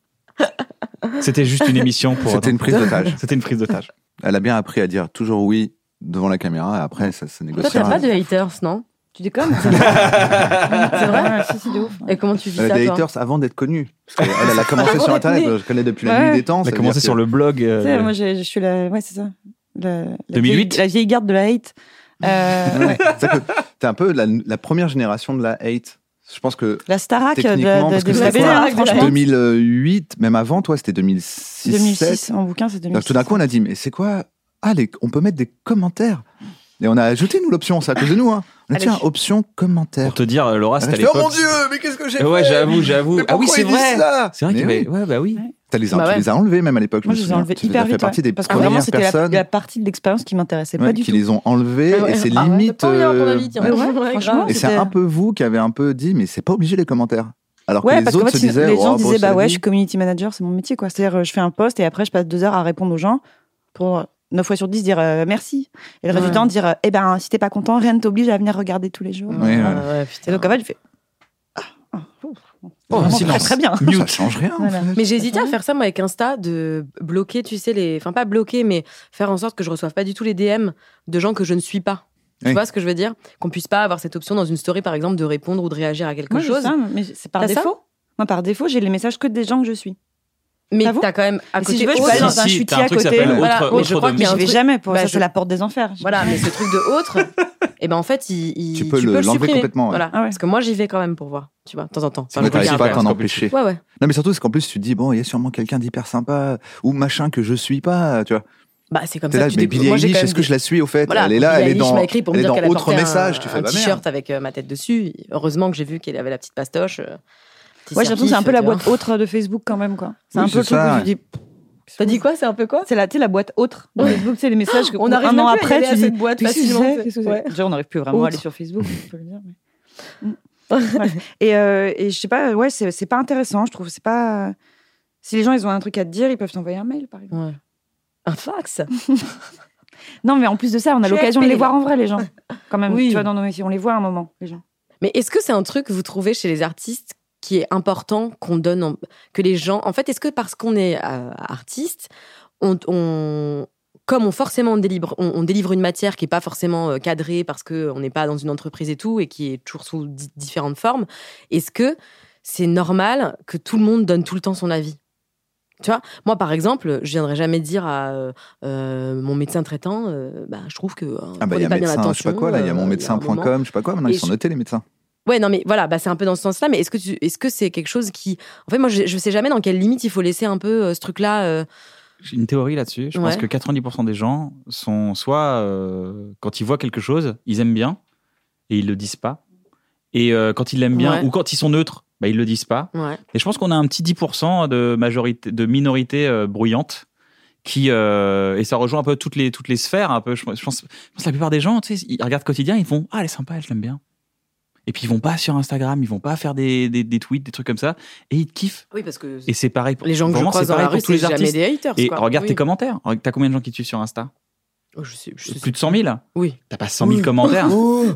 Speaker 1: C'était juste une émission pour.
Speaker 6: C'était une prise d'otage.
Speaker 1: C'était une prise d'otage.
Speaker 6: Elle a bien appris à dire toujours oui devant la caméra. et Après, ça se
Speaker 5: Toi,
Speaker 6: négocie.
Speaker 5: t'as pas de haters, non
Speaker 10: Tu déconnes C'est
Speaker 5: vrai
Speaker 10: Si, si, de ouf.
Speaker 5: Et comment tu vis
Speaker 6: Elle
Speaker 5: ça,
Speaker 6: a Euh, des
Speaker 5: toi
Speaker 6: haters avant d'être connue. Parce qu'elle, elle a commencé
Speaker 10: Avant
Speaker 6: sur
Speaker 10: d'être
Speaker 6: Internet.
Speaker 10: née.
Speaker 6: Je connais depuis la
Speaker 10: Ouais.
Speaker 6: nuit des temps.
Speaker 1: On
Speaker 6: ça
Speaker 1: a
Speaker 6: veut
Speaker 1: commencé
Speaker 6: dire
Speaker 1: sur
Speaker 6: que-
Speaker 1: le blog. euh,
Speaker 10: Tu sais, moi, je, je suis la. Ouais, c'est ça. La, la
Speaker 1: 2008.
Speaker 10: vieille- la vieille garde de la hate. Euh, ouais.
Speaker 6: C'est-à-dire que T'es un peu la, la première génération de la hate. Je pense que.
Speaker 2: La Starac Ah, euh, de,
Speaker 6: Techniquement,
Speaker 2: de,
Speaker 6: parce
Speaker 2: de,
Speaker 6: que c'était
Speaker 2: Bébé,
Speaker 6: quoi,
Speaker 2: hein, franchement.
Speaker 6: 2008, même avant toi, c'était 2006.
Speaker 2: 2006, en bouquin, c'est
Speaker 6: Alors,
Speaker 2: 2006.
Speaker 6: tout d'un coup, on a dit, mais c'est quoi Ah, les- on peut mettre des commentaires. Et on a ajouté, nous, l'option, ça, à cause de nous. Hein. On a dit,
Speaker 1: Allez.
Speaker 6: tiens, option commentaire.
Speaker 1: Pour te dire, euh, Laura, c'était à
Speaker 6: Je fais, oh
Speaker 1: l'époque. Euh,
Speaker 6: mon Dieu, mais qu'est-ce que j'ai
Speaker 1: Ouais,
Speaker 6: fait
Speaker 1: j'avoue, j'avoue.
Speaker 6: Mais
Speaker 1: Ah oui,
Speaker 6: pourquoi
Speaker 1: c'est
Speaker 6: ils disent
Speaker 1: vrai.
Speaker 6: ça
Speaker 1: C'est vrai qu'il y
Speaker 6: Mais
Speaker 1: avait-
Speaker 6: oui.
Speaker 1: Ouais, bah oui.
Speaker 6: T'as les,
Speaker 2: Bah
Speaker 6: tu
Speaker 2: ouais.
Speaker 6: les as enlevés, même à l'époque. je
Speaker 2: Moi,
Speaker 6: me
Speaker 2: je les ai
Speaker 6: souviens.
Speaker 2: enlevés
Speaker 6: Tu
Speaker 2: hyper
Speaker 6: as fait
Speaker 2: vite.
Speaker 6: partie
Speaker 2: ouais.
Speaker 6: des
Speaker 2: Parce que vraiment,
Speaker 6: premières
Speaker 2: c'était la,
Speaker 6: personnes
Speaker 2: la partie de l'expérience qui m'intéressait
Speaker 6: ouais,
Speaker 2: pas du
Speaker 6: qui
Speaker 2: tout.
Speaker 6: les ont enlevés.
Speaker 2: Ah ouais.
Speaker 6: Et c'est
Speaker 2: Ah ouais,
Speaker 6: limite.
Speaker 2: t'as pas eu un bon
Speaker 6: euh,
Speaker 2: avis, tiens.
Speaker 6: ouais.
Speaker 2: Ouais, ouais, franchement,
Speaker 6: Et c'est
Speaker 2: c'était-
Speaker 6: un peu vous qui avez un peu dit, mais c'est pas obligé les commentaires. Alors
Speaker 2: ouais,
Speaker 6: que les
Speaker 2: parce qu'en
Speaker 6: autres
Speaker 2: fait,
Speaker 6: se disaient,
Speaker 2: les
Speaker 6: oh,
Speaker 2: gens
Speaker 6: bon,
Speaker 2: disaient,
Speaker 6: c'est la
Speaker 2: bah ouais,
Speaker 6: vie.
Speaker 2: je suis community manager, c'est mon métier, quoi. C'est-à-dire, euh, je fais un post et après, je passe deux heures à répondre aux gens pour 9 fois sur 10 dire euh, merci. Et le reste
Speaker 5: Ouais.
Speaker 2: du temps, dire, euh, eh ben, si t'es pas content, rien ne t'oblige à venir regarder tous les jours.
Speaker 6: Ouais, ouais. Ah
Speaker 2: et donc, en fait, je fais. ah, ah, ouf. Vraiment, très,
Speaker 6: silence.
Speaker 2: Très bien.
Speaker 6: Mute. Ça change rien.
Speaker 2: Voilà.
Speaker 5: Mais j'ai hésité à faire ça, moi, avec Insta, de bloquer, tu sais, les. Enfin, pas bloquer, mais faire en sorte que je reçoive pas du tout les DM de gens que je ne suis pas. Tu
Speaker 2: Oui.
Speaker 5: vois ce que je veux dire Qu'on puisse pas avoir cette option dans une story, par exemple, de répondre ou de réagir à quelque
Speaker 2: Moi, j'ai
Speaker 5: chose.
Speaker 2: ça, mais c'est par
Speaker 5: T'as ça
Speaker 2: défaut. Moi, par défaut, j'ai les messages que des gens que je suis.
Speaker 5: Mais
Speaker 2: T'avoues
Speaker 5: t'as quand même à
Speaker 2: Et
Speaker 5: côté
Speaker 2: si je veux, je peux
Speaker 5: autre.
Speaker 2: aller dans un
Speaker 5: Si, si,
Speaker 2: chutis
Speaker 5: t'as un
Speaker 2: à
Speaker 5: truc qui
Speaker 2: côté.
Speaker 5: s'appelle autre-
Speaker 2: mais
Speaker 5: autre
Speaker 2: je crois
Speaker 5: de
Speaker 2: qu'il y a un
Speaker 5: mes-
Speaker 2: truc- jamais. Pour
Speaker 5: Bah,
Speaker 2: ça,
Speaker 5: je-
Speaker 2: c'est la porte des enfers.
Speaker 5: Voilà, mais ce truc de autre, et ben en fait, il, il-
Speaker 6: Tu peux le- l'enlever
Speaker 5: supprimer.
Speaker 6: complètement, ouais.
Speaker 5: Voilà,
Speaker 2: Ah
Speaker 5: parce que moi j'y vais quand même pour voir, tu vois, de temps en temps.
Speaker 6: Tu
Speaker 5: Enfin,
Speaker 6: ne
Speaker 5: je
Speaker 6: t'arrives
Speaker 5: regarde.
Speaker 6: pas à t'en empêcher.
Speaker 5: Ouais, ouais.
Speaker 6: Non, mais surtout, c'est qu'en plus, tu te dis, bon, il y a sûrement quelqu'un d'hyper sympa ou machin que je suis pas, tu vois.
Speaker 5: Bah, c'est comme
Speaker 6: T'es
Speaker 5: ça
Speaker 6: là,
Speaker 5: que tu
Speaker 6: mais
Speaker 5: découvres.
Speaker 6: Billie
Speaker 5: Moi, j'ai
Speaker 6: Eilish,
Speaker 5: quand même
Speaker 6: est-ce que
Speaker 5: des-
Speaker 6: je la suis au fait
Speaker 5: Voilà,
Speaker 6: Elle est là,
Speaker 5: Billie
Speaker 6: elle est
Speaker 5: Eilish
Speaker 6: dans,
Speaker 5: m'a écrit pour me
Speaker 6: elle est
Speaker 5: dire
Speaker 6: dans
Speaker 5: qu'elle a
Speaker 6: autre
Speaker 5: porté
Speaker 6: message.
Speaker 5: un,
Speaker 6: tu
Speaker 5: un
Speaker 6: fais bah, merde.
Speaker 5: t-shirt avec euh, ma tête dessus. Heureusement que j'ai vu qu'elle avait la petite pastoche. euh, petit
Speaker 2: Ouais, j'ai l'impression que c'est un
Speaker 5: certif,
Speaker 2: peu la
Speaker 5: tu vois.
Speaker 2: boîte autre de Facebook quand même, quoi. C'est
Speaker 5: Oui,
Speaker 2: un peu
Speaker 5: c'est
Speaker 2: le truc
Speaker 5: ça,
Speaker 2: où
Speaker 5: ouais.
Speaker 2: je dis. T'as dit
Speaker 5: quoi C'est un peu quoi
Speaker 2: C'est la, tu sais, la boîte autre de Facebook, c'est les messages que
Speaker 3: On arrive
Speaker 2: un
Speaker 3: même
Speaker 2: an
Speaker 3: plus à
Speaker 2: après,
Speaker 3: aller
Speaker 2: tu
Speaker 3: à
Speaker 2: dis,
Speaker 3: cette boîte
Speaker 2: mais qu'est-ce que
Speaker 3: facilement,
Speaker 2: c'est
Speaker 3: c'est-
Speaker 2: Qu'est-ce que c'est
Speaker 3: ouais.
Speaker 2: Déjà, on n'arrive plus vraiment à aller
Speaker 3: Autre.
Speaker 2: sur Facebook, on peut le dire. mais- Voilà. Mm. et, euh, et je sais pas, ouais, c'est c'est pas intéressant, je trouve. C'est pas. Si les gens ils ont un truc à te dire, ils peuvent t'envoyer un mail, par exemple.
Speaker 5: Un fax
Speaker 2: Non, mais en plus de ça, on a
Speaker 5: Je vais
Speaker 2: l'occasion de
Speaker 5: appeler.
Speaker 2: les voir en vrai, les gens. Quand même,
Speaker 5: Oui.
Speaker 2: tu vois, dans nos métiers, on les voit à un moment, les gens.
Speaker 5: Mais est-ce que c'est un truc que vous trouvez chez les artistes qui est important qu'on donne, en- que les gens. En fait, est-ce que parce qu'on est euh, artiste, on. on- Comme on forcément on délivre, on, on délivre une matière qui n'est pas forcément euh, cadrée parce qu'on n'est pas dans une entreprise et tout, et qui est toujours sous di- différentes formes, est-ce que c'est normal que tout le monde donne tout le temps son avis Tu vois, moi par exemple, je viendrais jamais dire à euh, euh, mon médecin traitant, euh, bah, je trouve que euh,
Speaker 6: Ah, bah, il
Speaker 5: prenez
Speaker 6: y a
Speaker 5: pas bien
Speaker 6: médecin, je sais pas
Speaker 5: l'attention,
Speaker 6: quoi, là, il y a
Speaker 5: euh,
Speaker 6: mon
Speaker 5: un moment.
Speaker 6: médecin.com, je sais pas quoi. Maintenant,
Speaker 5: Et
Speaker 6: ils sont
Speaker 5: je-
Speaker 6: notés, les médecins.
Speaker 5: Ouais, non, mais voilà, bah, c'est un peu dans ce sens-là. Mais est-ce que tu, est-ce que c'est quelque chose qui, en fait, moi, je, je sais jamais dans quelle limite il faut laisser un peu euh, ce truc-là. euh,
Speaker 1: J'ai une théorie là-dessus. Je pense
Speaker 5: Ouais.
Speaker 1: que 90% des gens sont soit, euh, quand ils voient quelque chose, ils aiment bien et ils le disent pas. Et euh, quand ils l'aiment bien
Speaker 5: Ouais.
Speaker 1: ou quand ils sont neutres, bah, ils le disent pas.
Speaker 5: Ouais.
Speaker 1: Et je pense qu'on a un petit 10% de, majorité, de minorité euh, brouillante. Qui, euh, et ça rejoint un peu toutes les, toutes les sphères. Un peu. Je, pense- je pense, je pense que la plupart des gens, tu sais, ils regardent quotidien, ils font Ah, elle est sympa, je l'aime bien. Et puis ils vont pas sur Instagram, ils vont pas faire des, des, des tweets, des trucs comme ça. Et ils te kiffent.
Speaker 5: Oui, parce que.
Speaker 1: Et c'est pareil pour
Speaker 5: Les gens que je
Speaker 1: vraiment,
Speaker 5: croise
Speaker 1: c'est
Speaker 5: dans la
Speaker 1: pareil pour
Speaker 5: rue,
Speaker 1: tous les
Speaker 5: c'est jamais
Speaker 1: artistes.
Speaker 5: des haters,
Speaker 1: Et
Speaker 5: quoi.
Speaker 1: regarde
Speaker 5: Oui.
Speaker 1: tes commentaires. T'as combien de gens qui te suivent sur Insta
Speaker 5: Oh, je sais, je sais.
Speaker 1: Plus de 100 000
Speaker 5: Oui.
Speaker 1: T'as pas 100 000 commentaires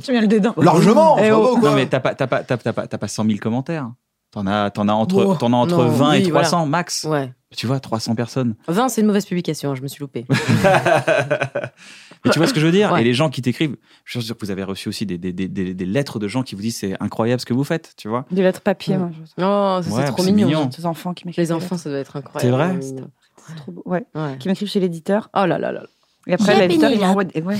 Speaker 2: Tu mets le dédain.
Speaker 1: Largement
Speaker 2: Eh oh.
Speaker 1: Non, mais t'as pas, t'as pas, t'as, t'as pas, t'as pas 100 000 commentaires. T'en as, t'en as entre,
Speaker 5: Wow.
Speaker 1: t'en as entre
Speaker 5: Non,
Speaker 1: 20 et
Speaker 5: oui, voilà.
Speaker 1: 300 max.
Speaker 5: Ouais.
Speaker 1: Tu vois, 300 personnes.
Speaker 5: 20, c'est une mauvaise publication, je me suis loupée. Oh,
Speaker 1: Mais tu vois ce que je veux dire
Speaker 5: Ouais.
Speaker 1: Et les gens qui t'écrivent, je suis sûr que vous avez reçu aussi des, des, des, des, des lettres de gens qui vous disent c'est incroyable ce que vous faites, tu vois
Speaker 2: De lettres papier, moi.
Speaker 5: Oh, ça, c'est
Speaker 1: Ouais,
Speaker 5: trop
Speaker 1: c'est
Speaker 5: mignon.
Speaker 1: mignon.
Speaker 2: Ces enfants qui m'écrivent.
Speaker 5: Les
Speaker 2: des
Speaker 5: enfants,
Speaker 2: lettres.
Speaker 5: ça doit être incroyable.
Speaker 1: C'est vrai
Speaker 2: C'est trop beau. Ouais.
Speaker 5: Ouais.
Speaker 2: Qui m'écrivent chez l'éditeur.
Speaker 5: Oh là là là.
Speaker 2: Et après,
Speaker 5: J'ai
Speaker 2: l'éditeur,
Speaker 5: fini,
Speaker 2: il
Speaker 5: là.
Speaker 2: m'envoie des... ouais.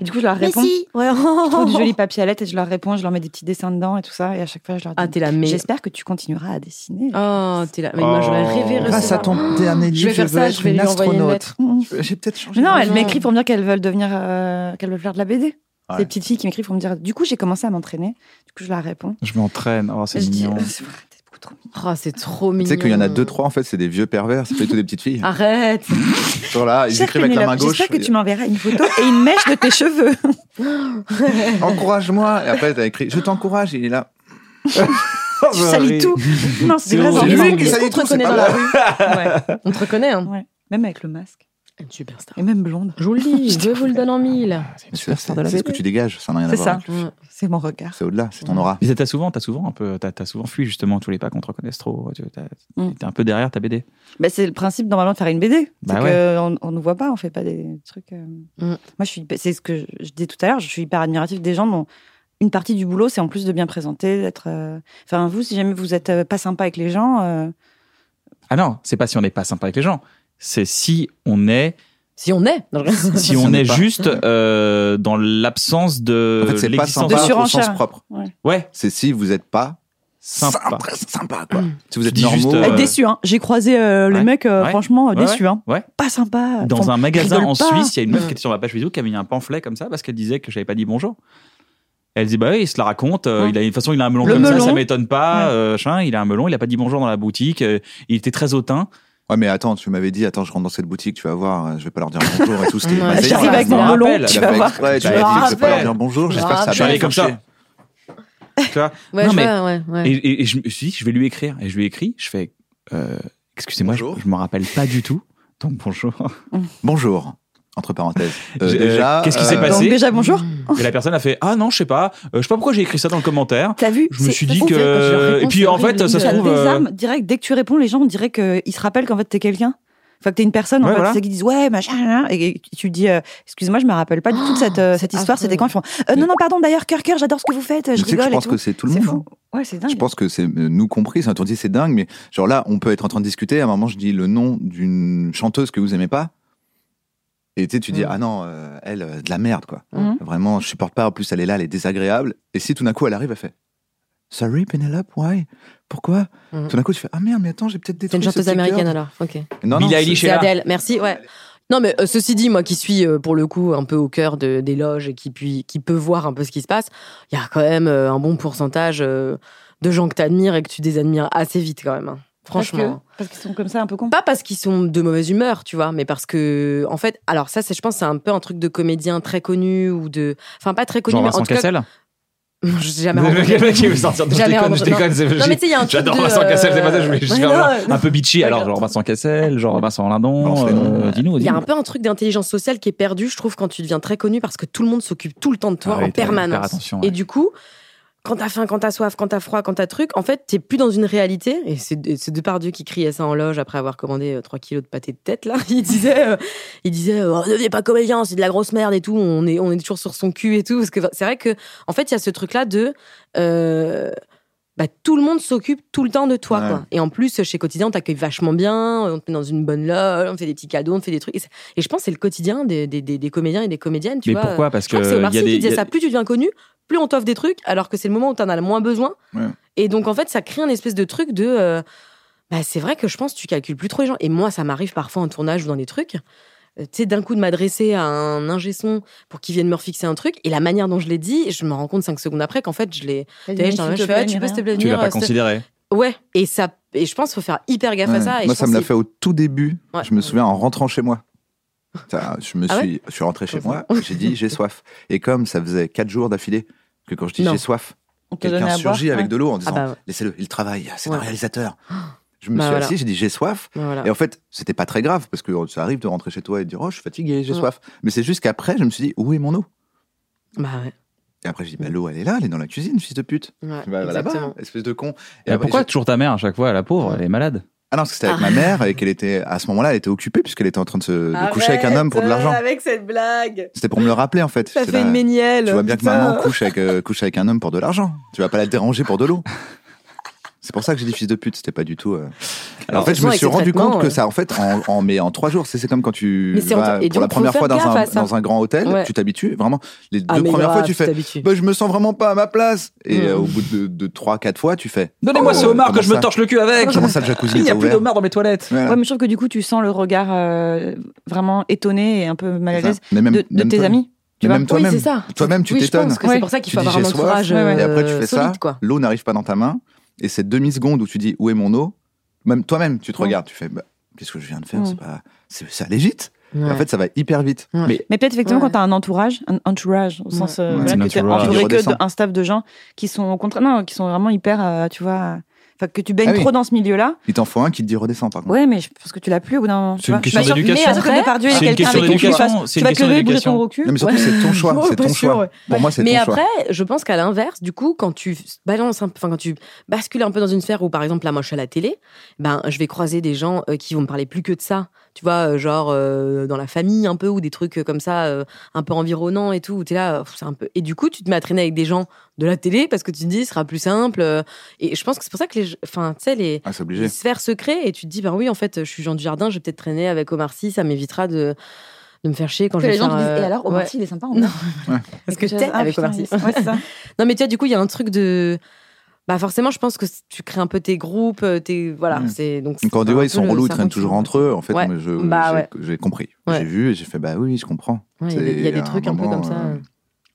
Speaker 2: Et du coup, je leur
Speaker 5: Mais
Speaker 2: réponds.
Speaker 5: si. Ouais.
Speaker 2: Je trouve du joli papier à lettres et je leur réponds, je leur mets des petits dessins dedans et tout ça. Et à chaque fois, je leur dis
Speaker 5: Ah, t'es la meilleure.
Speaker 2: J'espère que tu continueras à dessiner.
Speaker 5: Oh, t'es là. Mais moi, j'aurais
Speaker 2: Oh.
Speaker 5: rêvé
Speaker 1: Ah,
Speaker 2: Grâce
Speaker 5: recevoir-
Speaker 2: à ton
Speaker 5: Oh,
Speaker 2: dernier livre,
Speaker 5: Je vais faire
Speaker 2: je
Speaker 5: ça,
Speaker 2: veux
Speaker 5: je
Speaker 2: être
Speaker 5: vais
Speaker 2: une
Speaker 5: lui envoyer une
Speaker 2: astronaute.
Speaker 5: lettre.
Speaker 6: J'ai peut-être changé.
Speaker 2: Mais non, elle
Speaker 5: Non.
Speaker 2: m'écrit pour me dire qu'elle veut devenir, euh, qu'elle veut faire de la BD.
Speaker 1: Ouais.
Speaker 2: C'est des petites filles qui m'écrivent pour me dire. Du coup, j'ai commencé à m'entraîner. Du coup, je leur réponds.
Speaker 1: Je m'entraîne. Oh, c'est
Speaker 2: Je dis,
Speaker 1: mignon.
Speaker 2: euh, c'est
Speaker 5: Oh, c'est trop
Speaker 6: Tu
Speaker 5: mignon.
Speaker 6: sais qu'il y en a deux, trois, en fait, c'est des vieux pervers, c'est pas du tout des petites filles.
Speaker 5: Arrête
Speaker 6: Genre là, ils
Speaker 2: Chère
Speaker 6: écrivent avec la main
Speaker 2: Pénélope,
Speaker 6: gauche.
Speaker 2: J'espère que tu m'enverras une photo et une mèche de tes cheveux.
Speaker 6: Encourage-moi. Et après, t'as écrit Je t'encourage, il est là.
Speaker 2: Tu salis tout. Non, c'est
Speaker 6: Oh, C'est
Speaker 2: des vrais
Speaker 6: horrible.
Speaker 2: enfants.
Speaker 6: C'est lui qui
Speaker 2: Est-ce qu'on
Speaker 6: salit
Speaker 2: te
Speaker 6: tout,
Speaker 2: reconnaît
Speaker 6: c'est
Speaker 2: dans
Speaker 6: pas
Speaker 2: la rue Ouais.
Speaker 5: On te reconnaît, hein
Speaker 2: Ouais. Même avec le masque.
Speaker 5: Une superstar.
Speaker 2: Et même blonde.
Speaker 5: Jolie, je vous le donne en mille.
Speaker 1: Ah,
Speaker 6: Mais C'est c'est-
Speaker 5: de la
Speaker 6: c'est ce que
Speaker 5: BD.
Speaker 6: tu dégages, ça n'a rien à
Speaker 2: C'est
Speaker 6: voir.
Speaker 2: ça.
Speaker 6: avec-
Speaker 2: C'est mon regard.
Speaker 6: C'est au-delà, c'est ton aura.
Speaker 1: Mais t'as souvent, t'as souvent un peu, t'as, t'as souvent fui justement tous les pas qu'on te reconnaisse trop. Tu vois, t'as-
Speaker 2: Mm.
Speaker 1: T'es un peu derrière ta BD.
Speaker 2: Bah, c'est le principe normalement de faire une BD. C'est
Speaker 1: Bah
Speaker 2: que
Speaker 1: ouais.
Speaker 2: on, on nous voit pas, on fait pas des trucs. euh.
Speaker 10: Mm.
Speaker 2: Moi, je suis. hyper- C'est ce que je, je disais tout à l'heure. Je suis hyper admiratif des gens dont une partie du boulot, c'est en plus de bien présenter, d'être. euh, Enfin, vous, si jamais vous êtes euh, pas sympa avec les gens, euh,
Speaker 1: Ah non, c'est pas si on n'est pas sympa avec les gens. C'est si on est,
Speaker 5: Si on est. dans le-
Speaker 1: si on
Speaker 6: n'est
Speaker 1: est
Speaker 6: pas.
Speaker 1: juste euh, dans l'absence de
Speaker 6: En fait, c'est pas
Speaker 1: Euh, l'existence
Speaker 6: sympa
Speaker 2: De
Speaker 6: au
Speaker 2: surenchère.
Speaker 6: sens propre.
Speaker 2: ouais.
Speaker 1: Ouais,
Speaker 6: C'est si vous n'êtes pas
Speaker 1: sympa.
Speaker 6: Très sympa, quoi.
Speaker 1: Si vous êtes
Speaker 6: dis
Speaker 1: normaux,
Speaker 6: juste,
Speaker 1: euh,
Speaker 10: Déçu, hein. J'ai croisé euh, le
Speaker 1: Ouais.
Speaker 10: mec, euh,
Speaker 1: Ouais.
Speaker 10: franchement,
Speaker 1: Ouais,
Speaker 10: déçu,
Speaker 1: ouais.
Speaker 10: hein.
Speaker 1: Ouais.
Speaker 10: Pas sympa.
Speaker 5: Ah,
Speaker 1: Dans
Speaker 10: Enfin,
Speaker 1: un magasin
Speaker 10: rigole
Speaker 1: en
Speaker 10: pas.
Speaker 1: Suisse, il y a une meuf qui était sur ma page Facebook qui a mis un pamphlet comme ça parce qu'elle disait que j'avais pas dit bonjour. Elle dit bah oui, il se la raconte. euh, il a de toute façon il a un melon
Speaker 10: Le
Speaker 1: comme ça,
Speaker 10: melon.
Speaker 1: ça m'étonne pas. euh, chin, il a un melon, il a pas dit bonjour dans la boutique. euh, il était très hautain.
Speaker 6: Ouais, mais attends, tu m'avais dit, attends, je rentre dans cette boutique, tu vas voir, euh, je vais pas leur dire bonjour et tout ce qui est
Speaker 1: Ouais.
Speaker 6: passé.
Speaker 1: J'arrive avec
Speaker 6: Je me
Speaker 1: mon melon,
Speaker 6: rappelle,
Speaker 1: tu
Speaker 6: elle
Speaker 1: vas
Speaker 6: a fait
Speaker 1: voir.
Speaker 6: exprès, tu
Speaker 1: Je
Speaker 6: m'avais
Speaker 1: me
Speaker 6: dit, je vais pas leur
Speaker 1: rappelle.
Speaker 6: dire bonjour,
Speaker 1: Je
Speaker 5: Ah,
Speaker 6: j'espère que ça
Speaker 1: me
Speaker 6: va
Speaker 1: rappelle.
Speaker 6: bien
Speaker 1: Je suis allé
Speaker 6: marcher.
Speaker 1: Tu vois
Speaker 5: Ouais, je vois, ouais, ouais.
Speaker 1: Et, et- et je me suis dit je vais lui écrire et je lui écris. Je fais euh, excusez-moi, je, je m'en rappelle pas du tout. Donc bonjour.
Speaker 6: Bonjour. Entre parenthèses. Euh,
Speaker 1: J'ai- euh,
Speaker 6: déjà,
Speaker 1: qu'est-ce qui
Speaker 6: euh,
Speaker 1: s'est passé
Speaker 10: donc déjà, bonjour.
Speaker 5: Hmm. Oh.
Speaker 1: Et la personne a fait ah non je sais pas, Euh, je sais pas pourquoi j'ai écrit ça dans le commentaire.
Speaker 10: T'as vu
Speaker 1: Je me
Speaker 10: C'est-
Speaker 1: suis
Speaker 10: de
Speaker 1: dit
Speaker 10: toute façon, c'est- quand je
Speaker 1: que
Speaker 10: réponds,
Speaker 1: et puis
Speaker 10: c'est
Speaker 1: en fait
Speaker 10: horrible.
Speaker 1: ça se
Speaker 10: Ça
Speaker 1: trouve. euh,
Speaker 10: désarme direct. Dès que tu réponds, les gens, on dirait qu'ils se rappellent qu'en fait, t'es quelqu'un. Enfin, que t'es une personne, en
Speaker 1: Ouais,
Speaker 10: fait,
Speaker 1: voilà.
Speaker 10: c'est qu'ils disent ouais, machin, machin, et tu dis euh, excusez-moi, je me rappelle pas du tout de cette, euh, cette histoire. C'était quand ils font Euh, non, non, pardon, d'ailleurs, cœur, cœur, j'adore ce que vous faites,
Speaker 6: Mais
Speaker 10: je
Speaker 6: tu sais que
Speaker 10: rigole.
Speaker 6: je
Speaker 10: et
Speaker 6: pense que c'est tout le monde. hein.
Speaker 10: Ouais, c'est dingue.
Speaker 6: Je pense que c'est euh, nous compris, c'est on dit c'est dingue, mais genre là, on peut être en train de discuter. À un moment, je dis le nom d'une chanteuse que vous aimez pas, et tu sais, tu
Speaker 5: Mm.
Speaker 6: dis ah non, euh, elle euh, de la merde quoi.
Speaker 1: Mm.
Speaker 10: Mhm.
Speaker 6: Vraiment, je supporte pas. En plus, elle est là, elle est désagréable. Et si tout d'un coup, elle arrive, elle fait Sorry, Penelope, why Pourquoi
Speaker 5: Mhm.
Speaker 6: Tout d'un coup, tu fais ah merde, mais attends, j'ai peut-être
Speaker 5: C'est
Speaker 6: détruit.
Speaker 5: une chanteuse
Speaker 6: ce petit
Speaker 5: américaine
Speaker 6: cœur.
Speaker 5: alors. Ok.
Speaker 6: Non, non,
Speaker 1: Billie
Speaker 6: c'est-
Speaker 1: Eilish
Speaker 5: C'est
Speaker 1: est là.
Speaker 5: Adèle, merci. Ouais. Non, mais euh, ceci dit, moi qui suis euh, pour le coup un peu au cœur de- des loges et qui, puis, qui peut voir un peu ce qui se passe, il y a quand même euh, un bon pourcentage euh, de gens que tu admires et que tu désadmires assez vite quand même. hein.
Speaker 10: Parce que-
Speaker 5: Franchement.
Speaker 10: Parce qu'ils sont comme ça un peu cons.
Speaker 1: Ah,
Speaker 5: Pas parce qu'ils sont de mauvaise humeur, tu vois, mais parce que, en fait, alors ça, c'est, je pense, c'est un peu un truc de comédien très connu ou de. Enfin, pas très connu,
Speaker 1: Genre
Speaker 5: mais en
Speaker 1: Vincent
Speaker 5: tout cas. Ah,
Speaker 1: Cassel
Speaker 5: Je sais jamais
Speaker 1: Le
Speaker 5: rencontré.
Speaker 1: mec qui veut sortir de je
Speaker 5: Jamais
Speaker 1: déconne, je
Speaker 5: rencontré-
Speaker 1: déconne.
Speaker 5: non.
Speaker 1: c'est-
Speaker 5: Non, mais tu sais, il y a un truc
Speaker 1: J'adore
Speaker 5: de,
Speaker 1: Vincent
Speaker 5: euh,
Speaker 1: Cassel, c'est pas ça, je voulais juste
Speaker 5: ouais,
Speaker 1: faire
Speaker 5: non,
Speaker 1: genre
Speaker 5: non.
Speaker 1: un peu bitchy. Alors, genre Vincent Cassel, genre Vincent Lindon, euh, dis-nous.
Speaker 5: Il y a
Speaker 1: dis-nous.
Speaker 5: un peu un truc d'intelligence sociale qui est perdu, je trouve, quand tu deviens très connu parce que tout le monde s'occupe tout le temps de toi
Speaker 1: Ah oui,
Speaker 5: en
Speaker 1: t'as-
Speaker 5: permanence.
Speaker 1: faire attention, ouais.
Speaker 5: Et du coup, quand t'as faim, quand t'as soif, quand t'as froid, quand t'as truc, en fait, t'es plus dans une réalité. Et c'est et c'est Depardieu qui criait ça en loge après avoir commandé euh, 3 kilos de pâté de tête, là. Il disait, euh, il disait, euh, Oh, devenez pas comédien, c'est de la grosse merde et tout. On est, on est toujours sur son cul et tout. Parce que c'est vrai que, en fait, il y a ce truc-là de, euh, bah, tout le monde s'occupe tout le temps de toi.
Speaker 6: Ouais.
Speaker 5: Quoi. Et en plus, chez Quotidien, on t'accueille vachement bien, on te met dans une bonne loge, on te fait des petits cadeaux, on te fait des trucs. Et, c'est- et je pense que c'est le quotidien des, des, des, des comédiens et des comédiennes. Tu
Speaker 1: Mais
Speaker 5: vois.
Speaker 1: pourquoi Parce
Speaker 5: Je crois
Speaker 1: que
Speaker 5: que c'est
Speaker 1: il Euh, y a
Speaker 5: Omar Sy
Speaker 1: des-
Speaker 5: qui
Speaker 1: il
Speaker 5: disait
Speaker 1: y a-
Speaker 5: ça. Plus tu deviens connu, plus on t'offre des trucs, alors que c'est le moment où t'en as le moins besoin.
Speaker 6: Ouais.
Speaker 5: Et donc, en fait, ça crée un espèce de truc de. euh, bah, c'est vrai que je pense que tu calcules plus trop les gens. Et moi, ça m'arrive parfois en tournage ou dans des trucs. euh, Tu sais, d'un coup de m'adresser à un ingé son pour qu'il vienne me refixer un truc, et la manière dont je l'ai dit, je me rends compte cinq secondes après qu'en fait, je l'ai.
Speaker 10: Vas-y,
Speaker 5: T'as vu, j'étais en
Speaker 10: s'il
Speaker 5: mode,
Speaker 10: te hein.
Speaker 5: je fais,
Speaker 10: plaît,
Speaker 5: ah, Tu peux,
Speaker 10: Myriam.
Speaker 5: s'il te plaît,
Speaker 1: Tu
Speaker 5: venir,
Speaker 1: l'as pas
Speaker 5: euh, s'il te-
Speaker 1: considéré.
Speaker 6: Ah,
Speaker 5: Ouais, et ça, et je pense qu'il faut faire hyper gaffe à
Speaker 6: Ouais.
Speaker 5: ça. et
Speaker 6: Moi,
Speaker 5: je
Speaker 6: ça
Speaker 5: pense
Speaker 6: me l'a
Speaker 5: que
Speaker 6: fait au tout début.
Speaker 5: Ouais.
Speaker 6: Je me souviens en rentrant chez moi. Ça, je me
Speaker 5: Ah ouais
Speaker 6: suis, je suis rentré chez
Speaker 5: Comme ça.
Speaker 6: moi. J'ai dit j'ai soif. Et comme ça faisait quatre jours d'affilée que quand je dis
Speaker 5: Non.
Speaker 6: j'ai soif,
Speaker 10: On te donnait
Speaker 6: quelqu'un
Speaker 10: à boire.
Speaker 6: surgit avec
Speaker 10: ouais.
Speaker 6: de l'eau en disant
Speaker 5: Ah bah ouais.
Speaker 6: laissez-le, il travaille, c'est un
Speaker 5: Ouais.
Speaker 6: réalisateur. Je me
Speaker 5: Bah
Speaker 6: suis
Speaker 5: voilà.
Speaker 6: assis, j'ai dit j'ai soif.
Speaker 5: c'est- bah, voilà.
Speaker 6: Et en fait, c'était pas très grave parce que ça arrive de rentrer chez toi et de dire oh je suis fatigué, j'ai
Speaker 5: Ouais.
Speaker 6: soif. Mais c'est juste qu'après, je me suis dit où est mon eau
Speaker 5: Bah ouais.
Speaker 6: Et après, je
Speaker 5: Mm.
Speaker 6: dis bah, l'eau elle est là, elle est dans la cuisine, fils de pute.
Speaker 5: ouais,
Speaker 6: Tu vas va Bah, là-bas,
Speaker 5: exactement.
Speaker 6: espèce de con.
Speaker 1: Et
Speaker 6: après,
Speaker 1: pourquoi toujours ta mère à chaque fois, la pauvre, elle est malade
Speaker 6: ah non, parce que c'était avec ma mère et qu'elle était, à ce moment-là, elle était occupée puisqu'elle était en train de se de
Speaker 5: Ah
Speaker 6: coucher avec un homme pour de l'argent.
Speaker 9: Avec cette blague.
Speaker 6: C'était pour me le rappeler en fait.
Speaker 9: Ça
Speaker 6: C'est
Speaker 9: fait
Speaker 6: la-
Speaker 9: une ménielle.
Speaker 6: Tu vois bien que
Speaker 9: putain.
Speaker 6: maman couche avec, euh, couche avec un homme pour de l'argent. Tu vas pas la déranger pour de l'eau. C'est pour ça que j'ai dit fils de pute. C'était pas du tout. euh.
Speaker 1: Alors,
Speaker 6: en fait, je
Speaker 5: franchement,
Speaker 6: me suis
Speaker 5: avec
Speaker 6: rendu
Speaker 5: ces
Speaker 6: compte que
Speaker 5: traitements,
Speaker 6: ça, en fait, en, en- mais en trois jours, c'est c'est comme quand tu
Speaker 5: Mais c'est
Speaker 6: vas
Speaker 5: en- et
Speaker 6: pour la
Speaker 5: donc, faut
Speaker 6: première
Speaker 5: faire
Speaker 6: fois dans
Speaker 5: gaffe
Speaker 6: un,
Speaker 5: à ça.
Speaker 6: dans un grand hôtel,
Speaker 5: Ouais.
Speaker 6: tu t'habitues vraiment. Les
Speaker 5: Ah,
Speaker 6: deux
Speaker 5: mais
Speaker 6: premières
Speaker 5: grave,
Speaker 6: fois, tu fais.
Speaker 5: t'habitues.
Speaker 6: Bah, je me sens vraiment pas à ma place. Et
Speaker 10: Hmm.
Speaker 5: Mm.
Speaker 6: euh, au bout de, de trois, quatre fois, tu fais.
Speaker 1: Donnez-moi
Speaker 6: Oh,
Speaker 1: ce homard que
Speaker 6: comment
Speaker 1: je me
Speaker 6: ça
Speaker 1: torche le cul avec
Speaker 6: Comment ça, le jacuzzi
Speaker 1: Il n'y
Speaker 6: est
Speaker 1: a plus
Speaker 6: ouvert
Speaker 1: d'homard dans mes toilettes
Speaker 6: Voilà.
Speaker 10: Ouais, mais je trouve que du coup, tu sens le regard euh, vraiment étonné et un peu mal à
Speaker 6: C'est ça.
Speaker 10: l'aise
Speaker 6: Mais même-
Speaker 10: de, de
Speaker 6: même
Speaker 10: tes
Speaker 6: toi-
Speaker 10: amis. Tu
Speaker 6: mais
Speaker 10: vois
Speaker 6: même
Speaker 5: Oui,
Speaker 6: toi-même.
Speaker 5: c'est ça.
Speaker 6: Toi-même, tu
Speaker 5: Oui, je
Speaker 6: t'étonnes.
Speaker 5: pense que
Speaker 10: Ouais.
Speaker 5: c'est pour ça qu'il
Speaker 6: Tu
Speaker 5: faut
Speaker 6: dis
Speaker 5: avoir
Speaker 6: j'ai
Speaker 5: un
Speaker 6: soif,
Speaker 5: entourage
Speaker 10: ouais, ouais.
Speaker 6: Et après, tu
Speaker 5: euh,
Speaker 6: fais ça,
Speaker 5: solide, quoi.
Speaker 6: l'eau n'arrive pas dans ta main, et cette demi-seconde où tu dis où est mon eau, même toi-même, tu te
Speaker 10: Ouais.
Speaker 6: regardes, tu fais bah, qu'est-ce que je viens de faire
Speaker 10: Ouais.
Speaker 6: C'est pas. C'est ça allait vite. Et En fait, ça va hyper vite.
Speaker 10: Mais peut-être effectivement
Speaker 5: Ouais.
Speaker 10: quand t'as un entourage, un entourage au
Speaker 5: Ouais.
Speaker 10: sens euh,
Speaker 6: Ouais.
Speaker 10: voilà,
Speaker 1: C'est
Speaker 10: que t'es
Speaker 1: l'entourage.
Speaker 10: entouré
Speaker 6: Il
Speaker 10: que
Speaker 6: redescend.
Speaker 10: d'un staff de gens qui sont au contraire, non, qui sont vraiment hyper, euh, tu vois, enfin que tu baignes
Speaker 6: Ah oui.
Speaker 10: trop dans ce milieu-là.
Speaker 6: Il t'en faut un qui te dit redescends par contre.
Speaker 10: Ouais, mais je pense que tu l'as plus au bout d'un moment.
Speaker 1: C'est
Speaker 10: tu vois. Bah,
Speaker 1: une question
Speaker 10: Je suis pas sûre-
Speaker 1: d'éducation.
Speaker 10: Mais après, Depardieu est
Speaker 1: C'est une
Speaker 10: quelqu'un
Speaker 1: question
Speaker 10: avec ton
Speaker 1: d'éducation,
Speaker 10: choix.
Speaker 1: c'est
Speaker 10: Tu
Speaker 1: une
Speaker 10: vas te
Speaker 1: question
Speaker 10: lever, bouger
Speaker 1: d'éducation.
Speaker 10: ton recul.
Speaker 6: Non, mais surtout, c'est ton choix.
Speaker 10: Ouais,
Speaker 6: c'est
Speaker 10: pas
Speaker 6: ton
Speaker 10: sûr,
Speaker 6: choix.
Speaker 10: ouais.
Speaker 6: Pour moi, c'est ton
Speaker 5: Mais
Speaker 6: choix.
Speaker 5: après, je pense qu'à l'inverse, du coup, quand tu balances un peu, enfin, quand tu bascules un peu dans une sphère où, par exemple, là, moi, je suis à la télé, ben, je vais croiser des gens euh, qui vont me parler plus que de ça. Tu vois, euh, genre, euh, dans la famille, un peu, ou des trucs euh, comme ça, euh, un peu environnants et tout, où t'es là, euh, pff, c'est un peu. Et du coup, tu te mets à traîner avec des gens de la télé parce que tu te dis, ce sera plus simple. euh, et je pense que c'est pour ça que les, enfin, tu sais, les,
Speaker 6: Ah, c'est
Speaker 5: les
Speaker 6: obligé.
Speaker 5: sphères secrets et tu te dis ben oui en fait je suis Jean du Jardin je vais peut-être traîner avec Omar Sy ça m'évitera de de me faire chier quand je
Speaker 10: Que
Speaker 5: vais
Speaker 10: les gens
Speaker 5: faire,
Speaker 10: te disent,
Speaker 5: euh,
Speaker 10: et alors,
Speaker 5: ouais.
Speaker 10: Omar Sy, il est sympa.
Speaker 5: Non. parce que
Speaker 10: t'es
Speaker 5: Ah, peut-être avec Omar Sy
Speaker 10: Ouais, c'est ça.
Speaker 5: non mais tu vois du coup il y a un truc de bah forcément, je pense que tu crées un peu tes groupes, euh, tes voilà, c'est donc.
Speaker 6: Hmm. Quand on dit
Speaker 5: c'est un
Speaker 6: ouais,
Speaker 5: peu
Speaker 6: ils sont
Speaker 5: le-
Speaker 6: relous, ils
Speaker 5: ça
Speaker 6: traînent
Speaker 5: fonctionne.
Speaker 6: toujours entre eux, en fait,
Speaker 5: Ouais.
Speaker 6: mais je-
Speaker 5: Bah
Speaker 6: j'ai-
Speaker 5: ouais.
Speaker 6: j'ai compris.
Speaker 5: Ouais.
Speaker 6: J'ai vu et j'ai fait, bah oui, je comprends.
Speaker 5: Ouais, Il y a des- il y a
Speaker 6: C'est
Speaker 5: des trucs un peu
Speaker 6: moment,
Speaker 5: comme ça.
Speaker 6: euh,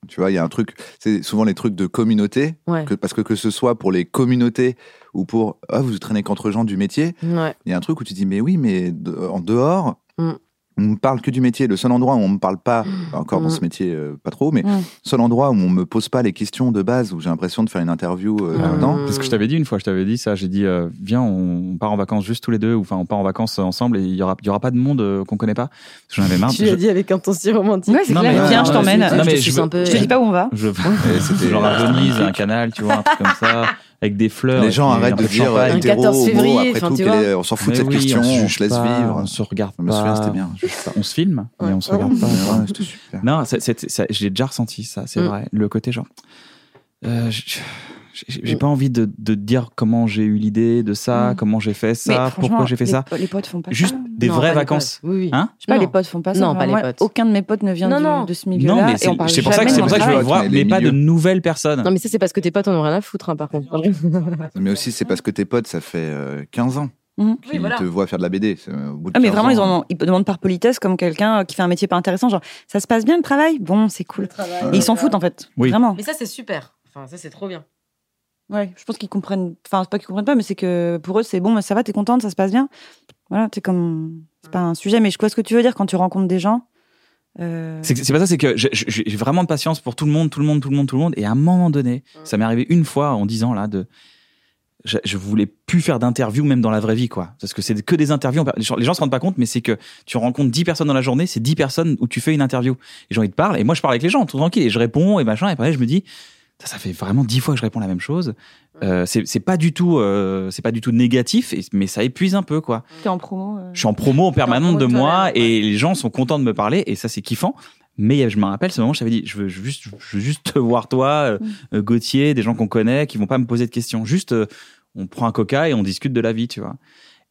Speaker 6: Tu vois, il y a un truc, c'est souvent les trucs de communauté,
Speaker 5: Ouais.
Speaker 6: que- parce que que ce soit pour les communautés ou pour, ah, vous traînez qu'entre gens du métier,
Speaker 5: Ouais.
Speaker 6: il y a un truc où tu dis, mais oui, mais de- en dehors,
Speaker 5: Mm.
Speaker 6: on me parle que du métier. Le seul endroit où on me parle pas, encore dans
Speaker 5: Mm.
Speaker 6: ce métier, euh, pas trop, mais
Speaker 5: Mm.
Speaker 6: seul endroit où on me pose pas les questions de base, où j'ai l'impression de faire une interview euh,
Speaker 5: Ah,
Speaker 6: là-dedans.
Speaker 1: C'est ce que je t'avais dit une fois. Je t'avais dit ça. J'ai dit, euh, viens, on, on part en vacances juste tous les deux, ou enfin, on part en vacances ensemble et il y aura, il y aura pas de monde euh, qu'on connaît pas. Parce que J'en avais
Speaker 6: Ah,
Speaker 1: marre.
Speaker 5: Tu l'as dit avec un ton si romantique.
Speaker 10: Ouais, c'est clair.
Speaker 1: euh,
Speaker 10: Viens, je t'emmène.
Speaker 1: non, mais
Speaker 10: suis
Speaker 1: je veux-
Speaker 10: un peu- je te dis pas où on va.
Speaker 1: Je
Speaker 6: Et c'était-
Speaker 1: genre à Venise, un canal, tu vois, un truc comme ça, avec des fleurs.
Speaker 6: Les
Speaker 1: et
Speaker 6: gens
Speaker 1: puis
Speaker 6: arrêtent
Speaker 1: un
Speaker 6: de
Speaker 1: peu de
Speaker 6: dire,
Speaker 1: champagne.
Speaker 6: euh, hétéro, Un 14 homo, février, après enfin, tout, tu quel vois. est- on s'en fout de
Speaker 1: Mais
Speaker 6: cette
Speaker 1: oui,
Speaker 6: question,
Speaker 1: on se
Speaker 6: on
Speaker 1: juge
Speaker 6: se laisse
Speaker 1: pas,
Speaker 6: vivre.
Speaker 1: On se regarde
Speaker 6: Je me souviens,
Speaker 1: pas.
Speaker 6: c'était bien, je
Speaker 1: On se filme, mais on se regarde
Speaker 10: Ah
Speaker 1: pas.
Speaker 6: Ouais,
Speaker 1: Non, c'est- c'est- ça- je l'ai déjà ressenti, ça, c'est
Speaker 6: Mm.
Speaker 1: vrai. Le côté genre. euh, je- je- j'ai
Speaker 10: Mm.
Speaker 1: j'ai pas envie de, de dire comment j'ai eu l'idée de ça, comment j'ai fait ça,
Speaker 10: Mais Ah.
Speaker 1: pourquoi
Speaker 10: franchement,
Speaker 1: j'ai fait
Speaker 10: les
Speaker 1: ça.
Speaker 10: po- les potes font pas ça.
Speaker 1: Juste des
Speaker 10: Mm. Non, pas
Speaker 1: vraies
Speaker 10: les
Speaker 1: vacances.
Speaker 10: potes. Oui, oui.
Speaker 1: Hein
Speaker 10: Je sais pas,
Speaker 5: Non.
Speaker 10: les potes font pas ça.
Speaker 5: Non,
Speaker 10: Enfin,
Speaker 5: pas les
Speaker 10: moi,
Speaker 5: potes.
Speaker 10: Aucun de mes potes ne vient
Speaker 5: Non,
Speaker 10: du-
Speaker 5: non.
Speaker 10: de ce
Speaker 1: Non,
Speaker 10: milieu-là.
Speaker 1: mais
Speaker 10: et on parle
Speaker 1: c'est c'est pour ça
Speaker 10: jamais
Speaker 1: que c'est
Speaker 10: de
Speaker 1: pour ça que je
Speaker 10: travail.
Speaker 1: veux voir, mais pas de nouvelles personnes.
Speaker 5: Non, mais ça, c'est parce que tes potes, on aura la foutre, hein, par contre.
Speaker 6: Mais aussi, c'est parce que tes potes, ça fait euh, 15 ans
Speaker 10: Mhm.
Speaker 6: qu'ils te voient faire de la BD. C'est, euh, au bout de
Speaker 10: Ah, mais
Speaker 6: 15
Speaker 10: vraiment,
Speaker 6: ans,
Speaker 10: ils, en ont- ils demandent par politesse, comme quelqu'un euh, qui fait un métier pas intéressant, genre ça se passe bien le travail Bon, c'est cool.
Speaker 6: euh,
Speaker 10: Et ils s'en foutent en fait. Vraiment.
Speaker 8: Mais ça, c'est super. Enfin, ça, c'est trop bien.
Speaker 10: Ouais, je pense qu'ils comprennent. Enfin, c'est pas qu'ils comprennent pas, mais c'est que pour eux, c'est bon, mais ça va, t'es contente, ça se passe bien. Voilà, t'es comme. C'est pas un sujet, mais je vois ce que tu veux dire quand tu rencontres des gens. euh,
Speaker 1: C'est que- c'est pas ça, c'est que j'ai- j'ai j'ai vraiment de patience pour tout le monde, tout le monde, tout le monde, tout le monde. Et à un moment donné, ça m'est arrivé une fois en 10 ans là de. Je, je voulais plus faire d'interviews même dans la vraie vie quoi parce que c'est que des interviews en per- les gens- les gens se rendent pas compte mais c'est que tu rencontres 10 personnes dans la journée c'est 10 personnes où tu fais une interview les gens ils te parlent et moi je parle avec les gens tout tranquille et je réponds et machin et après je me dis ça, ça fait vraiment 10 fois que je réponds la même chose Euh, c'est c'est pas du tout euh, c'est pas du tout négatif et- mais ça épuise un peu quoi
Speaker 10: T'es en promo. euh.
Speaker 1: je suis en promo en permanente de moi et les gens sont contents de me parler et ça c'est kiffant. Mais je me rappelle ce moment, où je t'avais dit, je veux, je veux juste, je veux juste te voir toi, euh, euh, Gauthier, des gens qu'on connaît, qui vont pas me poser de questions. Juste, euh, on prend un coca et on discute de la vie, tu vois.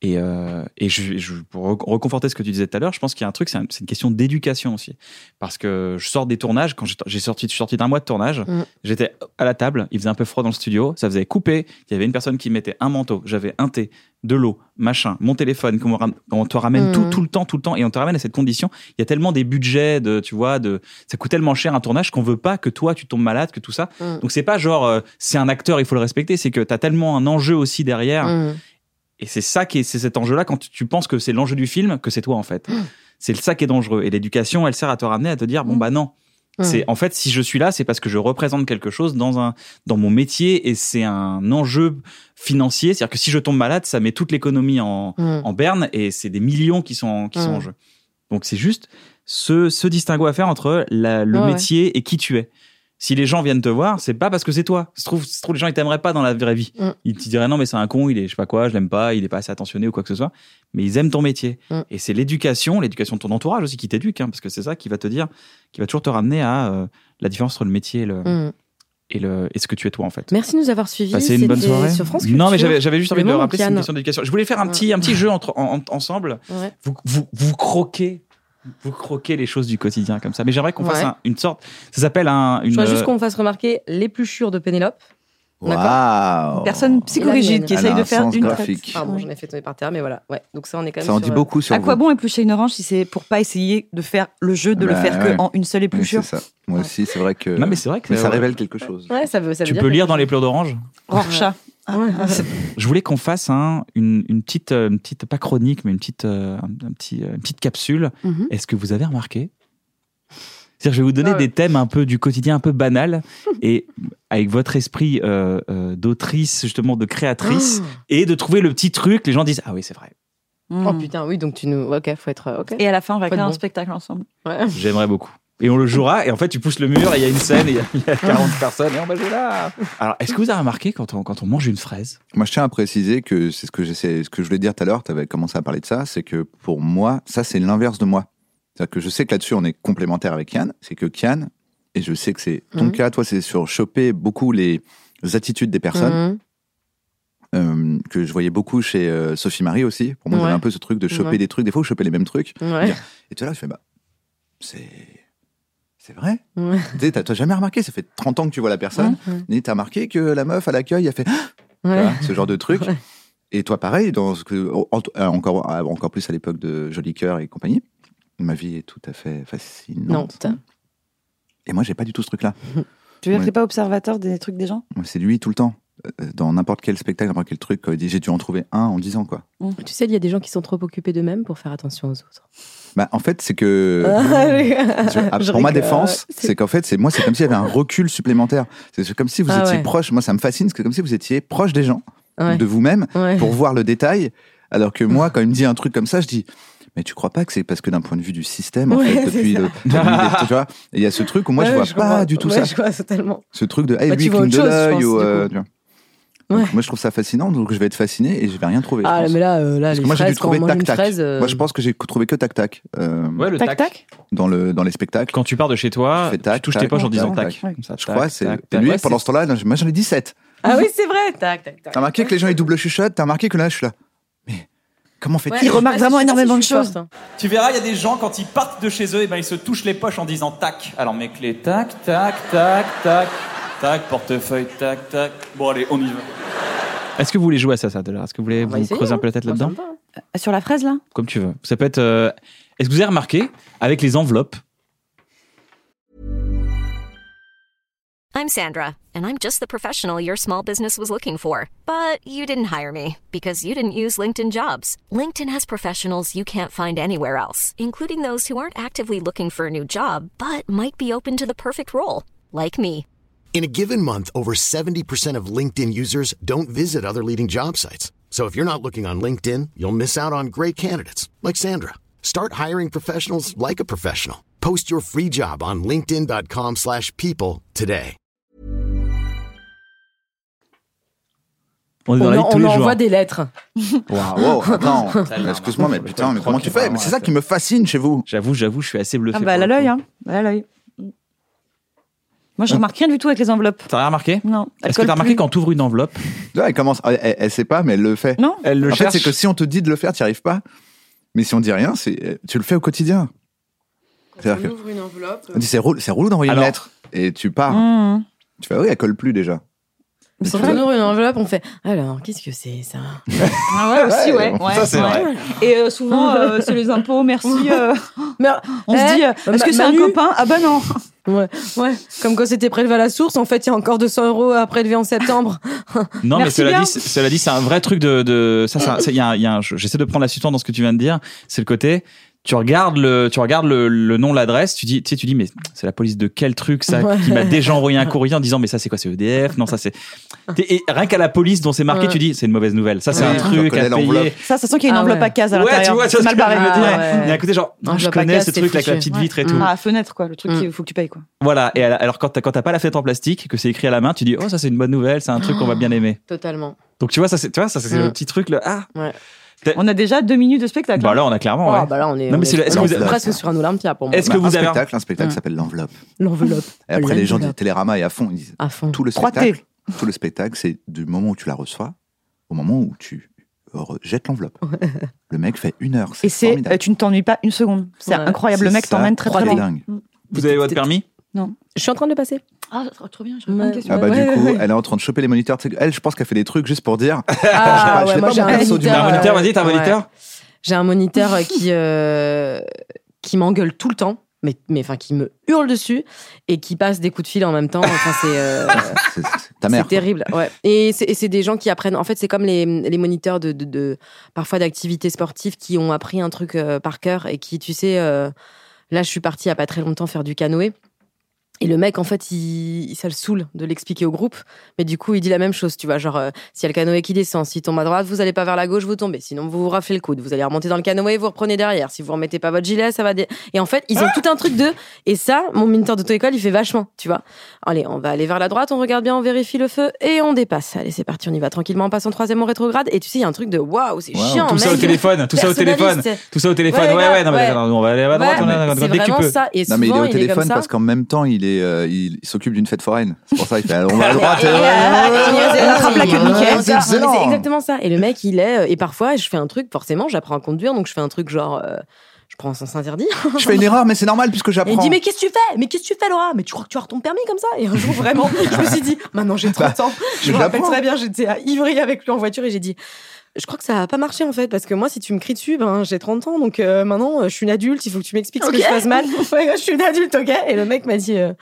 Speaker 1: Et, euh, et je, je- pour re- reconforter ce que tu disais tout à l'heure, je pense qu'il y a un truc, c'est un- c'est une question d'éducation aussi. Parce que je sors des tournages, quand j'ai j'ai sorti, je suis sorti d'un mois de tournage,
Speaker 5: Mm.
Speaker 1: j'étais à la table, il faisait un peu froid dans le studio, ça faisait couper, il y avait une personne qui mettait un manteau, j'avais un thé, de l'eau, machin, mon téléphone, qu'on me ram- on te ramène
Speaker 5: Mm.
Speaker 1: tout, tout le temps, tout le temps, et on te ramène à cette condition. Il y a tellement des budgets, de, tu vois, de, ça coûte tellement cher un tournage qu'on veut pas que toi tu tombes malade, que tout ça.
Speaker 5: Mm.
Speaker 1: Donc c'est pas genre, euh, c'est un acteur, il faut le respecter, c'est que tu as tellement un enjeu aussi derrière.
Speaker 5: Mmh,
Speaker 1: Et c'est ça qui est, c'est cet enjeu-là quand tu, tu penses que c'est l'enjeu du film, que c'est toi en fait. C'est ça qui est dangereux. Et l'éducation, elle sert à te ramener à te dire bon bah non.
Speaker 5: Mm.
Speaker 1: C'est en fait si je suis là, c'est parce que je représente quelque chose dans un dans mon métier et c'est un enjeu financier. C'est-à-dire que si je tombe malade, ça met toute l'économie en,
Speaker 5: Mm.
Speaker 1: en berne et c'est des millions qui sont en- qui sont
Speaker 5: Mm.
Speaker 1: en jeu. Donc c'est juste ce, ce distinguo à faire entre la- le
Speaker 5: Ouais, ouais.
Speaker 1: métier et qui tu es. Si les gens viennent te voir, c'est pas parce que c'est toi. Se trouve, se trouve les gens ils t'aimeraient pas dans la vraie vie.
Speaker 5: Mm.
Speaker 1: Ils te diraient non mais c'est un con, il est je sais pas quoi, je l'aime pas, il est pas assez attentionné ou quoi que ce soit. Mais ils aiment ton métier.
Speaker 5: Mm.
Speaker 1: Et c'est l'éducation, l'éducation de ton entourage aussi qui t'éduque, hein, parce que c'est ça qui va te dire, qui va toujours te ramener à euh, la différence entre le métier et le,
Speaker 5: Mm.
Speaker 1: et le et ce que tu es toi en fait.
Speaker 5: Merci de nous avoir suivis.
Speaker 1: Passez une bonne
Speaker 5: C'était
Speaker 1: soirée.
Speaker 5: Sur France
Speaker 1: non mais
Speaker 5: Culture.
Speaker 1: j'avais j'avais juste
Speaker 5: Le
Speaker 1: envie de le
Speaker 5: monde
Speaker 1: rappeler, c'est une
Speaker 5: canne.
Speaker 1: question d'éducation. Je voulais faire un petit un petit jeu entre en- en- ensemble
Speaker 5: Ouais.
Speaker 1: vous, vous, vous croquez vous croquez les choses du quotidien comme ça mais j'aimerais qu'on fasse
Speaker 5: Ouais.
Speaker 1: un- une sorte ça s'appelle un
Speaker 5: Je
Speaker 1: une
Speaker 5: voudrais juste
Speaker 1: euh,
Speaker 5: qu'on fasse remarquer l'épluchure de Pénélope. D'accord
Speaker 6: Waouh.
Speaker 10: Personne psychorigide qui
Speaker 6: Elle a
Speaker 10: essaye
Speaker 6: un
Speaker 10: de faire
Speaker 6: sens
Speaker 10: une
Speaker 6: euh, graphique.
Speaker 5: Ah bon, j'en ai fait tomber par terre, mais voilà. Ouais. Donc ça, on est quand même.
Speaker 6: Ça en dit
Speaker 5: euh,
Speaker 6: beaucoup sur
Speaker 10: à quoi
Speaker 6: vous.
Speaker 10: bon éplucher une orange si c'est pour pas essayer de faire le jeu de le
Speaker 6: Bah,
Speaker 10: faire
Speaker 6: ouais.
Speaker 10: que en une seule épluchure
Speaker 6: Oui, c'est ça. Moi aussi, c'est vrai que.
Speaker 1: euh, Non, mais c'est vrai que-
Speaker 6: ça
Speaker 1: ouais.
Speaker 6: révèle quelque chose.
Speaker 5: euh, Ouais, ça veut, ça veut
Speaker 1: tu
Speaker 5: dire
Speaker 1: peux
Speaker 5: que-
Speaker 1: lire dans les pleurs d'orange
Speaker 10: Rorschach. Ah,
Speaker 1: je voulais qu'on fasse un, une, une petite euh, une petite pas chronique mais une petite euh, un, un petit euh, une petite capsule
Speaker 5: Mhm. Ah
Speaker 1: est-ce que vous avez remarqué c'est-à-dire, je vais vous donner des thèmes un peu du quotidien, un peu banal, et avec votre esprit euh, euh, d'autrice, justement, de créatrice,
Speaker 5: Oh.
Speaker 1: et de trouver le petit truc. Les gens disent Ah oui, c'est vrai.
Speaker 5: Oh putain, oui, donc tu nous. Ok, faut être. Ok.
Speaker 10: Et à la fin, on va
Speaker 5: Faut être
Speaker 10: créer un
Speaker 5: bon.
Speaker 10: spectacle ensemble.
Speaker 5: Ouais.
Speaker 1: J'aimerais beaucoup. Et on le jouera, et en fait, tu pousses le mur, et il y a une scène, et il y a- il y a 40 personnes, et on va jouer là. Alors, est-ce que vous avez remarqué quand on, quand on mange une fraise
Speaker 6: Moi, je tiens à préciser que c'est ce que j'essaie, ce que je voulais dire tout à l'heure. Tu avais commencé à parler de ça. C'est que pour moi, ça, c'est l'inverse de moi. C'est-à-dire que je sais que là-dessus, on est complémentaire avec Kian. C'est que Kian, et je sais que c'est ton
Speaker 5: Mhm.
Speaker 6: cas, toi, c'est sur choper beaucoup les attitudes des personnes.
Speaker 5: Mhm.
Speaker 6: euh, que je voyais beaucoup chez euh, Sophie Marie aussi. Pour moi,
Speaker 5: Ouais.
Speaker 6: j'avais un peu ce truc de choper
Speaker 5: Ouais.
Speaker 6: des trucs. Des fois, je chopais les mêmes trucs.
Speaker 5: Ouais.
Speaker 6: Et tu es là, je fais, bah, c'est. C'est vrai Tu sais, t'as t'as jamais remarqué, ça fait 30 ans que tu vois la personne, et t'as remarqué que la meuf à l'accueil a fait ah, Tu
Speaker 11: Ouais.
Speaker 6: vois, ce genre de truc. Et toi, pareil, dans ce que, en- euh, encore, euh, encore plus à l'époque de Joli Cœur et compagnie, ma vie est tout à fait
Speaker 5: Non,
Speaker 6: fascinante.
Speaker 5: putain.
Speaker 6: Et moi, j'ai pas du tout ce truc-là.
Speaker 10: Tu veux dire
Speaker 6: Ouais.
Speaker 10: que t'es pas observateur des trucs des gens
Speaker 6: Moi, C'est lui tout le temps. Euh, Dans n'importe quel spectacle, n'importe quel truc, quand il dit j'ai dû en trouver un en 10 ans, quoi.
Speaker 5: Tu sais, il y a des gens qui sont trop occupés d'eux-mêmes pour faire attention aux autres.
Speaker 6: Bah, en fait, c'est que. Mmh. Tu vois,
Speaker 5: Ah Je
Speaker 6: ah, pour ma
Speaker 5: rigole.
Speaker 6: défense, c'est qu'en fait, c'est moi, c'est comme s'il y avait un recul supplémentaire. C'est comme si vous
Speaker 5: Ah
Speaker 6: étiez
Speaker 5: ouais.
Speaker 6: proche. Moi, ça me fascine, c'est comme si vous étiez proche des gens,
Speaker 5: Ouais.
Speaker 6: de vous-même,
Speaker 5: Ouais.
Speaker 6: pour voir le détail. Alors que moi, quand il me dit un truc comme ça, je dis. Mais tu crois pas que c'est parce que d'un point de vue du système, en
Speaker 5: Ouais,
Speaker 6: fait,
Speaker 5: c'est
Speaker 6: depuis
Speaker 5: ça.
Speaker 6: le. Tu vois, et il y a ce truc où moi,
Speaker 5: Ouais,
Speaker 6: je vois pas
Speaker 5: comprends.
Speaker 6: du tout
Speaker 5: Ouais,
Speaker 6: ça.
Speaker 5: Je vois totalement.
Speaker 6: Ce truc de, hey,
Speaker 5: Bah,
Speaker 6: lui,
Speaker 5: tu vois
Speaker 6: cligne de
Speaker 5: autre chose, je
Speaker 6: l'œil,
Speaker 5: pense,
Speaker 6: ou.
Speaker 5: du
Speaker 6: euh,
Speaker 5: coup.
Speaker 6: tu vois. Donc, Moi, je trouve ça fascinant, donc je vais être fasciné et je vais rien trouver. je
Speaker 5: Ah,
Speaker 6: pense.
Speaker 5: mais là, euh, là,
Speaker 6: Parce que
Speaker 5: les
Speaker 6: moi, j'ai dû
Speaker 5: fraises, quand on
Speaker 6: trouver
Speaker 5: mange une
Speaker 6: tac-tac.
Speaker 5: fraise, euh,
Speaker 6: Moi, je pense que j'ai trouvé que tac-tac. euh,
Speaker 1: Ouais, le tac. Tac-tac
Speaker 6: Dans, le, dans les spectacles.
Speaker 1: Quand tu pars de chez toi,
Speaker 6: Fais tac,
Speaker 1: tu touches
Speaker 6: tac,
Speaker 1: tes poches en disant
Speaker 6: tac,
Speaker 1: tac.
Speaker 6: tac.
Speaker 1: Comme ça,
Speaker 6: Je
Speaker 1: tac,
Speaker 6: crois, c'est.
Speaker 1: tac,
Speaker 6: et
Speaker 1: tac.
Speaker 6: Lui,
Speaker 1: Ouais,
Speaker 6: pendant ce temps-là, là, moi, j'en ai 17.
Speaker 5: Ah oui, c'est vrai. Tac, tac, tac.
Speaker 6: T'as remarqué que les gens, ils double chuchotent T'as remarqué que là, je suis là. Mais comment fait-il
Speaker 10: Il remarque vraiment énormément de choses.
Speaker 12: Tu verras, il y a des gens, quand ils partent de chez eux, et ben, ils se touchent les poches en disant tac. Alors mes clés, tac, tac, tac, tac, tac, portefeuille, tac, tac. Bon, allez, on y va.
Speaker 1: Est-ce que vous voulez jouer à ça, ça, de là Est-ce que vous voulez vous
Speaker 10: essayer,
Speaker 1: creuser un
Speaker 10: hein.
Speaker 1: peu la tête là-dedans
Speaker 10: Sur la fraise, là
Speaker 1: Comme tu veux. Ça peut être. euh, Est-ce que vous avez remarqué, avec les enveloppes,
Speaker 13: I'm Sandra, and I'm just the professional your small business was looking for. But you didn't hire me because you didn't use LinkedIn jobs. LinkedIn has professionals you can't find anywhere else, including those who aren't actively looking for a new job but might be open to the perfect role, like me.
Speaker 14: In a given month, over 70% of LinkedIn users don't visit other leading job sites. So if you're not looking on LinkedIn, you'll miss out on great candidates like Sandra. Start hiring professionals like a professional. Post your free job on linkedin.com/people slash people today.
Speaker 1: on est dans
Speaker 5: On,
Speaker 1: la vie
Speaker 5: en-
Speaker 1: de tous
Speaker 5: on
Speaker 1: les
Speaker 5: envoie
Speaker 1: jours
Speaker 5: des lettres.
Speaker 6: Waouh, Ah, wow, attends. Excuse-moi, mais putain, mais comment tu fais Mais c'est ça qui me fascine chez vous.
Speaker 1: J'avoue, j'avoue, je suis assez bluffé.
Speaker 10: Ah bah,
Speaker 1: pour
Speaker 10: elle
Speaker 1: le
Speaker 10: a
Speaker 1: coup.
Speaker 10: l'œil, hein. Elle a l'œil. Moi,
Speaker 6: Ah.
Speaker 10: je
Speaker 1: On-
Speaker 10: remarque rien du tout avec les enveloppes.
Speaker 1: T'as rien remarqué
Speaker 10: Non. elle
Speaker 1: Est-ce que
Speaker 10: colle
Speaker 1: t'as remarqué
Speaker 10: plus.
Speaker 1: quand t'ouvres une enveloppe
Speaker 6: Là, elle commence. Elle, elle- elle sait pas, mais elle le fait.
Speaker 10: Non.
Speaker 1: Elle le
Speaker 6: en
Speaker 1: cherche.
Speaker 6: fait, c'est que si on te dit de le faire, t'y arrives pas. Mais si on dit rien, c'est tu le fais au quotidien. C'est-à-dire que
Speaker 3: ouvre une enveloppe.
Speaker 6: on dit, c'est relou, c'est relou d'envoyer une lettre et tu pars.
Speaker 3: Mmh.
Speaker 6: Tu fais ah oui, elle colle plus déjà.
Speaker 5: Quand on ouvre une enveloppe, on fait Alors, qu'est-ce que c'est ça
Speaker 10: Ah ouais, aussi, ouais.
Speaker 6: Ouais, ça, c'est
Speaker 10: ouais.
Speaker 6: vrai.
Speaker 10: Et euh, souvent, euh, c'est les impôts, merci. euh, on se
Speaker 5: eh,
Speaker 10: dit, euh,
Speaker 5: Ma-
Speaker 10: est-ce que c'est un
Speaker 5: Manu
Speaker 10: copain Ah bah non
Speaker 5: Ouais, ouais. Comme quand c'était prélevé à la source, en fait, il y a encore 200 euros à prélever en septembre.
Speaker 1: Non,
Speaker 5: Merci
Speaker 1: mais cela
Speaker 5: bien.
Speaker 1: dit, c'est- cela dit, c'est un vrai truc de. de ça, ça, ça, il y a, un- il y a un- je- J'essaie de prendre la substance dans ce que tu viens de dire. C'est le côté. Tu regardes le, tu regardes le, le nom, l'adresse. Tu dis, tu sais, tu dis, mais c'est la police de quel truc ça
Speaker 5: Ouais.
Speaker 1: qui m'a déjà envoyé un courrier en disant, mais ça c'est quoi, c'est EDF Non, ça c'est. T'es- Et rien qu'à la police dont c'est marqué,
Speaker 10: Ouais.
Speaker 1: tu dis, c'est une mauvaise nouvelle. Ça c'est
Speaker 10: Ouais.
Speaker 1: un truc à
Speaker 6: reconnaît
Speaker 1: payer.
Speaker 6: l'enveloppe.
Speaker 10: Ça, ça sent qu'il y a une
Speaker 5: Ah
Speaker 10: enveloppe
Speaker 5: ouais.
Speaker 10: à case à
Speaker 1: Ouais,
Speaker 10: l'intérieur.
Speaker 1: tu vois, tu
Speaker 10: c'est
Speaker 1: vois
Speaker 10: mal
Speaker 1: ce que
Speaker 10: barré.
Speaker 1: je veux dire.
Speaker 10: Ah ouais.
Speaker 1: Il y a un côté genre,
Speaker 10: Enveloppe
Speaker 1: je
Speaker 10: à
Speaker 1: connais
Speaker 10: case,
Speaker 1: ce
Speaker 10: c'est
Speaker 1: truc avec la
Speaker 10: fichu.
Speaker 1: petite
Speaker 10: Ouais.
Speaker 1: vitre et tout.
Speaker 10: Ah, fenêtre, quoi, le truc qu'il faut que tu payes, quoi.
Speaker 1: Voilà. Et alors quand t'as, quand t'as pas la fête en plastique, que c'est écrit à la main, tu dis, oh ça c'est une bonne nouvelle, c'est un truc qu'on va bien aimer.
Speaker 5: Totalement.
Speaker 1: Donc tu vois, ça c'est, tu vois, ça c'est le
Speaker 5: Mm.
Speaker 1: petit truc là. Ah.
Speaker 5: Ouais.
Speaker 10: On a déjà deux minutes de spectacle. hein.
Speaker 1: Bah là, on a clairement.
Speaker 5: Ah,
Speaker 1: ouais.
Speaker 5: bah là, on est,
Speaker 1: Non,
Speaker 5: on
Speaker 1: mais
Speaker 5: est-
Speaker 1: c'est le- est-ce
Speaker 5: on
Speaker 1: que vous-
Speaker 5: est presque sur un Olympia pour moi.
Speaker 1: Est-ce que
Speaker 6: Bah,
Speaker 1: vous
Speaker 6: un
Speaker 1: avez Mmh. Ah,
Speaker 6: spectacle, un spectacle
Speaker 5: Mm.
Speaker 6: s'appelle l'enveloppe.
Speaker 5: L'enveloppe.
Speaker 6: Et après, les gens du
Speaker 5: L'enveloppe.
Speaker 6: Télérama est à fond. Ils disent
Speaker 5: À fond.
Speaker 6: tout le
Speaker 5: 3T.
Speaker 6: spectacle. Tout le spectacle, c'est du moment où tu la reçois au moment où tu rejettes l'enveloppe. Le mec fait une heure.
Speaker 10: Et c'est, euh, tu ne t'ennuies pas une seconde. C'est
Speaker 5: Ouais.
Speaker 10: incroyable. Le
Speaker 6: C'est
Speaker 10: mec
Speaker 6: ça
Speaker 10: t'emmène très très
Speaker 6: qui est
Speaker 10: loin.
Speaker 6: dingue.
Speaker 1: Vous avez votre permis
Speaker 10: Non.
Speaker 5: Je suis en train de le passer.
Speaker 10: Ah, trop bien.
Speaker 6: Ah bah du coup, elle est en train de choper les moniteurs. Tu sais, Elle, je pense qu'elle fait des trucs juste pour dire.
Speaker 5: Ah,
Speaker 6: je
Speaker 5: ouais,
Speaker 6: l'ai
Speaker 5: moi
Speaker 6: pas,
Speaker 5: j'ai
Speaker 6: mon
Speaker 5: un
Speaker 6: perso du
Speaker 5: moniteur.
Speaker 6: moment.
Speaker 5: euh, ouais. J'ai un moniteur euh, qui, euh, qui m'engueule tout le temps, mais, mais enfin qui me hurle dessus et qui passe des coups de fil en même temps. Enfin, c'est. euh,
Speaker 6: Ta mère.
Speaker 5: C'est terrible, ouais. Et c'est et c'est des gens qui apprennent. En fait, c'est comme les, les moniteurs de, de, de- parfois d'activités sportives qui ont appris un truc euh, par cœur et qui, tu sais, euh, là, je suis partie il y a pas très longtemps faire du canoë. Et le mec, en fait, il, ça le saoule de l'expliquer au groupe, mais du coup, il dit la même chose, tu vois, genre, euh, s'il y a le canoë qui descend, s'il tombe à droite, vous allez pas vers la gauche, vous tombez, sinon vous vous raflez le coude, vous allez remonter dans le canoë, vous reprenez derrière, si vous remettez pas votre gilet, ça va... dé- Et en fait, ils ont tout un truc de... Et ça, mon moniteur d'auto-école, il fait vachement, tu vois. Allez, on va aller vers la droite, on regarde bien, on vérifie le feu, et on dépasse. Allez, c'est parti, on y va tranquillement, on passe en troisième en rétrograde, et tu sais, il y a un truc de, waouh, c'est chiant,
Speaker 1: tout ça au
Speaker 5: mec.
Speaker 1: téléphone, tout ça au téléphone, Ah,
Speaker 5: Personnaliste.
Speaker 1: tout ça au téléphone. Ouais, ouais,
Speaker 5: Ouais, grave,
Speaker 1: non, mais
Speaker 5: ouais.
Speaker 1: attends, on va aller à droite,
Speaker 5: Ouais,
Speaker 1: on va à droite,
Speaker 5: c'est
Speaker 1: dès que tu
Speaker 5: vraiment
Speaker 1: peux.
Speaker 5: ça, et
Speaker 6: non mais il est
Speaker 5: souvent,
Speaker 6: au
Speaker 5: il est comme
Speaker 6: téléphone
Speaker 5: ça.
Speaker 6: parce qu'en même temps il est euh, il, il s'occupe d'une fête foraine. C'est pour ça il fait alors on va à droite.
Speaker 5: Et, euh,
Speaker 6: euh,
Speaker 5: et, euh,
Speaker 6: on attrape la
Speaker 5: et,
Speaker 6: queue de
Speaker 5: euh,
Speaker 6: Mickey.
Speaker 5: c'est
Speaker 6: C'est excellent.
Speaker 5: c'est exactement ça. Et le mec, il est. euh, Et parfois, je fais un truc, forcément, j'apprends à conduire, donc je fais un truc genre. euh, Je prends sans s'interdire.
Speaker 6: Je fais une erreur, mais c'est normal puisque
Speaker 5: Et il me
Speaker 6: j'apprends.
Speaker 5: dit mais qu'est-ce que tu fais Mais qu'est-ce que tu fais Laura Mais tu crois que tu auras ton permis comme ça Et un jour vraiment, je me suis dit maintenant j'ai 30
Speaker 6: Bah,
Speaker 5: ans. Je
Speaker 6: je
Speaker 5: me rappelle
Speaker 6: l'apprends.
Speaker 5: très bien, j'étais à Ivry avec lui en voiture et j'ai dit je crois que ça a pas marché en fait parce que moi si tu me cries dessus ben j'ai 30 ans donc euh, maintenant euh, je suis une adulte, il faut que tu m'expliques ce
Speaker 3: Ok.
Speaker 5: que je fasse mal. Ouais, je suis une adulte, OK Et le mec m'a dit euh,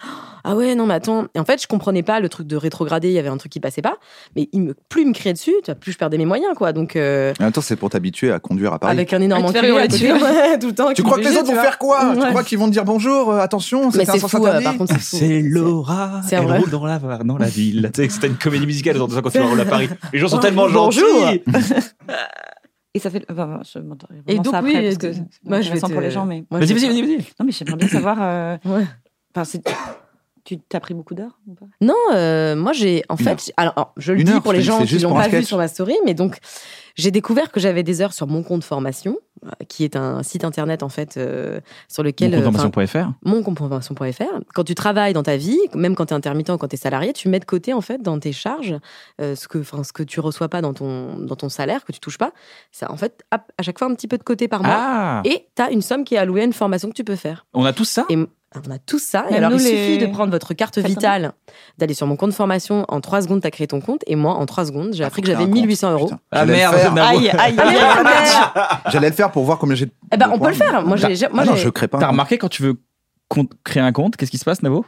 Speaker 5: ah ouais non mais attends et en fait je comprenais pas le truc de rétrograder, il y avait un truc qui passait pas mais il me plus il me criait dessus, tu vois, plus je perdais mes moyens quoi. Donc euh,
Speaker 6: En même temps, c'est pour t'habituer à conduire à Paris.
Speaker 5: avec un énorme
Speaker 6: Tu te
Speaker 5: enculé
Speaker 6: fais
Speaker 5: à
Speaker 6: hurler
Speaker 5: côté,
Speaker 6: dessus.
Speaker 5: ouais, tout le temps
Speaker 6: Tu
Speaker 5: qui
Speaker 6: crois
Speaker 5: me
Speaker 6: que les
Speaker 5: baignait,
Speaker 6: autres
Speaker 5: tu
Speaker 6: vont
Speaker 5: vois.
Speaker 6: faire quoi Tu
Speaker 5: Ouais.
Speaker 6: crois qu'ils vont te dire bonjour euh, Attention,
Speaker 5: Mais
Speaker 6: c'est un
Speaker 5: c'est
Speaker 6: sens
Speaker 5: fou, euh,
Speaker 6: interdit.
Speaker 5: par contre, c'est fou. C'est
Speaker 1: Laura,
Speaker 5: C'est
Speaker 1: elle
Speaker 5: vrai.
Speaker 1: roule dans la, dans la ville. Tu sais, C'était une comédie musicale autour de ça quand tu roules à Paris. Les gens sont
Speaker 10: Oh,
Speaker 1: tellement gentils.
Speaker 10: bonjour. Et ça fait. enfin, je m'entends
Speaker 5: Et
Speaker 10: vraiment
Speaker 5: donc,
Speaker 10: ça
Speaker 5: oui,
Speaker 10: après, parce que
Speaker 5: euh, moi,
Speaker 10: c'est moi,
Speaker 5: je vais te-
Speaker 10: pour les gens, mais.
Speaker 5: Vas-y, vas-y, vas-y, vas-y.
Speaker 10: Non, mais j'aimerais bien savoir. euh, Enfin, c'est- tu t'as pris beaucoup d'heures ou pas
Speaker 5: Non, euh, moi j'ai en
Speaker 10: Une heure.
Speaker 5: fait, j'ai- alors, alors, je le
Speaker 10: Une
Speaker 5: dis
Speaker 10: heure,
Speaker 5: pour les
Speaker 10: c'est-
Speaker 5: gens
Speaker 10: c'est
Speaker 5: qui
Speaker 10: juste
Speaker 5: l'ont
Speaker 10: pour un
Speaker 5: pas vu
Speaker 10: sketch.
Speaker 5: sur ma story, mais donc j'ai découvert que j'avais des heures sur mon compte formation, euh, qui est un site internet en fait euh, sur lequel euh, enfin,
Speaker 1: Moncompensation.fr.
Speaker 5: moncompensation.fr. Quand tu travailles dans ta vie, même quand tu es intermittent, quand tu es salarié, tu mets de côté en fait dans tes charges euh, ce que enfin ce que tu reçois pas dans ton dans ton salaire que tu touches pas, ça en fait hop, à chaque fois un petit peu de côté par mois
Speaker 1: Ah.
Speaker 5: et tu as une somme qui est allouée à une formation que tu peux faire.
Speaker 1: On a tous ça
Speaker 5: ah, On a tous ça. Et
Speaker 1: Même
Speaker 5: alors,
Speaker 1: nous,
Speaker 5: il
Speaker 1: les-
Speaker 5: suffit de prendre votre carte vitale, d'aller sur mon compte formation. En 3 secondes, t'as créé ton compte. Et moi, en 3 secondes, j'ai appris que j'avais 1800 euros.
Speaker 1: Ah
Speaker 6: J'allais le
Speaker 1: merde,
Speaker 6: faire. Ah,
Speaker 1: Navo.
Speaker 5: Aïe, aïe, aïe, aïe,
Speaker 6: J'allais le faire pour voir combien j'ai. de-
Speaker 5: Eh ben, on
Speaker 6: points,
Speaker 5: peut le faire.
Speaker 6: mais-
Speaker 5: Moi, j'ai. j'ai-
Speaker 6: Ah
Speaker 5: moi,
Speaker 6: non,
Speaker 5: j'ai-
Speaker 6: je crée pas.
Speaker 1: T'as remarqué quand tu veux compte- créer un compte, qu'est-ce qui se passe, Navo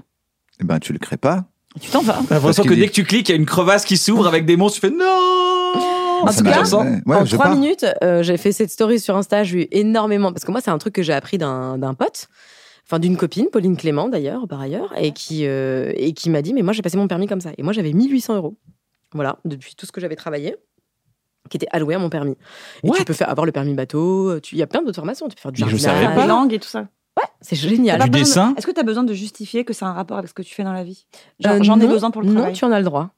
Speaker 6: Eh ben, tu le crées pas.
Speaker 10: Tu t'en vas.
Speaker 1: T'as l'impression
Speaker 6: Parce
Speaker 1: que
Speaker 6: qu'il
Speaker 1: dès
Speaker 6: dit-
Speaker 1: que tu cliques, il y a une crevasse qui s'ouvre avec des monstres. Tu fais non
Speaker 5: En tout cas, en
Speaker 1: je
Speaker 5: 3 minutes, euh, j'ai fait cette story sur Insta. J'ai eu énormément. Parce que moi, c'est un truc que j'ai appris d'un d'un pote. Enfin, d'une copine, Pauline Clément d'ailleurs, par ailleurs, et qui, euh, et qui m'a dit Mais moi, j'ai passé mon permis comme ça. Et moi, j'avais 1800 euros. Voilà, depuis tout ce que j'avais travaillé, qui était alloué à mon permis. Et tu peux faire, avoir le permis bateau. tu- Il y a plein d'autres formations. Tu peux faire du
Speaker 1: Mais je
Speaker 5: jardinage.
Speaker 1: savais pas. Ah,
Speaker 10: Les langues et tout ça.
Speaker 5: C'est génial.
Speaker 10: T'as pas besoin de- Est-ce que tu as besoin de justifier que ça a un rapport avec ce que tu fais dans la vie Genre,
Speaker 5: Euh,
Speaker 10: J'en ai
Speaker 5: non,
Speaker 10: besoin pour le
Speaker 5: non,
Speaker 10: travail.
Speaker 5: tu en as le droit.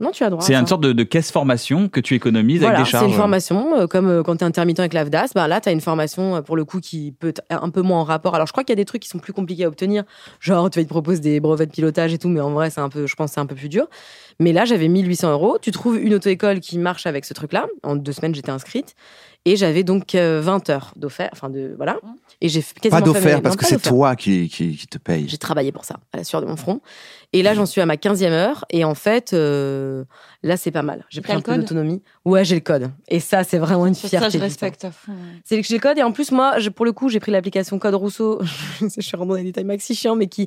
Speaker 5: Non, tu as droit. à
Speaker 1: C'est
Speaker 5: ça.
Speaker 1: une sorte de, de caisse formation que tu économises
Speaker 5: Voilà,
Speaker 1: avec des charges.
Speaker 5: c'est une formation, euh, comme euh, quand tu es intermittent avec l'AFDAS, bah là, tu as une formation, euh, pour le coup, qui peut être un peu moins en rapport. Alors, je crois qu'il y a des trucs qui sont plus compliqués à obtenir, genre, tu vas te propose des brevets de pilotage et tout, mais en vrai, c'est un peu, je pense que c'est un peu plus dur. Mais là, j'avais 1800 euros. Tu trouves une auto-école qui marche avec ce truc-là. En deux semaines, j'étais inscrite. Et j'avais donc euh, 20 heures d'offert, enfin, de, voilà.
Speaker 10: Mmh.
Speaker 5: Et j'ai fait
Speaker 6: Pas
Speaker 5: quasiment fait mes-
Speaker 6: d'offert
Speaker 5: non,
Speaker 6: parce que
Speaker 5: pas
Speaker 6: c'est
Speaker 5: d'offert.
Speaker 6: toi qui, qui, qui te paye.
Speaker 5: J'ai travaillé pour ça, à la sueur de mon front. Et là, j'en suis à ma 15e heure. Et en fait, euh, là, c'est pas mal. J'ai
Speaker 10: Et
Speaker 5: pris
Speaker 10: t'as
Speaker 5: un
Speaker 10: le
Speaker 5: peu
Speaker 10: code
Speaker 5: d'autonomie. Ouais, j'ai le code. Et ça, c'est vraiment une
Speaker 10: Ça,
Speaker 5: fierté.
Speaker 10: je
Speaker 5: putain.
Speaker 10: respecte à fond.
Speaker 5: C'est que j'ai le code. Et en plus, moi, je- pour le coup, j'ai pris l'application Code Rousseau. je suis rendu dans des détails maxi chiants, mais qui,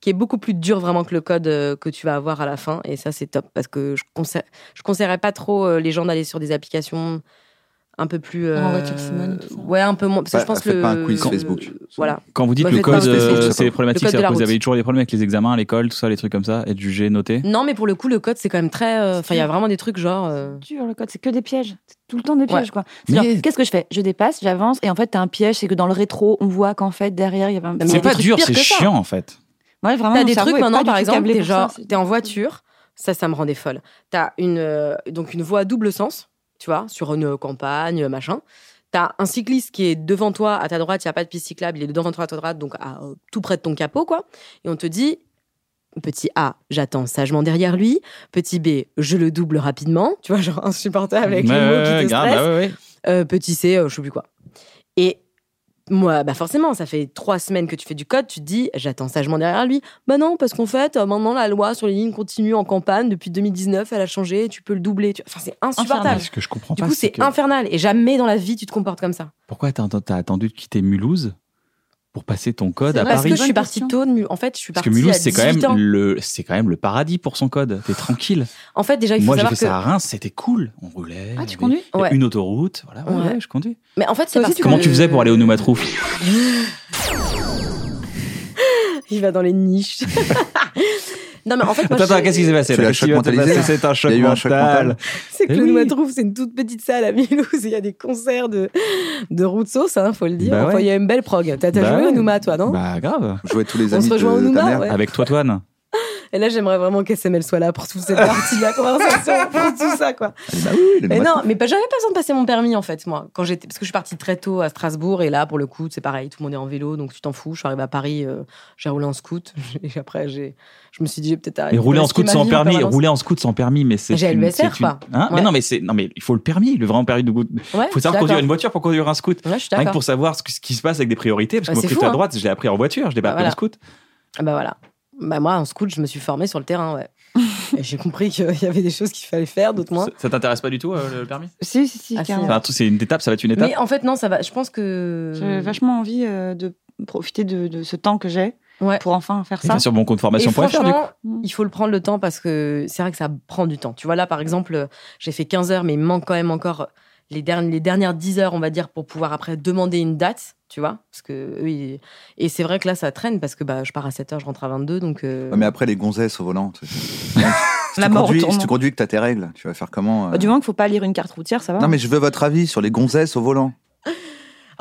Speaker 5: qui est beaucoup plus dur vraiment que le code euh, que tu vas avoir à la fin. Et ça, c'est top. Parce que je, conseille, je conseillerais pas trop euh, les gens d'aller sur des applications un peu plus. euh,
Speaker 10: En voiture, Simone,
Speaker 5: Ouais, un peu moins. Parce que
Speaker 6: Bah,
Speaker 5: je pense
Speaker 6: faites
Speaker 5: le.
Speaker 6: pas un quiz Facebook.
Speaker 5: Voilà.
Speaker 1: Quand vous dites
Speaker 5: Bah,
Speaker 1: le
Speaker 5: faites pas un
Speaker 1: code,
Speaker 5: quiz
Speaker 1: euh,
Speaker 5: Facebook.
Speaker 1: c'est les problématiques,
Speaker 5: Le code de
Speaker 1: c'est-à-dire
Speaker 5: la
Speaker 1: que vous
Speaker 5: route. Mm.
Speaker 1: avez toujours des problèmes avec les examens à l'école, tout ça, les trucs comme ça, être jugé, noté.
Speaker 5: Non, mais pour le coup, le code, c'est quand même très. euh, Enfin, il y a vraiment des trucs genre. euh,
Speaker 10: dur le code, c'est que des pièges. C'est tout le temps des pièges,
Speaker 5: Ouais.
Speaker 10: quoi. C'est genre,
Speaker 5: Mais-
Speaker 10: qu'est-ce que je fais Je dépasse, j'avance, et en fait, t'as un piège, c'est que dans le rétro, on voit qu'en fait, derrière, il y avait un.
Speaker 1: C'est pas dur, c'est chiant en fait.
Speaker 10: Ouais, vraiment,
Speaker 5: T'as
Speaker 10: mon
Speaker 5: des
Speaker 10: cerveau
Speaker 5: trucs
Speaker 10: est
Speaker 5: maintenant,
Speaker 10: pas
Speaker 5: par
Speaker 10: du tout
Speaker 5: exemple,
Speaker 10: câblé
Speaker 5: t'es
Speaker 10: pour ça,
Speaker 5: genre,
Speaker 10: c'est-
Speaker 5: t'es en voiture, ça, ça me rendait folle. T'as une, euh, donc une voie à double sens, tu vois, sur une euh, campagne, machin. T'as un cycliste qui est devant toi, à ta droite, il n'y a pas de piste cyclable, il est devant toi, à ta droite, donc à, euh, tout près de ton capot, quoi. Et on te dit, petit A, j'attends sagement derrière lui. Petit B, je le double rapidement. Tu vois, genre insupportable avec les
Speaker 1: Ouais,
Speaker 5: mots
Speaker 1: ouais,
Speaker 5: qui
Speaker 1: ouais,
Speaker 5: te
Speaker 1: grave,
Speaker 5: stressent.
Speaker 1: bah ouais, ouais.
Speaker 5: Euh, petit C, euh, je sais plus quoi. Et moi, bah forcément, ça fait trois semaines que tu fais du code, tu te dis, j'attends sagement derrière lui. Bah non, parce qu'en fait, euh, maintenant, la loi sur les lignes continues en campagne, depuis 2019, elle a changé, tu peux le doubler. tu- Enfin, c'est insupportable.
Speaker 1: Mais Ce que je comprends
Speaker 5: Du
Speaker 1: pas,
Speaker 5: coup,
Speaker 1: c'est
Speaker 5: c'est
Speaker 1: que
Speaker 5: infernal. Et jamais dans la vie, tu te comportes comme ça.
Speaker 1: pourquoi t'as t'as attendu de quitter Mulhouse pour passer ton code à
Speaker 5: Parce
Speaker 1: Paris
Speaker 5: que je suis partie tôt. de Mu- En fait, je suis
Speaker 1: Parce que
Speaker 5: partie
Speaker 1: Mulhouse,
Speaker 5: à
Speaker 1: c'est quand même
Speaker 5: 18 ans.
Speaker 1: le, c'est quand même le paradis pour son code. T'es tranquille.
Speaker 5: En fait, déjà, il faut
Speaker 1: Moi, j'ai
Speaker 5: savoir
Speaker 1: fait ça à
Speaker 5: que-
Speaker 1: Reims, c'était cool. On roulait.
Speaker 5: Ah, tu
Speaker 1: on avait-
Speaker 5: conduis
Speaker 1: il y a
Speaker 5: Ouais.
Speaker 1: Une autoroute, voilà. ouais,
Speaker 5: Ouais.
Speaker 1: ouais, je conduis.
Speaker 5: Mais en fait, c'est parce que...
Speaker 1: Comment tu faisais pour aller au Noumatrouf
Speaker 5: Il va dans les niches. non, mais en fait,
Speaker 1: Attends,
Speaker 5: moi, je-
Speaker 1: attends, qu'est-ce qui s'est passé
Speaker 6: Tu
Speaker 1: là
Speaker 6: l'as
Speaker 1: Qu'est-ce qui
Speaker 6: choc-mentalisé,
Speaker 1: va se
Speaker 6: là
Speaker 1: passer C'est un choc
Speaker 6: Il y a eu un choc
Speaker 1: mental.
Speaker 6: mental.
Speaker 5: C'est que
Speaker 1: Eh
Speaker 5: le
Speaker 1: oui.
Speaker 5: Noumatrouf, c'est une toute petite salle à Mulhouse et il y a des concerts de, de Routsos, hein, faut le dire.
Speaker 1: Bah ouais.
Speaker 5: Enfin, il y a une belle prog. T'as t'as
Speaker 1: Bah
Speaker 5: joué
Speaker 1: ouais.
Speaker 5: au Nouma, toi, non
Speaker 1: Bah grave.
Speaker 6: Jouer tous les
Speaker 5: On
Speaker 6: amis
Speaker 5: se rejoint au
Speaker 6: de ta
Speaker 5: Nouma,
Speaker 6: mère.
Speaker 5: ouais. Ah,
Speaker 1: Avec toi, Toine.
Speaker 5: Et là, j'aimerais vraiment qu'SML soit là pour toute cette partie de la conversation, pour tout ça, quoi. Mais non, mais pas- j'avais pas besoin de passer mon permis, en fait, moi. Quand j'étais, parce que je suis partie très tôt à Strasbourg, et là, pour le coup, c'est pareil, tout le monde est en vélo, donc tu t'en fous. Je suis arrivée à Paris, euh, j'ai roulé en scoot, et après, j'ai, je me suis dit, j'ai peut-être arrêté.
Speaker 1: Mais
Speaker 5: de
Speaker 1: rouler en
Speaker 5: risquer
Speaker 1: scoot
Speaker 5: ma
Speaker 1: sans
Speaker 5: vie
Speaker 1: permis,
Speaker 5: permanence.
Speaker 1: rouler en scoot sans permis, mais c'est.
Speaker 5: J'ai
Speaker 1: une-
Speaker 5: le SR,
Speaker 1: c'est une-
Speaker 5: quoi.
Speaker 1: Hein
Speaker 5: Ouais.
Speaker 1: mais non, mais c'est non, mais il faut le permis, le vraiment permis de goût.
Speaker 5: Ouais,
Speaker 1: faut
Speaker 5: je suis
Speaker 1: savoir conduire
Speaker 5: d'accord.
Speaker 1: une voiture pour conduire un scoot.
Speaker 5: Ouais, je suis
Speaker 1: Rien que
Speaker 5: d'accord.
Speaker 1: pour savoir ce, que- ce qui se passe avec des priorités, parce
Speaker 5: Bah,
Speaker 1: que moi,
Speaker 5: c'est
Speaker 1: plutôt
Speaker 5: fou,
Speaker 1: à
Speaker 5: hein.
Speaker 1: droite, je l'ai appris en voiture, je l'ai pas
Speaker 5: Bah,
Speaker 1: appris en
Speaker 5: voilà.
Speaker 1: scoot.
Speaker 5: Ah bah voilà. Bah moi, en scout, je me suis formée sur le terrain, ouais. Et j'ai compris qu'il y avait des choses qu'il fallait faire, d'autres moins.
Speaker 1: Ça t'intéresse pas du tout, euh, le permis
Speaker 2: Si, si, si,
Speaker 5: Ah, si.
Speaker 2: carrément.
Speaker 1: Enfin, tout- C'est une étape, ça va être une étape.
Speaker 5: Mais en fait, non, ça va. Je pense que.
Speaker 2: J'ai vachement envie euh, de profiter de, de ce temps que j'ai pour enfin faire
Speaker 1: Et
Speaker 2: ça.
Speaker 1: bien sur
Speaker 5: Et
Speaker 1: boncompteformation.fr, du coup.
Speaker 5: franchement, il faut le prendre le temps parce que c'est vrai que ça prend du temps. Tu vois, là, par exemple, j'ai fait 15 heures, mais il me manque quand même encore les, derni- les dernières 10 heures, on va dire, pour pouvoir après demander une date, tu vois. Parce que, eux, ils- Et c'est vrai que là, ça traîne parce que bah, je pars à 7 heures, je rentre à 22, donc... euh,
Speaker 6: Ouais, Ah, mais après, les gonzesses au volant. tu sais. si,
Speaker 2: La
Speaker 6: tu
Speaker 2: mort au
Speaker 6: conduis,
Speaker 2: tournant.
Speaker 6: si tu conduis que t'as tes règles, tu vas faire comment euh
Speaker 5: Oh,
Speaker 2: Bah, Du moment qu'il faut pas lire une carte routière, ça va.
Speaker 6: Non, mais je veux votre avis sur les gonzesses au volant.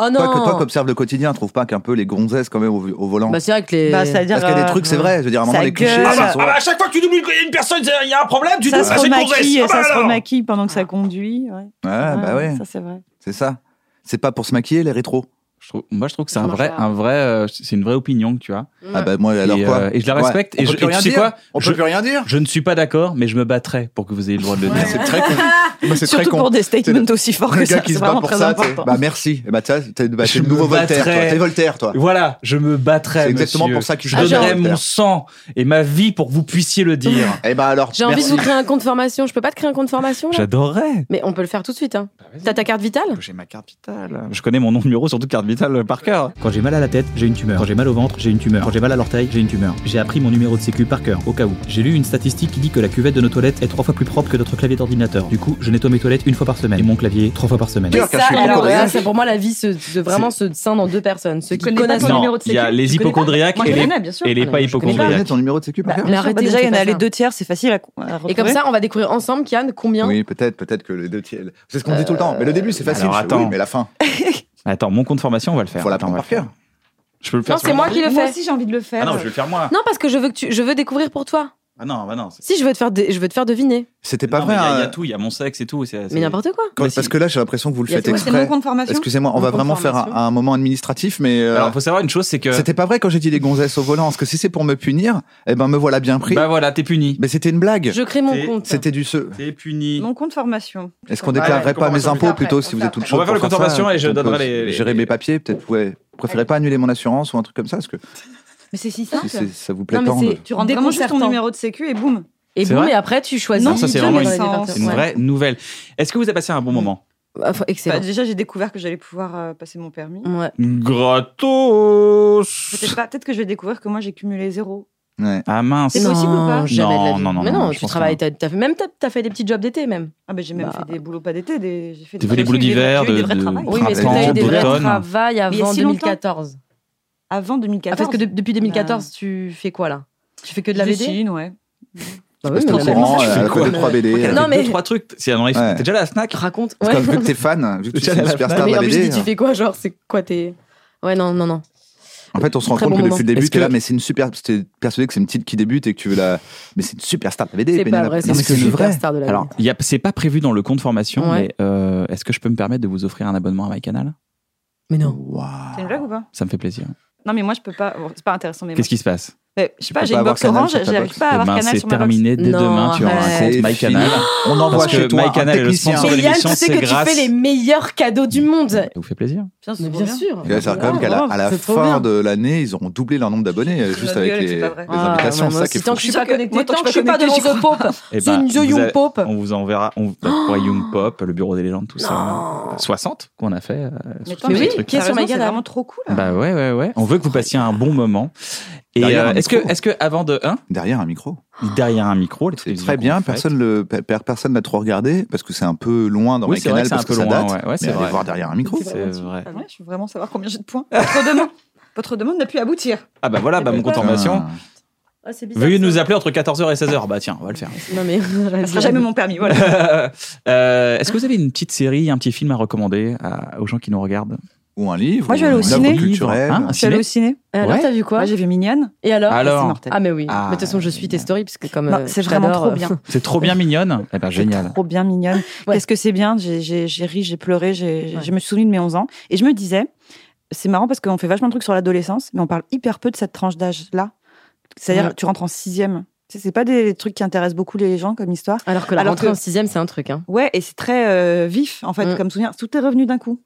Speaker 5: Oh
Speaker 6: Toi, que toi, qu'observe le quotidien, trouve pas qu'un peu les gonzesses quand même au, au volant
Speaker 5: Bah, euh, c'est vrai que les...
Speaker 6: euh, Parce qu'il y a
Speaker 2: euh,
Speaker 6: des trucs, c'est vrai. Je veux dire, à un moment, les clichés.
Speaker 15: Ah
Speaker 6: ils
Speaker 15: bah,
Speaker 6: sont-
Speaker 15: ah bah, à chaque fois que tu doubles une- une personne, il y a un problème, tu
Speaker 2: ça
Speaker 15: doubles,
Speaker 2: se
Speaker 15: ah, c'est une
Speaker 2: remaquille,
Speaker 15: gonzesse. Ah bah
Speaker 2: ça se
Speaker 15: alors.
Speaker 2: remaquille pendant que ça conduit. Ouais.
Speaker 6: Ouais, bah ouais.
Speaker 2: Ça, c'est vrai.
Speaker 6: C'est ça. C'est pas pour se maquiller, les rétros.
Speaker 1: Je trouve- moi, je trouve que c'est un vrai, un vrai, euh, c'est une vraie opinion que tu as.
Speaker 6: Ah bah, moi, alors
Speaker 1: et,
Speaker 6: quoi
Speaker 1: euh, Et je la
Speaker 6: Ouais.
Speaker 1: respecte.
Speaker 6: On
Speaker 1: et
Speaker 6: peut
Speaker 1: je,
Speaker 6: plus
Speaker 1: et
Speaker 6: rien
Speaker 1: tu sais
Speaker 6: dire.
Speaker 1: quoi
Speaker 6: On
Speaker 1: je,
Speaker 6: peut plus rien dire.
Speaker 1: Je ne suis pas d'accord, mais je me battrai pour que vous ayez le droit de le dire.
Speaker 6: C'est très con. Bah, c'est très
Speaker 2: Surtout
Speaker 6: con.
Speaker 2: pour des statements
Speaker 6: C'est-
Speaker 2: aussi forts
Speaker 6: le
Speaker 2: que
Speaker 6: gars
Speaker 2: ça.
Speaker 6: qui
Speaker 2: C'est
Speaker 6: se bat
Speaker 2: vraiment
Speaker 6: pour
Speaker 2: très
Speaker 6: ça, t'es-
Speaker 2: important.
Speaker 6: bah merci. Et bah, t'as- t'es bah,
Speaker 1: Je
Speaker 6: t'es le nouveau
Speaker 1: me
Speaker 6: Voltaire. toi.
Speaker 1: battrai.
Speaker 6: T'es Voltaire, toi.
Speaker 1: Voilà, je me battrai.
Speaker 6: C'est exactement
Speaker 1: monsieur.
Speaker 6: pour ça que
Speaker 1: je
Speaker 6: je suis
Speaker 1: donnerai
Speaker 6: Voltaire.
Speaker 1: mon sang et ma vie pour que vous puissiez le dire.
Speaker 6: Eh ben alors,
Speaker 5: J'ai envie de vous créer un compte formation. Je peux pas te créer un compte formation, là
Speaker 1: J'adorerais.
Speaker 5: Mais on peut le faire tout de suite, hein. T'as ta carte vitale
Speaker 1: J'ai ma carte vitale. Je connais mon nom de numéro sur toute carte vitale euh, par cœur. Quand j'ai mal à la tête, j'ai une tumeur. Quand j'ai mal au ventre, j'ai une tumeur. Quand j'ai mal à l'orteil, j'ai une tumeur. J'ai appris mon numéro de sécu par cœur, au cas où. J'ai lu une statistique qui dit que la cuvette de nos toilettes est trois fois plus propre que notre clavier d'ordinateur. Du coup, je nettoie mes toilettes une fois par semaine et mon clavier trois fois par semaine.
Speaker 5: Mais ça, alors, euh, ça, c'est pour moi la vie se, se- vraiment se scinde en deux personnes. Ceux qui
Speaker 2: connais pas
Speaker 5: connaissent
Speaker 2: ton
Speaker 5: leur-
Speaker 2: numéro de
Speaker 1: Il y a
Speaker 2: sécu,
Speaker 1: les
Speaker 2: tu connais pas
Speaker 1: hypochondriaques
Speaker 2: Moi, je
Speaker 1: et les,
Speaker 2: connais, bien sûr.
Speaker 1: et les
Speaker 2: Ah,
Speaker 1: pas
Speaker 2: mais je connais pas.
Speaker 1: hypochondriaques.
Speaker 6: ton numéro de sécu
Speaker 2: Bah,
Speaker 6: par cœur
Speaker 2: bien sûr,
Speaker 5: arrêtez,
Speaker 2: bah,
Speaker 5: on
Speaker 2: déjà, il y en
Speaker 5: fait
Speaker 2: a
Speaker 5: pas
Speaker 2: les
Speaker 5: ça.
Speaker 2: deux tiers, c'est facile à, à retrouver.
Speaker 5: Et comme ça, on va découvrir ensemble, Kian, combien
Speaker 6: Oui, peut-être, peut-être que les deux tiers. C'est ce qu'on dit
Speaker 5: Euh,
Speaker 6: tout le temps. Mais le début, c'est facile.
Speaker 1: Alors,
Speaker 6: Je fais, oui,
Speaker 1: attends.
Speaker 6: mais la fin.
Speaker 1: Attends, mon compte formation, on va le faire.
Speaker 6: Faut
Speaker 1: Attends, on va le
Speaker 6: l'apprendre par
Speaker 1: faire. Ah
Speaker 6: cœur.
Speaker 1: Je peux le
Speaker 5: Non, c'est moi qui le
Speaker 2: Moi
Speaker 5: fais.
Speaker 2: aussi, j'ai envie de le
Speaker 6: Ah
Speaker 2: faire.
Speaker 1: le faire moi.
Speaker 5: Non, parce que je veux que tu, je veux découvrir pour toi.
Speaker 1: Ah non, bah non. c'est-
Speaker 5: Si je veux te faire, dé- je veux te faire deviner.
Speaker 6: C'était pas
Speaker 1: non,
Speaker 6: vrai.
Speaker 1: mais Il y a- il y, a
Speaker 6: hein.
Speaker 1: tout, il y a mon sexe et tout. c'est- c'est-
Speaker 5: Mais n'importe quoi.
Speaker 6: Quand- parce que là, j'ai l'impression que vous le
Speaker 5: Il y a
Speaker 6: faites
Speaker 5: tout, c'est
Speaker 6: exprès.
Speaker 5: mon compte formation.
Speaker 6: Excusez-moi, on
Speaker 5: Mon
Speaker 6: va
Speaker 5: compte
Speaker 6: vraiment faire un,
Speaker 5: formation.
Speaker 6: un moment administratif, mais euh,
Speaker 1: Alors, faut savoir une chose, c'est que.
Speaker 6: c'était pas vrai quand j'ai dit les gonzesses au volant. Parce que si c'est pour me punir, eh ben me voilà bien pris.
Speaker 1: Bah voilà, t'es puni.
Speaker 6: Mais c'était une blague.
Speaker 5: Je crée mon
Speaker 1: C'est-
Speaker 5: compte.
Speaker 6: C'était du se.
Speaker 1: T'es puni.
Speaker 2: Mon compte formation.
Speaker 6: Est-ce qu'on
Speaker 1: Ouais,
Speaker 6: déclarerait pas mes
Speaker 1: confirmation
Speaker 6: impôts
Speaker 1: après,
Speaker 6: plutôt si vous êtes
Speaker 2: confirmation
Speaker 6: toute
Speaker 1: On
Speaker 6: chose
Speaker 1: va faire le
Speaker 6: pour ça,
Speaker 1: confirmation et je
Speaker 6: on peut
Speaker 1: donnerai les- les-
Speaker 6: Gérer mes papiers, peut-être. Ouais. Préférez pas annuler mon assurance ou un truc comme ça, parce que
Speaker 2: Mais c'est si simple.
Speaker 6: si c'est- ça vous plaît
Speaker 5: Non, mais
Speaker 6: tant. de-
Speaker 5: c'est-
Speaker 2: Tu rentres vraiment juste ton
Speaker 5: Déconcertant.
Speaker 2: numéro de sécu et boum.
Speaker 5: Et
Speaker 1: C'est
Speaker 5: bon,
Speaker 1: vrai
Speaker 5: et après tu choisis.
Speaker 2: Non,
Speaker 1: ça, c'est
Speaker 2: Dieu,
Speaker 1: vraiment
Speaker 2: mais
Speaker 1: une,
Speaker 2: ça, on-
Speaker 1: c'est une vraie nouvelle. Est-ce que vous avez passé un bon moment
Speaker 2: Bah,
Speaker 5: excellent.
Speaker 2: déjà, j'ai découvert que j'allais pouvoir euh, passer mon permis.
Speaker 5: Ouais.
Speaker 2: Peut-être
Speaker 1: Gratos
Speaker 2: pas- peut-être que je vais découvrir que moi, j'ai cumulé zéro.
Speaker 6: Ouais.
Speaker 1: Ah mince.
Speaker 2: C'est possible ou pas
Speaker 5: Jamais de la
Speaker 1: Non,
Speaker 5: vie.
Speaker 1: non, non,
Speaker 5: Mais
Speaker 1: non,
Speaker 5: non,
Speaker 1: je
Speaker 5: tu
Speaker 1: pense
Speaker 5: travailles.
Speaker 1: pas.
Speaker 5: T'as, t'as fait, même t'as, t'as fait des petits jobs d'été même.
Speaker 2: Ah bah j'ai même
Speaker 5: Bah.
Speaker 2: fait des boulots pas d'été, des... j'ai fait
Speaker 1: T'as fait des boulots
Speaker 2: j'ai eu
Speaker 1: d'hiver,
Speaker 2: j'ai eu
Speaker 1: de-
Speaker 2: des vrais
Speaker 1: de-
Speaker 2: travails.
Speaker 5: Oui, mais est-ce que
Speaker 1: Printemps,
Speaker 5: t'as eu des vrais
Speaker 1: d'automne.
Speaker 2: Mais
Speaker 5: travails
Speaker 2: il y a
Speaker 5: avant
Speaker 2: si longtemps.
Speaker 5: 2014
Speaker 2: Avant
Speaker 5: Ah,
Speaker 2: 2014.
Speaker 5: Parce que de- depuis 2014,
Speaker 2: Bah.
Speaker 5: tu fais quoi là Tu fais que de la
Speaker 2: Je
Speaker 5: BD
Speaker 2: dessine, ouais.
Speaker 5: Bah
Speaker 6: Je
Speaker 5: oui,
Speaker 6: suis
Speaker 5: mais
Speaker 6: au
Speaker 5: la
Speaker 6: courant,
Speaker 5: BD,
Speaker 6: euh,
Speaker 5: je fais
Speaker 6: elle a
Speaker 5: quoi
Speaker 6: fait deux, trois BD.
Speaker 5: Non,
Speaker 6: elle a
Speaker 1: T'as
Speaker 6: fait
Speaker 5: mais- Bah
Speaker 1: deux, trois trucs. C'est- alors,
Speaker 6: Ouais.
Speaker 1: T'es déjà allé à la Fnac
Speaker 5: Raconte.
Speaker 6: Parce que
Speaker 5: Ouais.
Speaker 6: vu que t'es fan, vu que tu
Speaker 1: Déjà
Speaker 6: es une
Speaker 1: la
Speaker 6: superstar de
Speaker 5: Mais
Speaker 6: la
Speaker 5: en plus, je dis,
Speaker 6: BD.
Speaker 5: tu fais quoi Genre, c'est quoi tes. Ouais, non, non, non.
Speaker 6: En fait, on se rend
Speaker 5: Très
Speaker 6: compte
Speaker 5: bon
Speaker 6: que
Speaker 5: moment.
Speaker 6: depuis le début,
Speaker 5: Est-ce
Speaker 6: t'es
Speaker 5: que-
Speaker 6: là, mais c'est une super. T'es persuadé que c'est une petite qui débute et que tu veux la. Mais c'est une superstar de la BD.
Speaker 5: C'est pas
Speaker 6: Pénélope.
Speaker 5: vrai, c'est
Speaker 6: Non,
Speaker 5: une
Speaker 6: mais c'est
Speaker 5: superstar
Speaker 6: vrai.
Speaker 5: de la
Speaker 1: Alors, il y a- c'est pas prévu dans le compte formation,
Speaker 5: Ouais.
Speaker 1: mais euh, est-ce que je peux me permettre de vous offrir un abonnement à MyCanal
Speaker 5: Mais non.
Speaker 2: C'est une blague ou pas
Speaker 1: Ça me fait plaisir.
Speaker 2: Non, mais moi, je peux pas. bon, c'est pas intéressant, mais. moi-
Speaker 1: Qu'est-ce qui se passe
Speaker 2: Mais, je sais pas,
Speaker 6: peux
Speaker 2: j'ai
Speaker 6: pas
Speaker 2: une
Speaker 6: avoir
Speaker 2: box
Speaker 6: Canal
Speaker 2: orange,
Speaker 6: sur ta
Speaker 2: j'arrive
Speaker 6: box.
Speaker 5: Ah,
Speaker 2: pas à
Speaker 1: Eh
Speaker 2: avoir
Speaker 1: ben,
Speaker 2: canal
Speaker 1: c'est
Speaker 2: sur ma box.
Speaker 1: terminé. Dès
Speaker 5: Non,
Speaker 1: demain, tu auras un
Speaker 5: arrête.
Speaker 1: compte
Speaker 6: C'est
Speaker 1: MyCanal.
Speaker 6: fini. On envoie
Speaker 1: Parce
Speaker 6: chez
Speaker 1: que
Speaker 6: toi un
Speaker 1: MyCanal est le
Speaker 6: technicien.
Speaker 1: sponsor de
Speaker 5: Et Yann, tu
Speaker 1: l'émission,
Speaker 5: sais
Speaker 1: c'est
Speaker 5: que tu
Speaker 1: grâce.
Speaker 5: fais les meilleurs cadeaux du monde.
Speaker 1: Ça vous fait plaisir
Speaker 5: Mais bien sûr.
Speaker 6: Et là,
Speaker 2: Ah,
Speaker 6: ça veut dire quand même qu'à la, à la
Speaker 5: C'est trop
Speaker 6: fin
Speaker 5: bien.
Speaker 6: de l'année, ils auront doublé leur nombre d'abonnés euh,
Speaker 2: de
Speaker 6: juste
Speaker 2: notre
Speaker 6: avec
Speaker 2: gueule,
Speaker 6: les,
Speaker 2: c'est pas
Speaker 6: les
Speaker 2: vrai.
Speaker 5: Ah,
Speaker 6: invitations.
Speaker 5: ouais, moi
Speaker 6: ça
Speaker 5: aussi,
Speaker 6: qui est
Speaker 5: tant
Speaker 6: fou.
Speaker 5: que
Speaker 2: Je
Speaker 5: je suis
Speaker 2: suis
Speaker 5: pas
Speaker 2: pas
Speaker 5: connectée,
Speaker 2: connectée,
Speaker 5: tant que je suis pas devant
Speaker 2: j'y
Speaker 5: The Pope,
Speaker 1: Eh
Speaker 5: c'est
Speaker 1: ben,
Speaker 5: une Oh.
Speaker 1: vous
Speaker 5: The Young
Speaker 1: allez-
Speaker 5: Pope.
Speaker 1: On vous enverra on, pour Young Pop, le bureau des légendes, tout ça. 60 qu'on a fait. euh,
Speaker 2: Mais,
Speaker 1: sur
Speaker 2: attends,
Speaker 1: ce
Speaker 5: Mais
Speaker 2: mais
Speaker 5: oui,
Speaker 1: truc-là.
Speaker 5: qui est sur
Speaker 2: sérieusement,
Speaker 5: ma
Speaker 2: C'est
Speaker 5: galère.
Speaker 2: vraiment trop cool.
Speaker 1: Bah ouais, ouais, ouais. On veut que vous passiez un bon moment. Et
Speaker 6: Derrière
Speaker 1: euh,
Speaker 6: un
Speaker 1: est-ce que,
Speaker 6: micro.
Speaker 1: est-ce que avant de 1,
Speaker 6: Derrière un micro.
Speaker 1: derrière un micro, les
Speaker 6: C'est
Speaker 1: télévisions
Speaker 6: très bien,
Speaker 1: qu'on fait-
Speaker 6: personne ne personne l'a trop regardé parce que c'est un peu loin dans
Speaker 1: Oui,
Speaker 6: les
Speaker 1: c'est vrai
Speaker 6: canals
Speaker 1: que c'est
Speaker 6: parce
Speaker 1: un
Speaker 6: que
Speaker 1: peu
Speaker 6: ça
Speaker 1: loin,
Speaker 6: date.
Speaker 1: ouais, ouais, c'est
Speaker 6: mais allez
Speaker 1: vrai.
Speaker 6: voir derrière un micro.
Speaker 1: C'est vrai.
Speaker 2: Ah ouais, je veux vraiment savoir combien j'ai de points. Votre demande, votre demande n'a plus abouti.
Speaker 1: Ah bah voilà, bah, mon compte en formation.
Speaker 6: Ah.
Speaker 2: Ah, c'est bizarre.
Speaker 1: Veuillez
Speaker 2: ça.
Speaker 1: nous appeler entre 14h et 16h. Bah tiens, on va le faire.
Speaker 5: Non, mais.
Speaker 2: Ça sera jamais mon permis, voilà.
Speaker 1: Euh, Est-ce que vous avez une petite série, un petit film à recommander à- aux euh, gens qui nous regardent
Speaker 6: ou un livre.
Speaker 2: Moi, je vais aller
Speaker 6: ou
Speaker 2: au
Speaker 6: une œuvre
Speaker 2: ciné.
Speaker 6: culturelle.
Speaker 1: Hein
Speaker 2: je suis allée au ciné.
Speaker 5: Et alors, Ouais. t'as vu quoi
Speaker 2: Moi, J'ai vu Mignonne.
Speaker 5: Et alors,
Speaker 1: Alors
Speaker 5: C'est mortel. Ah mais oui.
Speaker 1: Ah,
Speaker 5: Mais de toute façon, je suis tes stories parce que comme
Speaker 2: Non,
Speaker 5: euh,
Speaker 2: c'est
Speaker 5: je
Speaker 2: vraiment
Speaker 5: t'adore,
Speaker 2: trop
Speaker 5: euh,
Speaker 2: bien.
Speaker 1: C'est trop bien mignonne. Eh ben, génial.
Speaker 2: Trop bien mignonne. Qu'est-ce que c'est bien J'ai- J'ai j'ai ri, j'ai pleuré, j'ai- je me suis souvenu de mes 11 ans. Et je me disais, c'est marrant parce qu'on fait vachement de trucs sur l'adolescence, mais on parle hyper peu de cette tranche d'âge-là. C'est-à-dire,
Speaker 5: Ouais.
Speaker 2: tu rentres en sixième. Tu sais, C'est pas des trucs qui intéressent beaucoup les gens comme histoire.
Speaker 5: Alors que la rentrée en sixième, c'est un truc. Hein.
Speaker 2: Ouais, et c'est très euh, vif, en fait, comme souvenir. Tout est revenu d'un coup.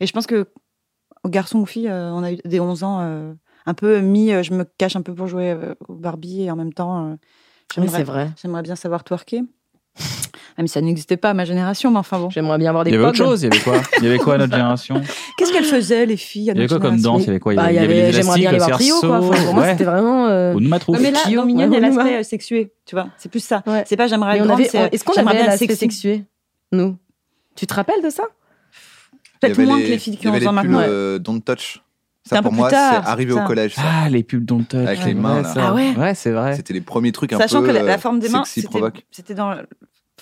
Speaker 2: Et je pense que, aux garçons ou filles, euh, on a eu des 11 ans euh, un peu mis, euh, je me cache un peu pour jouer euh, au Barbie et en même temps, euh, j'aimerais-
Speaker 5: c'est vrai.
Speaker 2: j'aimerais bien savoir twerker. Même si ça n'existait pas à ma génération, mais enfin bon.
Speaker 5: J'aimerais bien avoir
Speaker 1: Il y avait autre chose, il y avait quoi Il y avait quoi à notre génération
Speaker 2: Qu'est-ce qu'elles faisaient, les filles à
Speaker 1: Il y avait
Speaker 2: notre
Speaker 1: quoi comme
Speaker 2: génération
Speaker 1: danse Il y avait quoi Il y
Speaker 5: Bah,
Speaker 1: avait,
Speaker 5: il y
Speaker 1: les
Speaker 5: avait-
Speaker 1: élastiques,
Speaker 5: j'aimerais bien aller
Speaker 1: le
Speaker 5: voir Trio,
Speaker 1: cerceau,
Speaker 5: quoi. Enfin, pour moi,
Speaker 1: ouais.
Speaker 5: c'était vraiment, euh,
Speaker 1: Ou nous matrous.
Speaker 2: Ouais, mais là, dans Mignonne,
Speaker 5: ouais,
Speaker 2: il y a
Speaker 5: on
Speaker 2: l'aspect
Speaker 5: nous
Speaker 2: euh, sexué, tu vois. C'est plus ça.
Speaker 5: Ouais.
Speaker 2: C'est pas j'aimerais
Speaker 5: Mais
Speaker 2: être
Speaker 5: on
Speaker 2: grande,
Speaker 5: avait-
Speaker 2: c'est,
Speaker 5: Est-ce qu'on
Speaker 2: j'aimerais
Speaker 5: avait
Speaker 2: bien être
Speaker 5: l'aspect
Speaker 2: sexy.
Speaker 5: sexué Nous Tu te rappelles de ça
Speaker 2: Peut-être
Speaker 6: Il y avait
Speaker 2: moins que les filles
Speaker 6: il y
Speaker 2: qui ont
Speaker 6: avait
Speaker 2: 11 ans
Speaker 6: les pulls,
Speaker 2: maintenant. Ouais.
Speaker 6: euh, Don't touch.
Speaker 2: C'était
Speaker 6: Ça
Speaker 2: un
Speaker 6: pour
Speaker 2: peu
Speaker 6: moi,
Speaker 2: plus
Speaker 6: c'est
Speaker 2: tard,
Speaker 6: arrivé au
Speaker 2: putain.
Speaker 6: collège. ça.
Speaker 1: Ah, les pubs Don't Touch.
Speaker 6: Avec les mains, là.
Speaker 1: ça.
Speaker 2: Ah ouais
Speaker 1: Ouais, c'est vrai.
Speaker 6: C'était les premiers trucs un
Speaker 2: Sachant
Speaker 6: peu
Speaker 2: que la, la
Speaker 6: euh,
Speaker 2: forme des mains,
Speaker 6: sexy,
Speaker 2: c'était,
Speaker 6: provoque.
Speaker 2: c'était dans.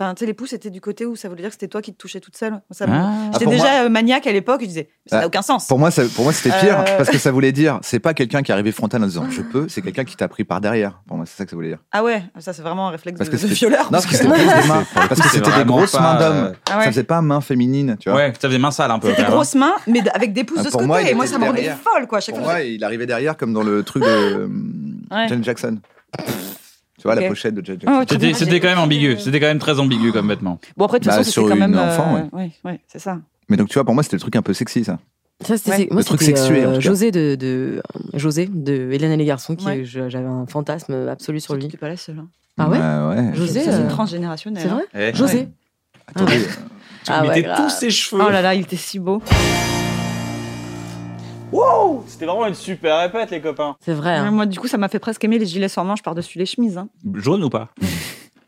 Speaker 2: Enfin, tu sais, les pouces c'était du côté où ça voulait dire que c'était toi qui te touchais toute seule. Ça me-
Speaker 6: Ah. Ah,
Speaker 2: J'étais
Speaker 6: pour
Speaker 2: déjà
Speaker 6: moi-
Speaker 2: euh, maniaque à l'époque, je disais, ça
Speaker 6: Ah,
Speaker 2: n'a aucun sens.
Speaker 6: Pour moi, ça- pour moi, c'était pire
Speaker 2: Euh.
Speaker 6: parce que ça voulait dire, c'est pas quelqu'un qui est arrivé frontal en disant je peux, c'est quelqu'un qui t'a pris par derrière. Pour moi, c'est ça que ça voulait dire.
Speaker 2: Ah ouais, ça c'est vraiment un réflexe
Speaker 6: Parce
Speaker 2: de,
Speaker 6: que
Speaker 2: de
Speaker 6: c'était-
Speaker 2: violeur.
Speaker 6: Non, parce que c'était plus des mains. Parce que
Speaker 1: C'est
Speaker 6: c'était des
Speaker 1: vraiment
Speaker 6: grosses
Speaker 1: pas,
Speaker 6: mains
Speaker 1: euh,
Speaker 6: d'hommes.
Speaker 2: Ah ouais.
Speaker 6: Ça faisait pas main féminine, tu vois.
Speaker 1: Ouais, ça faisait mince sale un peu.
Speaker 2: C'était
Speaker 1: quand même, hein.
Speaker 2: grosses mains, mais d- avec des pouces
Speaker 6: Ah,
Speaker 2: de ce
Speaker 6: pour
Speaker 2: côté.
Speaker 6: moi, il
Speaker 2: et moi,
Speaker 6: était
Speaker 2: ça me rendait
Speaker 6: derrière.
Speaker 2: folle, quoi. à Chaque
Speaker 6: Pour
Speaker 2: fois,
Speaker 6: moi, il arrivait derrière comme dans le truc de euh,
Speaker 2: Ouais.
Speaker 6: Jane Jackson. Tu vois, la
Speaker 2: Ok.
Speaker 6: pochette de Jane
Speaker 2: Ah ouais,
Speaker 6: Jackson.
Speaker 1: hein. C'était c'était quand même ambigu. C'était quand même très ambigu comme vêtement.
Speaker 2: Bon, après, de toute
Speaker 6: Bah,
Speaker 2: façon,
Speaker 6: sur
Speaker 2: c'était quand
Speaker 6: une
Speaker 2: même.
Speaker 6: enfant,
Speaker 2: euh,
Speaker 6: ouais.
Speaker 2: ouais, ouais, c'est ça.
Speaker 6: Mais donc, tu vois, pour moi, c'était le truc un peu sexy, ça.
Speaker 5: Ça, c'est
Speaker 2: Ouais.
Speaker 5: c'est- moi,
Speaker 6: Le truc
Speaker 5: c'était,
Speaker 6: sexué,
Speaker 5: euh,
Speaker 6: en tout cas.
Speaker 5: José de, de euh, José de Hélène et les garçons qui
Speaker 2: Ouais.
Speaker 5: je- j'avais un fantasme absolu sur lui.
Speaker 2: T'es pas la seule. hein.
Speaker 5: Ah ouais.
Speaker 6: Bah ouais.
Speaker 5: José,
Speaker 2: Ça, C'est
Speaker 5: euh,
Speaker 2: transgénérationnel.
Speaker 5: c'est vrai
Speaker 2: hein.
Speaker 1: Eh.
Speaker 5: José.
Speaker 6: Attendez,
Speaker 1: Tu
Speaker 5: Ah ouais,
Speaker 1: mettais
Speaker 5: grave.
Speaker 1: tous ses cheveux.
Speaker 2: Oh là là, il était si beau.
Speaker 16: Wow C'était vraiment une super répète, les copains.
Speaker 5: C'est vrai. hein.
Speaker 2: Moi, du coup, ça m'a fait presque aimer les gilets sans manches par-dessus les chemises. hein.
Speaker 1: Jaune ou pas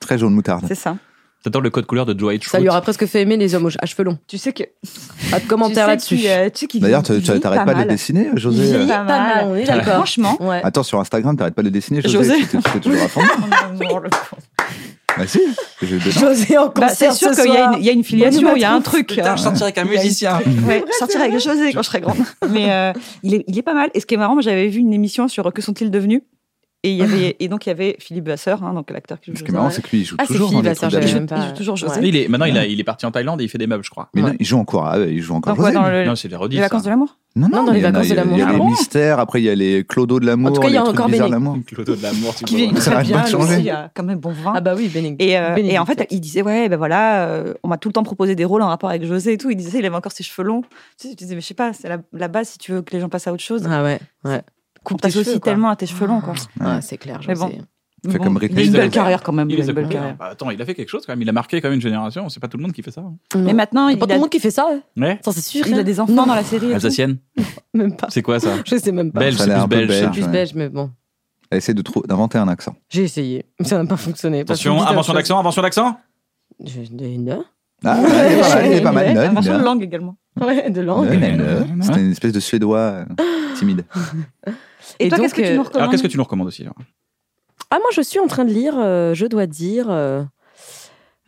Speaker 6: Très jaune moutarde.
Speaker 2: C'est ça.
Speaker 1: T'attends le code couleur de Dwight
Speaker 5: Ça
Speaker 1: Schrute.
Speaker 5: lui aura presque fait aimer les hommes aux- à cheveux longs.
Speaker 2: Tu sais que.
Speaker 5: Pas de
Speaker 2: tu sais
Speaker 5: commentaires
Speaker 2: qu'il,
Speaker 5: là-dessus.
Speaker 2: euh, tu sais qu'il
Speaker 6: D'ailleurs,
Speaker 2: vit-
Speaker 6: tu-
Speaker 2: il
Speaker 6: tu-
Speaker 2: vit
Speaker 6: t'arrêtes pas de
Speaker 2: mal.
Speaker 6: le dessiner,
Speaker 2: Il
Speaker 6: José
Speaker 2: vit
Speaker 6: euh,
Speaker 2: pas mal, on est d'accord. Franchement,
Speaker 5: Ouais.
Speaker 6: Attends, sur Instagram, t'arrêtes pas de le dessiner, José.
Speaker 2: José.
Speaker 6: tu t'es- tu t'es toujours à fond. Bah si, je vais dedans.
Speaker 5: José en
Speaker 2: Bah, c'est sûr qu'il y, a une- il y a une filiation, il y a un truc. hein.
Speaker 1: sortir avec un musicien.
Speaker 2: Ouais, sortir avec José quand je serai grande. Mais euh, il, est, il est pas mal. Et ce qui est marrant, moi, j'avais vu une émission sur Que sont-ils devenus et, il y avait, et donc il y avait Philippe Basseur, hein, donc l'acteur qui joue
Speaker 6: Ce qui est
Speaker 2: José.
Speaker 6: marrant, c'est que lui, il joue
Speaker 5: Ah, c'est
Speaker 6: toujours
Speaker 5: Philippe
Speaker 6: dans les
Speaker 5: Vasseur,
Speaker 6: trucs d'ado.
Speaker 5: j'avais même pas.
Speaker 2: Il joue toujours José.
Speaker 5: Ouais.
Speaker 1: Il est, maintenant, il, a- il est parti en Thaïlande et il fait des meubles, je crois.
Speaker 6: Mais non,
Speaker 5: Ouais.
Speaker 6: il joue encore. Ah ouais, il joue encore.
Speaker 2: Dans quoi
Speaker 6: José.
Speaker 2: Dans le-
Speaker 1: Non, c'est des
Speaker 2: les
Speaker 1: redites.
Speaker 2: vacances
Speaker 1: ça.
Speaker 2: de l'amour
Speaker 6: Non, non,
Speaker 5: Non, dans
Speaker 6: mais
Speaker 5: les
Speaker 6: il y en a,
Speaker 5: vacances
Speaker 6: il y a-
Speaker 5: de l'amour.
Speaker 6: Il y a
Speaker 5: Ah
Speaker 6: les
Speaker 5: bon
Speaker 6: mystères, après il y a les clodos de l'amour.
Speaker 5: En tout cas, il y a
Speaker 6: les trucs
Speaker 5: encore
Speaker 6: bizarres de
Speaker 5: Béné.
Speaker 6: l'amour.
Speaker 1: Clodo de l'amour, tu
Speaker 2: Qui
Speaker 1: vois.
Speaker 2: vient
Speaker 6: Ça
Speaker 2: très
Speaker 6: arrête
Speaker 2: bien,
Speaker 6: pas de changer.
Speaker 2: aussi, euh, quand même bon vin.
Speaker 5: Ah bah oui, Bénédicte.
Speaker 2: Et, euh, et en fait,
Speaker 5: Bénédicte.
Speaker 2: il disait, ouais, ben voilà, euh, on m'a tout le temps proposé des rôles en rapport avec José et tout. Il disait, il avait encore ses cheveux longs. Tu sais, je disais, mais je sais pas, c'est la, la base si tu veux que les gens passent à autre chose.
Speaker 5: ah ouais, ouais.
Speaker 2: Coupe
Speaker 5: tes
Speaker 2: t'associe
Speaker 5: cheveux, quoi.
Speaker 2: tellement à tes cheveux longs, quoi.
Speaker 5: Ah, c'est clair,
Speaker 2: Mais
Speaker 5: José.
Speaker 2: bon.
Speaker 6: Fait
Speaker 2: Bon,
Speaker 6: comme
Speaker 2: il
Speaker 6: Britney
Speaker 2: a une
Speaker 6: Spears.
Speaker 2: belle carrière quand même.
Speaker 1: Il
Speaker 2: il a
Speaker 1: les
Speaker 2: une
Speaker 1: a
Speaker 2: belle
Speaker 1: conquis.
Speaker 2: carrière.
Speaker 1: Bah, Attends, il a fait quelque chose quand même. Il a marqué quand même une génération. C'est pas tout le monde qui fait ça. hein.
Speaker 2: Mais maintenant, il
Speaker 5: Pas tout
Speaker 2: a-
Speaker 5: le monde qui fait ça. ouais.
Speaker 1: Ouais.
Speaker 5: Ça, c'est sûr.
Speaker 2: il
Speaker 5: hein.
Speaker 2: a des enfants dans la série. et tout.
Speaker 1: Alsacienne
Speaker 5: Même pas.
Speaker 1: C'est quoi ça
Speaker 5: Je sais même pas.
Speaker 1: Belge,
Speaker 6: Ça a
Speaker 1: c'est
Speaker 6: l'air
Speaker 1: plus
Speaker 6: un peu
Speaker 1: belge. ça.
Speaker 6: belge.
Speaker 5: Plus
Speaker 6: Ah, ouais.
Speaker 5: belge, mais bon.
Speaker 6: Elle essaie de trou- d'inventer un accent.
Speaker 5: J'ai essayé. Ça n'a pas fonctionné. Parce qu'on
Speaker 1: Attention,
Speaker 5: me dit
Speaker 1: invention
Speaker 5: autre chose.
Speaker 1: d'accent, invention d'accent
Speaker 5: Je- des- non.
Speaker 6: Ah, elle est pas mal, elle
Speaker 5: Ouais,
Speaker 6: est pas mal. Non,
Speaker 2: Inversion de
Speaker 6: non.
Speaker 2: langue également.
Speaker 5: Ouais, de
Speaker 6: Non,
Speaker 5: langue.
Speaker 6: non, non. C'était une espèce de suédois euh, timide.
Speaker 2: Et, toi, qu'est-ce que tu nous
Speaker 5: euh,
Speaker 2: recommandes
Speaker 1: Alors qu'est-ce que tu nous recommandes aussi alors
Speaker 5: Ah, moi, je suis en train de lire, euh, je dois dire, euh,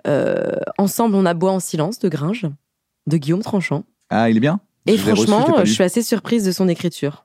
Speaker 5: euh, Ensemble, on aboie en silence de Gringe, de Guillaume Tranchant.
Speaker 6: Ah, il est bien
Speaker 5: Et
Speaker 6: Je l'ai reçu,
Speaker 5: franchement, euh,
Speaker 6: l'ai pas
Speaker 5: je
Speaker 6: lu.
Speaker 5: suis assez surprise de son écriture.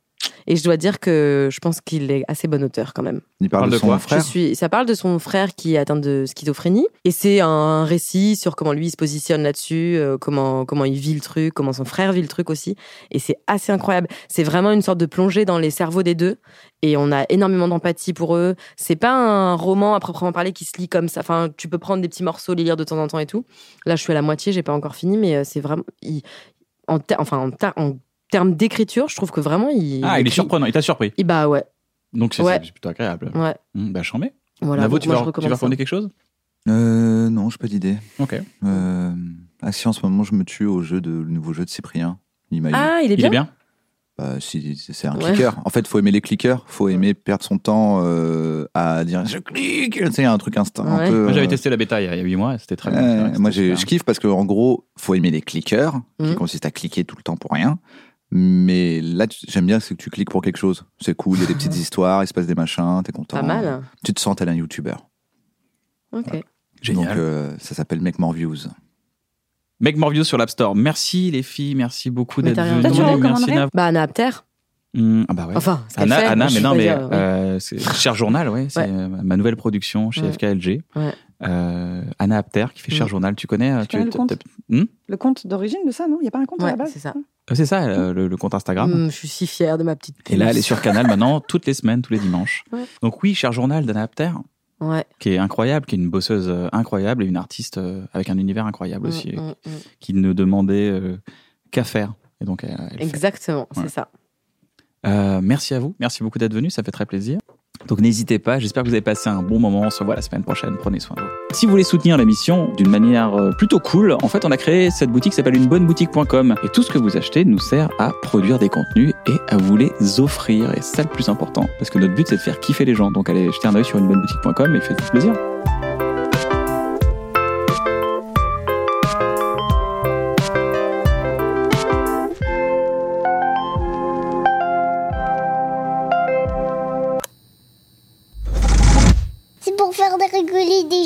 Speaker 5: Et je dois dire que je pense qu'il est assez bon auteur quand même.
Speaker 6: Il parle
Speaker 1: Parle
Speaker 6: de
Speaker 1: de
Speaker 6: son
Speaker 1: quoi
Speaker 6: frère.
Speaker 5: Je suis, ça parle de son frère qui est atteint de schizophrénie. Et c'est un récit sur comment lui il se positionne là-dessus, euh, comment, comment il vit le truc, comment son frère vit le truc aussi. Et c'est assez incroyable. C'est vraiment une sorte de plongée dans les cerveaux des deux. Et on a énormément d'empathie pour eux. C'est pas un roman à proprement parler qui se lit comme ça. Enfin, tu peux prendre des petits morceaux, les lire de temps en temps et tout. Là, je suis à la moitié, j'ai pas encore fini, mais euh, c'est vraiment. il- en ter- enfin, en, ter- en termes d'écriture, je trouve que vraiment il.
Speaker 1: Ah, il est
Speaker 5: écrit-
Speaker 1: surprenant, il t'a surpris.
Speaker 5: Il- Bah ouais,
Speaker 1: Donc c'est
Speaker 5: Ouais.
Speaker 1: c'est plutôt agréable.
Speaker 5: ouais.
Speaker 1: Hum, bah, j'en mets.
Speaker 5: Voilà.
Speaker 1: Navo,
Speaker 5: donc
Speaker 1: tu
Speaker 5: moi,
Speaker 1: vas
Speaker 5: je
Speaker 1: tu
Speaker 5: recommande
Speaker 1: vas
Speaker 5: ça.
Speaker 1: recommander quelque chose
Speaker 6: Euh, non, j'ai pas d'idée.
Speaker 1: Ok.
Speaker 6: Euh, ah si, en ce moment, je me tue au jeu de, le nouveau jeu de Cyprien. Il m'a eu.
Speaker 5: Ah, il
Speaker 1: Il
Speaker 5: est
Speaker 1: est
Speaker 5: bien.
Speaker 1: bien
Speaker 6: Bah, si, c'est un
Speaker 5: Ouais.
Speaker 6: clicker. En fait, faut aimer les clickers. Faut aimer perdre son temps euh, à dire je clique. Tu sais, un truc instant. un
Speaker 5: Ouais.
Speaker 6: peu,
Speaker 1: Moi, j'avais
Speaker 6: euh,
Speaker 1: testé la bêta il y a 8 mois, et c'était très bien.
Speaker 6: Ouais,
Speaker 1: c'est vrai que
Speaker 6: moi,
Speaker 1: c'était
Speaker 6: j'ai-
Speaker 1: super.
Speaker 6: je kiffe parce que en gros, faut aimer les clickers, qui
Speaker 5: Mhm.
Speaker 6: consistent à cliquer tout le temps pour rien. Mais là, tu- j'aime bien, c'est que tu cliques pour quelque chose. C'est cool, il y a des petites histoires, il se passe des machins, t'es content.
Speaker 5: Pas mal.
Speaker 6: Tu te sens tel un youtubeur.
Speaker 5: Ok.
Speaker 6: Donc, euh, ça s'appelle Make More Views.
Speaker 1: Meg Morbius sur l'App Store. Merci les filles, merci beaucoup d'être
Speaker 5: Toi, tu
Speaker 1: venues. Merci
Speaker 5: recommanderais
Speaker 1: Nav.
Speaker 5: Bah, Anna Apter.
Speaker 1: Hum, ah bah ouais.
Speaker 5: Enfin, ce qu'elle
Speaker 1: Anna,
Speaker 5: fait,
Speaker 1: Anna,
Speaker 5: moi, je
Speaker 1: mais
Speaker 5: peux
Speaker 1: non,
Speaker 5: pas
Speaker 1: mais
Speaker 5: dire, oui.
Speaker 1: euh, c'est- Cher Journal, ouais, c'est
Speaker 5: Ouais.
Speaker 1: euh, ma nouvelle production chez
Speaker 5: Ouais.
Speaker 1: FKLG.
Speaker 5: Ouais.
Speaker 1: Euh, Anna Apter qui fait Cher
Speaker 10: Mm.
Speaker 1: Journal, tu connais euh,
Speaker 10: connais le
Speaker 1: t'as-
Speaker 10: compte
Speaker 1: t'as- Hum
Speaker 10: Le compte d'origine de ça, non Il n'y a pas un compte à la base
Speaker 5: c'est ça.
Speaker 1: Euh, C'est ça,
Speaker 5: Mm.
Speaker 1: euh, le, le compte Instagram.
Speaker 5: Hum, je suis si fière de ma petite.
Speaker 1: Et là, elle est
Speaker 5: pousse.
Speaker 1: sur Canal maintenant, toutes les semaines, tous les dimanches.
Speaker 5: Ouais.
Speaker 1: Donc oui, Cher Journal d'Anna Apter,
Speaker 5: Ouais.
Speaker 1: qui est incroyable, qui est une bosseuse euh, incroyable et une artiste euh, avec un univers incroyable
Speaker 5: Mm,
Speaker 1: aussi,
Speaker 5: mm,
Speaker 1: euh,
Speaker 5: mm.
Speaker 1: qui ne demandait euh, qu'à faire. Et donc, elle, elle fait.
Speaker 5: Exactement,
Speaker 1: Ouais.
Speaker 5: c'est ça.
Speaker 1: Euh, merci à vous, merci beaucoup d'être venu, ça fait très plaisir. Donc n'hésitez pas, j'espère que vous avez passé un bon moment, on se revoit la semaine prochaine, prenez soin de vous. Si vous voulez soutenir l'émission d'une manière euh, plutôt cool, en fait on a créé cette boutique qui s'appelle unebonneboutique.com et tout ce que vous achetez nous sert à produire des contenus et à vous les offrir et c'est ça le plus important parce que notre but c'est de faire kiffer les gens. Donc allez jeter un oeil sur unebonneboutique.com et faites-vous plaisir.
Speaker 11: C'est pour faire rigoler des